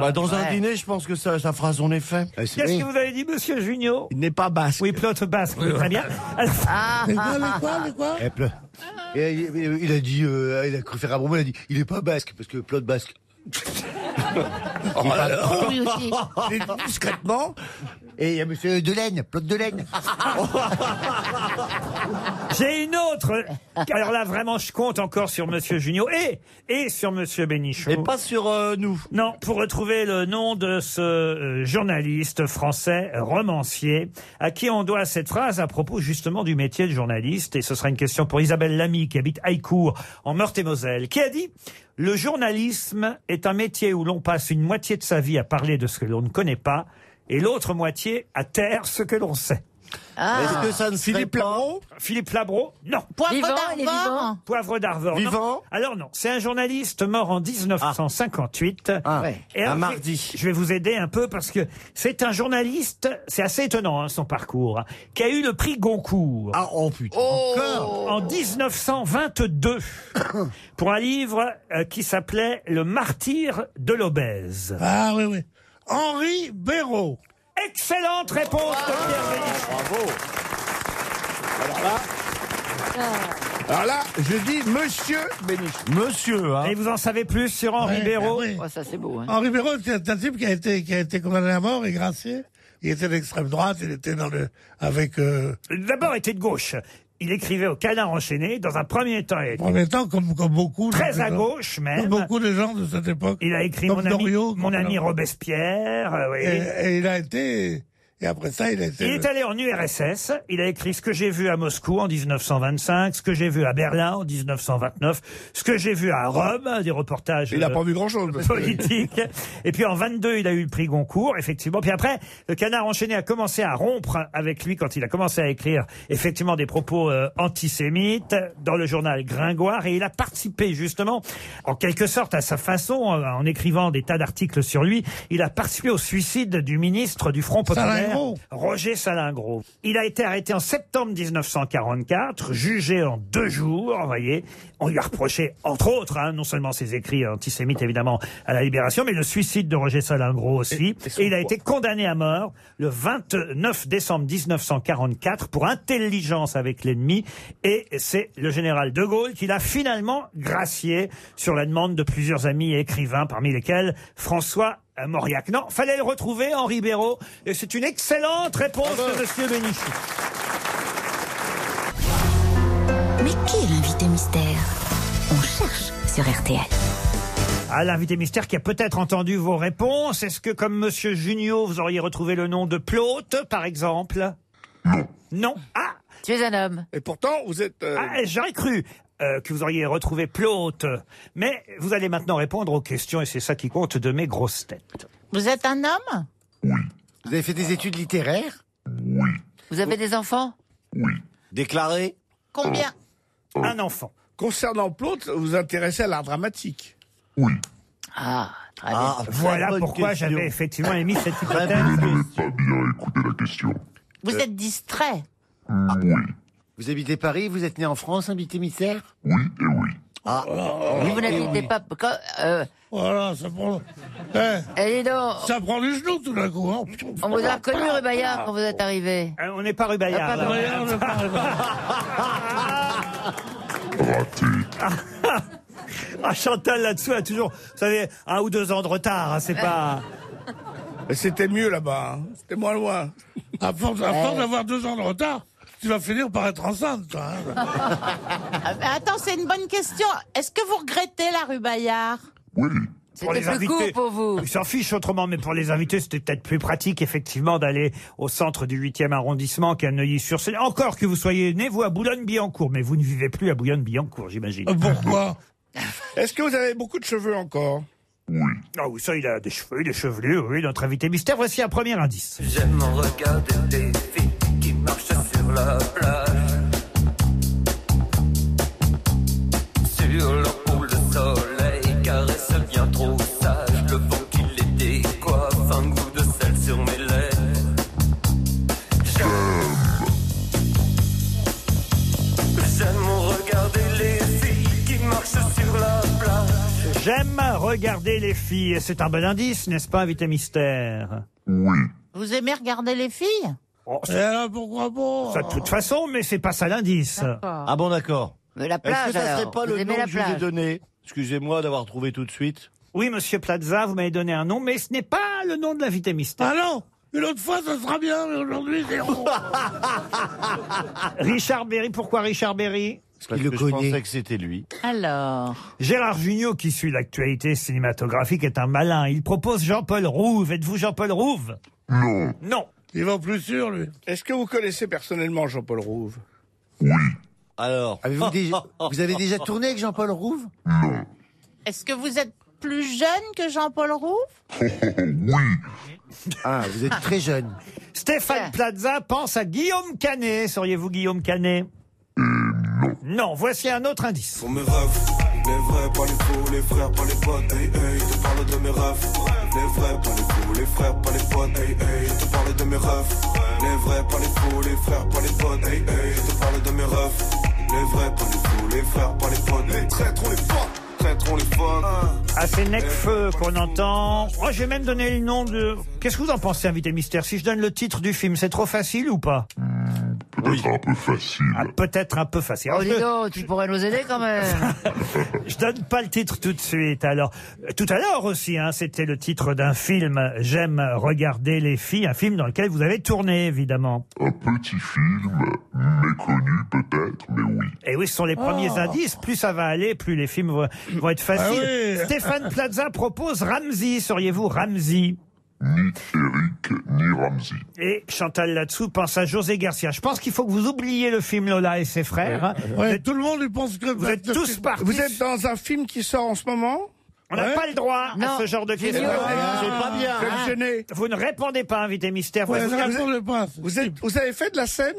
Bah, dans un
Ouais.
dîner, je pense que ça, ça fera son effet.
Qu'est-ce que vous avez dit, monsieur Junio
Il n'est pas basque.
Oui, Plaute basque, oui, très bien. Alors-
Ah.
Mais quoi, mais quoi, mais quoi
Eh, Plo-
Ah.
Et il, il- il a dit, euh, il a cru faire un bonbon, il a dit, il est pas basque, parce que Plot basque.
Oh
Il parle trop discrètement. Et il y a monsieur Delaine, Plot Delaine.
J'ai une autre. Alors là, vraiment, je compte encore sur Monsieur Junio et, et sur Monsieur Bénichou.
Et pas sur euh, nous.
Non, pour retrouver le nom de ce euh, journaliste français, euh, romancier, à qui on doit cette phrase à propos justement du métier de journaliste. Et ce sera une question pour Isabelle Lamy, qui habite Haïcourt, en Meurthe-et-Moselle, qui a dit « Le journalisme est un métier où l'on passe une moitié de sa vie à parler de ce que l'on ne connaît pas et l'autre moitié à taire ce que l'on sait.
Est-ce
Ah,
que ça ne serait
Philippe
pas...
Labro »
Philippe Labro Non.
Poivre
Vivant, il est
d'Arvor
vivant.
Poivre d'Arvor. non.
Vivant
Alors non, c'est un journaliste mort en 1958.
Ah,
Ouais.
Et
un
alors, je-
mardi.
Je vais vous aider un peu parce que c'est un journaliste, c'est assez étonnant hein, son parcours, hein, qui a eu le prix Goncourt
Ah, oh putain.
en 1922 pour un livre euh, qui s'appelait Le martyr de l'obèse.
Ah oui, oui. Henri Béraud.
Excellente réponse de Pierre Bénichou.
Alors Ah, là, je dis Monsieur Bénichou.
Monsieur, hein.
Et vous en savez plus sur Henri
Ouais,
Béraud
bah oui.
Oh, ça c'est beau. Hein.
Henri Béraud, c'est un type qui a été, qui a été condamné à mort et gracié. Il était d'extrême droite, il était dans le, avec, euh,
D'abord, il était de gauche. Il écrivait au canard enchaîné. Dans un premier temps, il était
en même temps, comme, comme beaucoup. de
très à
gens-
gauche
Comme
même.
beaucoup de gens de cette époque.
Il a écrit
Comme
mon ami,
Doriot,
mon
comme-
ami Robespierre. euh,
Et,
oui.
et il a été, et après ça, il a été.
Il est allé en URSS, il a écrit ce que j'ai vu à Moscou en 1925, ce que j'ai vu à Berlin en 1929, ce que j'ai vu à Rome, hein, des reportages
Il a
euh,
pas vu grand chose.
politiques. Et puis en 22, il a eu le prix Goncourt, effectivement. Puis après, le canard enchaîné a commencé à rompre avec lui quand il a commencé à écrire effectivement des propos euh, antisémites dans le journal Gringoire. Et il a participé justement, en quelque sorte, à sa façon, en, en écrivant des tas d'articles sur lui, il a participé au suicide du ministre du Front Populaire,
Salingro.
Roger Salingro. Il a été arrêté en septembre 1944, jugé en deux jours, vous voyez. On lui a reproché, entre autres, hein, non seulement ses écrits antisémites, évidemment, à la Libération, mais le suicide de Roger Salingro aussi.
Et- et son
Et il a
poids.
été condamné à mort le 29 décembre 1944 pour intelligence avec l'ennemi. Et c'est le général de Gaulle qui l'a finalement gracié sur la demande de plusieurs amis et écrivains, parmi lesquels François euh, Mauriac. Non, fallait le retrouver, Henri Béraud. Et c'est une excellente réponse de Monsieur Bénichou.
Mais qui est l'invité mystère On cherche sur RTL.
À l'invité mystère qui a peut-être entendu vos réponses. Est-ce que, comme Monsieur Junio, vous auriez retrouvé le nom de Plaute, par exemple Non. Non. Ah
Tu es un homme.
Et pourtant, vous êtes. euh,
Ah, J'aurais cru euh, que vous auriez retrouvé Plaute, mais vous allez maintenant répondre aux questions, et c'est ça qui compte de mes grosses têtes.
Vous êtes un homme
Vous avez fait des études littéraires
Vous avez des enfants
Déclaré
Combien
Oh.
Un enfant.
Concernant Plaute, vous vous intéressez à l'art dramatique.
Ah, très
bien.
voilà pourquoi j'avais effectivement émis cette hypothèse.
Vous êtes distrait
Vous habitez Paris, vous êtes né en France, un bit émissaire
Ah, vous n'habitez pas. Quand, euh...
Voilà, ça prend.
Ça
Oh. Eh. prend du genou tout d'un coup. hein.
Eh,
Ah.
On vous a reconnu, Rubaillard, quand vous êtes arrivé.
Euh, on n'est pas Rubaillard.
Ah, pas Rubaillard,
on n'est pas
Ah, Chantal là-dessous a toujours, vous savez, un ou deux ans de retard, hein, c'est pas.
C'était mieux là-bas. hein. C'était moins loin.
À force, à
Eh.
force d'avoir deux ans de retard, tu vas finir par être enceinte, toi. hein.
Ah, mais Attends, c'est une bonne question. Est-ce que vous regrettez la rue Bayard
Pour les invités, Ils s'en fichent autrement, mais pour les invités, c'était peut-être plus pratique, effectivement, d'aller au centre du 8e arrondissement qu'à Neuilly-sur-Seine. Encore que vous soyez né, vous, à Boulogne-Billancourt, mais vous ne vivez plus à Boulogne-Billancourt, j'imagine.
Pourquoi
Est-ce que vous avez beaucoup de cheveux encore
Ah oui, ça, il a des cheveux, des chevelures, oui, notre invité mystère. Voici un premier indice.
J'aime en regarder des filles qui marchent sur la plage. Sur leur peau, le soleil caresse bien trop sage. Le vent qui les décoiffe, un goût de sel sur mes lèvres. J'aime. J'aime en regarder les filles qui marchent sur la plage.
J'aime regarder les filles. C'est un bon indice, n'est-ce pas, invité mystère Oui.
Vous aimez regarder les filles
Et
alors, Eh pourquoi pas
Oh,
hein.
Ça, de toute façon, mais c'est pas ça l'indice.
D'accord.
Ah bon, d'accord.
Mais la
Est-ce que ça serait pas le nom que je vous ai
donné
donné Excusez-moi d'avoir trouvé tout de suite.
Oui, monsieur Plaza, vous m'avez donné un nom, mais ce n'est pas le nom de l'invité mystère.
Ah non Une autre fois, ça sera bien, mais aujourd'hui, c'est rond.
Richard Berry, pourquoi Richard Berry
Parce que je pensais que c'était lui.
Alors.
Gérard Jugnot, qui suit l'actualité cinématographique, est un malin. Il propose Jean-Paul Rouve. Êtes-vous Jean-Paul Rouve Non. Non.
Il va plus sûr, lui.
Est-ce que vous connaissez personnellement Jean-Paul Rouve
Alors.
Avez-vous déjà- vous avez déjà tourné avec Jean-Paul Rouve
Est-ce que vous êtes plus jeune que Jean-Paul Rouve
Ah, vous êtes très jeune.
Stéphane Plaza pense à Guillaume Canet. Seriez-vous Guillaume Canet
Euh,
Non. Non, voici un autre indice.
Pour mes rêves, les vrais, pas les faux, les frères, pas les potes, hey, hey, je te parle de mes rêves. Les vrais, pas les faux, les frères, pas les potes, hey, hey, je te parle de mes rêves. Les vrais, pas les faux, les frères, pas les potes, hey, hey, je te parle de mes rêves. Les vrais, pas les faux, les frères, pas les potes, les traîtres, on les fuck, traîtres, on les fuck.
Ah, c'est Necfeu qu'on entend. Oh, j'ai même donné le nom de... Qu'est-ce que vous en pensez, invité mystère Si je donne le titre du film, c'est trop facile ou pas
Hmm, Peut-être un peu facile.
Ah, Peut-être un peu facile.
Oh,
Alors,
dis
je-
donc, tu pourrais nous aider quand même.
Je donne pas le titre tout de suite. Alors, euh, tout à l'heure aussi, hein, c'était le titre d'un film. J'aime regarder les filles, un film dans lequel vous avez tourné, évidemment.
Un petit film, méconnu peut-être, mais oui.
Et Eh oui, ce sont les premiers
Ah.
Oh.
indices. Plus ça va aller, plus les films vont, vont être faciles.
Ah oui.
Stéphane Plaza propose Ramsey. Seriez-vous Ramsey
Ni Eric, Euh, ni Ramsey.
et Chantal là-dessous pense à José Garcia. Je pense qu'il faut que vous oubliez le film Lola et ses frères. hein.
Ouais,
Vous êtes-
tout le monde, il pense que...
Vous êtes tous partis.
Vous êtes dans un film qui sort en ce moment
On n'a
Ouais.
pas le droit
Non.
à ce genre de
Génial.
questions.
Ah, C'est pas bien,
Vous
hein.
me gênez. Vous ne répondez pas, invité mystère.
Ouais,
Voici
ça,
un-
vous, êtes- vous êtes- vous avez fait de la scène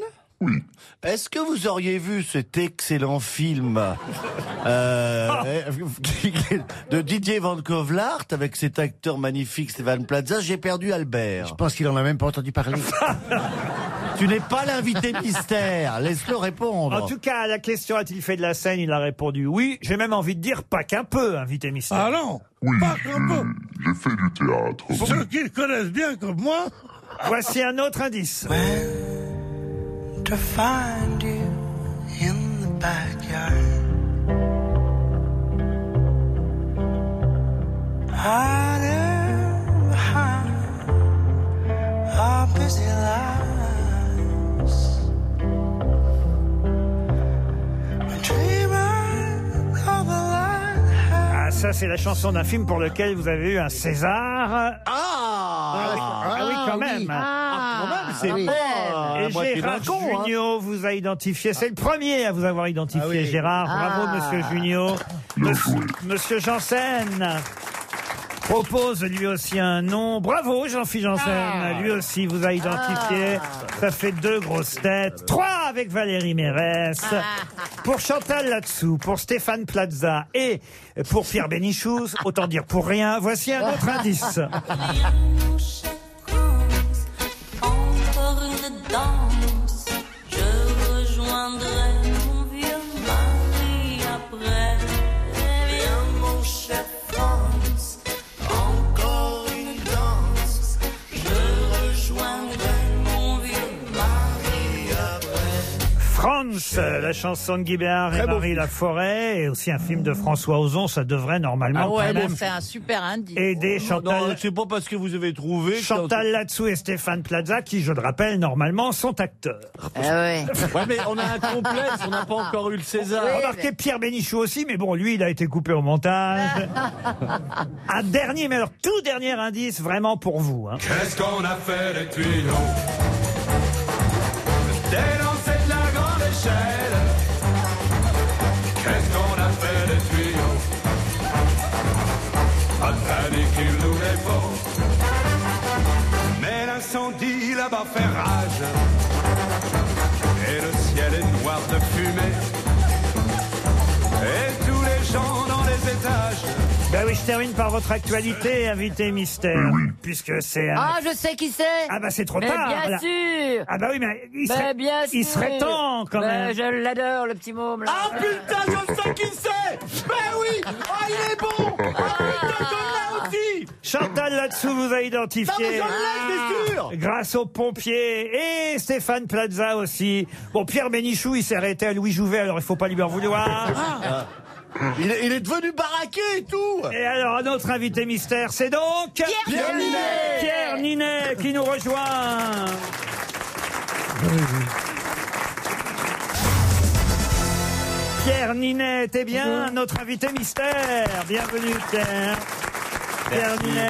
Est-ce que vous auriez vu cet excellent film euh, de Didier Van Kovlart avec cet acteur magnifique Stéphane Plaza J'ai perdu Albert. Je
pense qu'il en a même pas entendu parler.
tu n'es pas l'invité mystère. Laisse-le répondre.
En tout cas, à la question a-t-il fait de la scène Il a répondu oui. J'ai même envie de dire pas qu'un peu, invité mystère.
Ah non
Oui, j'ai- j'ai fait du théâtre.
Ceux qui le connaissent bien comme moi.
Voici un autre indice.
to find you in the backyard. Hiding behind our busy lives. Dreaming of the light.
Ah, ça, c'est la chanson d'un film pour lequel vous avez eu un César. Ah, oui, ah oui, quand même.
Ah,
c'est- Ah,
quand même.
à
Ah,
Et
moitié d'un
Gérard
con, hein.
Jugnot vous a identifié. C'est le premier à vous avoir identifié, Gérard. Bravo,
Ah.
monsieur Jugnot. Monsieur, monsieur Janssen propose lui aussi un nom. Bravo, Jean-Philippe Janssen. Lui aussi vous a identifié. Ça fait deux grosses têtes. Trois avec Valérie Mérès. Pour Chantal là-dessous, pour Stéphane Plaza et pour Pierre Bénichouz. Autant dire pour rien. Voici un autre indice.
Encore une danse, je rejoindrai mon vieux mari après. Viens mon cher France, encore une danse, je rejoindrai mon vieux mari après.
France, euh, la chanson de Guy Béard et Marie Laforêt, et aussi un film de François Ozon, ça devrait normalement
Ah ouais,
quand
bon,
même
c'est un super indice.
aider Chantal.
non,
c'est pas parce que vous avez trouvé. Chantal Latsou et Stéphane Plaza, qui, je le rappelle, normalement, sont acteurs.
Ouais,
ouais.
mais on a un complexe, on n'a pas encore eu le César.
Remarquez Pierre Bénichou aussi, mais bon, lui, il a été coupé au montage. un dernier, mais alors tout dernier indice, vraiment pour vous. hein.
Qu'est-ce qu'on a fait des tuyaux Dès dans cette la grande échelle Qu'est-ce qu'on a fait des tuyaux À peine qu'il nous les faut Mais l'incendie là-bas fait rage Et le ciel est noir de fumée Et tous les gens dans les étages
Ben oui, je termine par votre actualité, invité mystère, puisque c'est un
Ah, je sais qui c'est
Ah bah c'est trop
Mais
tard,
Bien
là.
sûr
Ah bah oui, mais il
Mais
serait-
bien
il
sûr.
serait temps, quand
Mais
même.
Je l'adore, le petit môme là.
Ah putain, je sais qui c'est Ben oui Ah, il est bon Ah, putain, je l'ai aussi
Chantal là-dessous vous a
Non, mais
identifié. Ah.
j'en ai, c'est sûr
Grâce aux pompiers et Stéphane Plaza aussi. Bon, Pierre Bénichou, il s'est arrêté à Louis Jouvet, alors il faut pas lui en
Ah,
Ah.
vouloir.
Il est, il est devenu baraqué et tout
Et alors, notre invité mystère, c'est donc Pierre,
Ninet.
Ninet. Pierre Ninet qui nous rejoint. Pierre Ninet était bien notre invité mystère. Bienvenue Pierre. Pierre Ninet.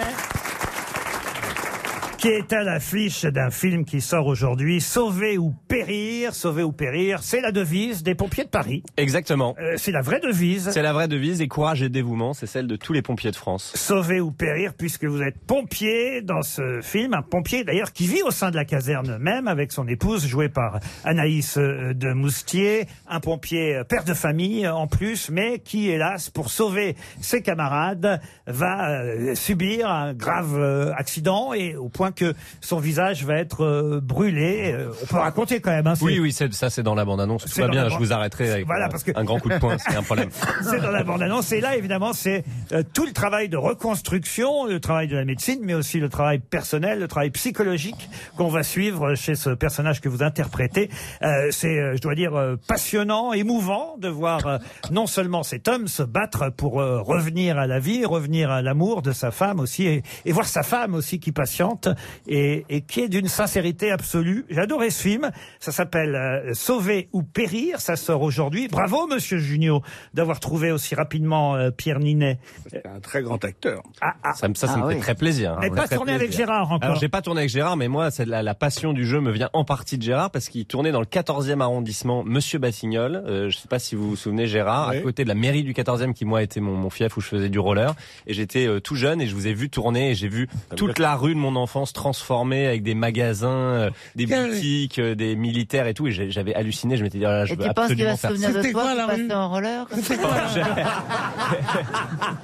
Qui est à l'affiche d'un film qui sort aujourd'hui, Sauver ou périr, sauver ou périr, c'est la devise des pompiers de Paris.
Exactement.
Euh, c'est la vraie devise.
C'est la vraie devise et courage et dévouement, c'est celle de tous les pompiers de France.
Sauver ou périr, puisque vous êtes pompier dans ce film, un pompier d'ailleurs qui vit au sein de la caserne même avec son épouse, jouée par Anaïs euh, de Moustier, un pompier euh, père de famille euh, en plus, mais qui hélas, pour sauver ses camarades, va euh, subir un grave euh, accident et au point que son visage va être euh, brûlé. Euh, On peut raconter quand même. Hein, c'est-
Oui, oui, c'est- ça c'est dans la bande-annonce. Tout
C'est
va
dans
bien,
la
je
bande-
vous arrêterai avec
Voilà,
un-
parce que-
un grand coup de poing, c'est un problème.
C'est dans la bande-annonce. Et là, évidemment, c'est euh, tout le travail de reconstruction, le travail de la médecine, mais aussi le travail personnel, le travail psychologique qu'on va suivre chez ce personnage que vous interprétez. Euh, c'est, euh, je dois dire, euh, passionnant, émouvant de voir euh, non seulement cet homme se battre pour euh, revenir à la vie, revenir à l'amour de sa femme aussi, et, et voir sa femme aussi qui patiente et, et qui est d'une sincérité absolue. J'ai adoré ce film. Ça s'appelle euh, Sauver ou périr. Ça sort aujourd'hui. Bravo, Monsieur Junio, d'avoir trouvé aussi rapidement euh, Pierre Ninet.
Un très grand acteur.
Ça, me- ça, ça
Ah
me
oui.
fait très plaisir. hein.
Mais
Ça
pas
me fait
tourné avec Gérard encore.
Alors j'ai pas tourné avec Gérard, mais moi c'est la, la passion du jeu me vient en partie de Gérard parce qu'il tournait dans le 14e arrondissement, Monsieur Batignolles. Euh, je sais pas si vous vous souvenez Gérard, à
Oui.
côté de la mairie du 14e qui moi était mon, mon fief où je faisais du roller. Et j'étais euh, tout jeune et je vous ai vu tourner et j'ai vu toute la rue de mon enfance transformée avec des magasins, euh, des boutiques, euh, des militaires et tout. Et j'ai- j'avais halluciné. Je m'étais dit oh là, là, je
Et
veux
tu penses qu'il va
absolument
se
faire
souvenir
ça.
de toi qui passais en roller comme ça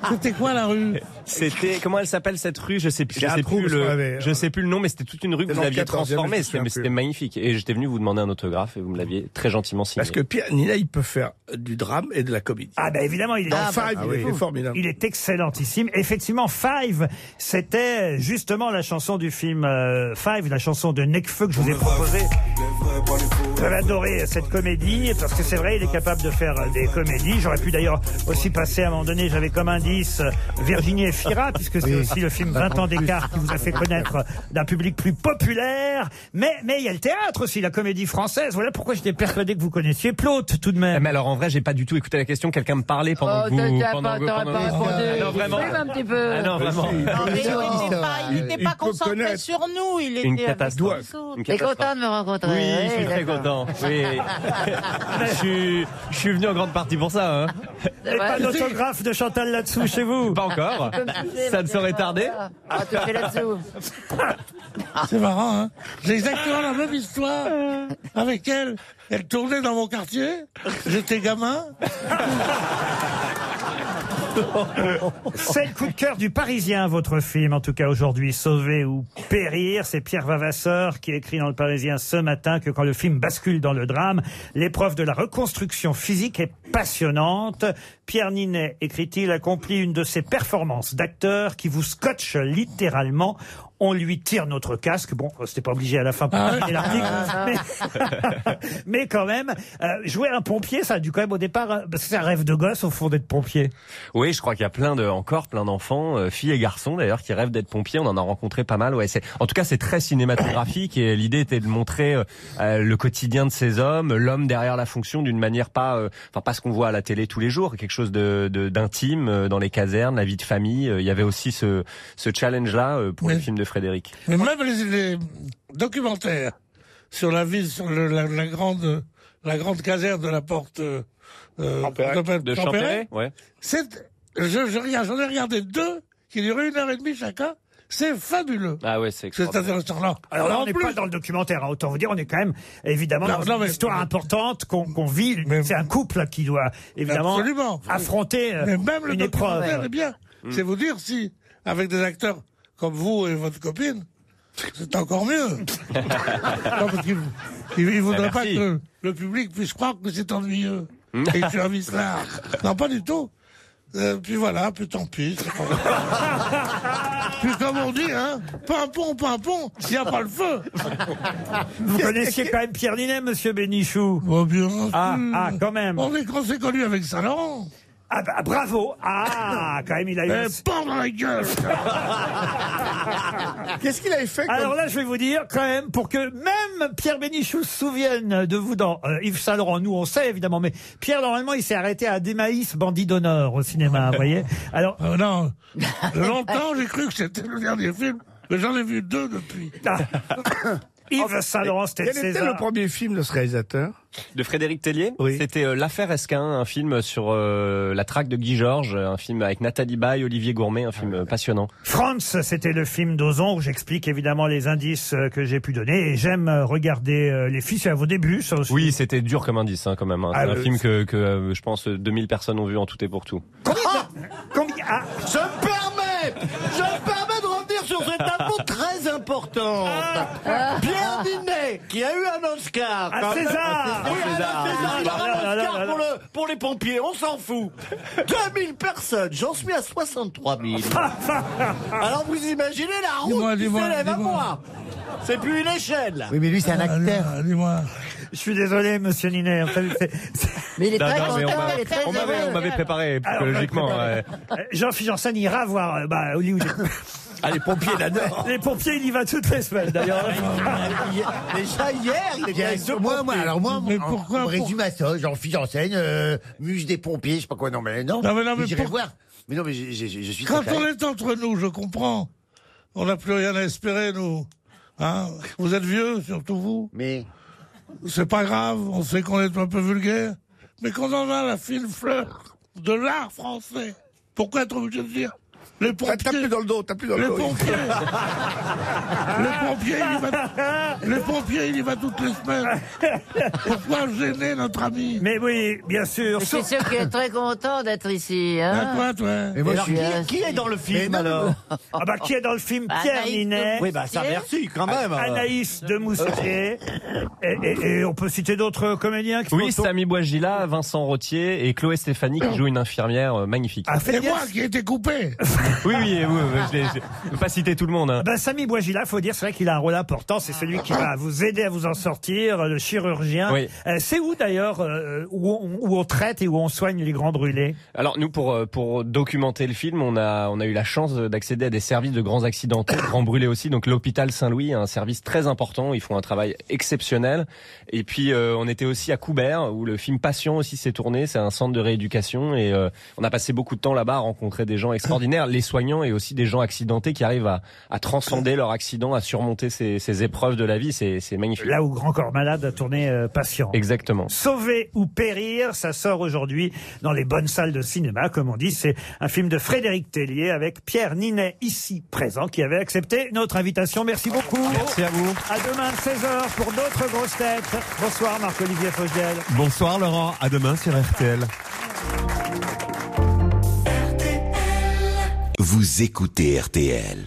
C'était quoi la rue C'était comment elle s'appelle cette rue Je sais plus. Je
J'ai un
sais
trou,
plus
parce qu'on
le.
avait-
Je sais plus le nom, mais c'était toute une rue que
Dans
vous
le
aviez
14e, je
transformée.
me
C'était
souviens
mais
plus.
c'était magnifique. Et j'étais venu vous demander un autographe et vous me l'aviez très gentiment signé.
Parce que Pierre Nina, il peut faire du drame et de la comédie.
Ah ben évidemment, il est Ah
Dans Five, il était formidable.
Il est excellentissime. Effectivement, Five, c'était justement la chanson du film euh, Five, la chanson de Necfeu que je vous ai proposée.
Les vrais, pas les faux,
Vous avez adoré cette comédie, parce que c'est vrai, il est capable de faire des comédies. J'aurais pu d'ailleurs aussi passer à un moment donné, j'avais comme indice euh, Virginie et Fira, puisque c'est
Oui.
aussi le film 20 ans d'écart qui vous a fait connaître d'un public plus populaire. Mais mais il y a le théâtre aussi, la comédie française. Voilà pourquoi j'étais persuadé que vous connaissiez Plaute tout de même.
Eh, Mais alors en vrai, j'ai pas du tout écouté la question. Quelqu'un me parlait pendant que
Oh,
vous.
t'as-
pendant que-
t'aurais pas
pendant-
répondu.
Ah non, vraiment.
Exprime
un petit peu.
Ah non, vraiment.
Non, mais il n'était pas,
hein.
Ah, il était
Ah, Il
pas
peut
concentré
connaître.
sur nous, il était euh,
Une
avec
catastrophe.
les autres.
Une catastrophe.
T'es content de me rencontrer
Oui, je suis
Oui,
très
d'accord.
content. Oui. je, suis, je suis venu en grande partie pour ça. Hein.
Et pas d'autographe de Chantal là-dessous chez vous
Pas encore. Ça ne
hein,
saurait tarder.
Ah, tu fais là-dessous.
C'est marrant, hein J'ai exactement la même histoire avec elle. Elle tournait dans mon quartier, j'étais gamin.
C'est le coup de cœur du Parisien, votre film, en tout cas aujourd'hui, Sauver ou Périr. C'est Pierre Vavasseur qui écrit dans le Parisien ce matin que quand le film bascule dans le drame, l'épreuve de la reconstruction physique est passionnante. Pierre Ninet, écrit-il, accomplit une de ses performances d'acteur qui vous scotche littéralement. On lui tire notre casque. Bon, c'était pas obligé à la fin pour
Ah.
terminer l'article,
Ah.
mais- mais quand même, euh, jouer un pompier, ça a dû quand même au départ, euh, parce que c'est un rêve de gosse au fond d'être pompier.
Oui, je crois qu'il y a plein de, encore plein d'enfants, euh, filles et garçons d'ailleurs, qui rêvent d'être pompiers. On en a rencontré pas mal. Ouais, c'est, en tout cas, c'est très cinématographique et l'idée était de montrer euh, euh, le quotidien de ces hommes, l'homme derrière la fonction d'une manière pas, euh, enfin pas ce qu'on voit à la télé tous les jours, quelque chose de, de- d'intime euh, dans les casernes, la vie de famille. Euh, Il y avait aussi ce, ce challenge-là euh, pour le film de Frédéric.
Mais même les, les documentaires sur la ville, sur le- la, la grande, la grande caserne de la porte euh, euh, s'appelle
De
Tempéré.
Champéret, ouais.
C'est, je, je regarde, j'en ai regardé deux qui duraient une heure et demie chacun. C'est fabuleux.
Ah ouais, c'est
C'est-à-dire
extraordinaire.
restaurant.
Alors là, on n'est pas dans le documentaire, hein. autant vous dire, on est quand même évidemment
Non,
dans
non,
une
mais-
histoire importante qu'on qu'on vit. C'est un couple qui doit évidemment
Absolument.
affronter euh,
Mais même le
une épreuve.
documentaire est bien.
Mm.
C'est vous dire si, avec des acteurs comme vous et votre copine, c'est encore mieux. non, parce qu'il il- il voudrait
Ah,
pas
merci.
que le public puisse croire que c'est ennuyeux et que tu as mis cela. Non, pas du tout. Euh, puis voilà, puis tant pis. c'est pas grave. puis comme on dit, hein, pimpon, pimpon, s'il n'y a pas le feu.
Vous connaissiez quand même Pierre Ninet, monsieur Bénichou ah, ah, quand même.
Oh, On est qu'on s'est connu avec Saint-Laurent.
Ah, bah, bravo Ah, quand même, il a eu...
Mais pas dans la gueule
Ah.
Qu'est-ce qu'il avait fait Alors là, je vais vous dire, quand même, pour que même Pierre Bénichou se souvienne de vous dans euh, Yves Saint Laurent, nous on sait évidemment, mais Pierre, normalement, il s'est arrêté à Démaïs, bandit d'honneur au cinéma, vous voyez Alors
Ah, Non, Longtemps, j'ai cru que c'était le dernier film, mais j'en ai vu deux depuis.
Ah. Oh, bah,
Yves Saint-Laurent, c'était
Quel était le premier film de ce réalisateur
De Frédéric Tellier C'était euh, L'affaire Esquin, un film sur euh, la traque de Guy Georges, un film avec Nathalie Baye, Olivier Gourmet, un film euh, passionnant.
France, c'était le film d'Ozon où j'explique évidemment les indices euh, que j'ai pu donner et j'aime euh, regarder euh, les filles. C'est à vos débuts, ça aussi.
Oui, c'était dur comme indice hein, quand même. hein.
Ah,
C'est un
le-
film que, que, euh, je pense euh, 2000 personnes ont vu en tout et pour tout.
Ah
Ah
Je me permets Je me permets de revenir sur cette info très importante. Pierre Dinet, qui a eu un Oscar.
Ah. À César.
Oui, un
César.
César, il a
Ah, là,
un
là,
Oscar
là,
pour,
là.
le- pour les pompiers, on s'en fout. 2000 personnes, j'en suis à 63 000. Alors vous imaginez la
Dis-moi,
route qui
dis-moi,
s'élève à
dis-moi.
moi. C'est plus une échelle.
Oui, mais lui, c'est un acteur.
Ah, Dis-moi.
Je suis désolé, monsieur Ninet. en fait, c'est-
Mais
Non, non, mais on m'a- on m'avait- on m'avait Ah, préparé
Alors,
psychologiquement. ouais.
Euh, Jean-Philippe Janssen ira voir euh, bah, Hollywood.
Ah, les pompiers,
l'adorent. Les pompiers, il y va toutes les semaines, d'ailleurs.
Ah,
Déjà hier, il
était avec deux
moi, moi,
pompiers.
alors moi,
Mais
on,
pourquoi-
on résume à ça, j'en fiche enseigne, euh, muse des pompiers, je sais pas quoi, non mais non.
Non, mais non, mais
j'irai
pour-
voir. Mais non, mais j'ai- j'ai- j'ai- je suis
Quand
très
on
calme.
est entre nous, je comprends. On n'a plus rien à espérer, nous. Hein vous êtes vieux, surtout vous.
Mais.
C'est pas grave, on sait qu'on est un peu vulgaire. Mais quand on a la fine fleur de l'art français, pourquoi être obligé de dire les pompiers. T'as plus dans le dos, t'as plus dans le dos. Les pompiers. les pompiers, il y va, les pompiers, il y va toutes les semaines. Pourquoi gêner notre ami
Mais oui, bien sûr.
Je suis sûr qu'il est très content d'être ici.
Ah,
Hein
toi, toi.
Et alors, qui est- qui est dans le film, alors
Ah bah qui est dans le film
Bah,
Pierre
Anaïs de
Ninet. Ah,
Oui, bah, ça, merci, quand même.
Anaïs de Moustier. et, et- ah, et on peut citer d'autres euh, comédiens qui
Oui,
sont
Samy Boisgila, Vincent Rotier et Chloé Stéphanie qui joue une infirmière euh, magnifique.
Ah, faites
C'est moi qui ai été coupé.
Oui, oui, et vous, euh, je l'ai- je- je vais pas citer tout le monde. hein.
Ben, Sami Bouagila, faut dire, c'est vrai qu'il a un rôle important. C'est celui qui va vous aider à vous en sortir, euh, le chirurgien.
Oui.
Euh, c'est où d'ailleurs euh, où, on, où on traite et où on soigne les grands brûlés
Alors nous pour euh, pour documenter le film, on a on a eu la chance euh, d'accéder à des services de grands accidentés, de grands brûlés aussi. Donc l'hôpital Saint-Louis, un service très important, ils font un travail exceptionnel. Et puis euh, on était aussi à Coubert où le film Patient aussi s'est tourné, c'est un centre de rééducation et euh, on a passé beaucoup de temps là-bas à rencontrer des gens extraordinaires, les soignants et aussi des gens accidentés qui arrivent à, à transcender leur accident, à surmonter ces, ces épreuves de la vie, c'est c'est magnifique.
Là où Grand Corps Malade a tourné euh, patient.
Exactement.
Sauver ou périr, ça sort aujourd'hui dans les bonnes salles de cinéma, comme on dit. C'est un film de Frédéric Tellier avec Pierre Ninet ici présent qui avait accepté notre invitation. Merci beaucoup. Merci
à vous.
À demain 16h pour d'autres grosses têtes. Bonsoir Marc-Olivier Fogel.
Bonsoir Laurent, à demain sur RTL.
Vous écoutez RTL.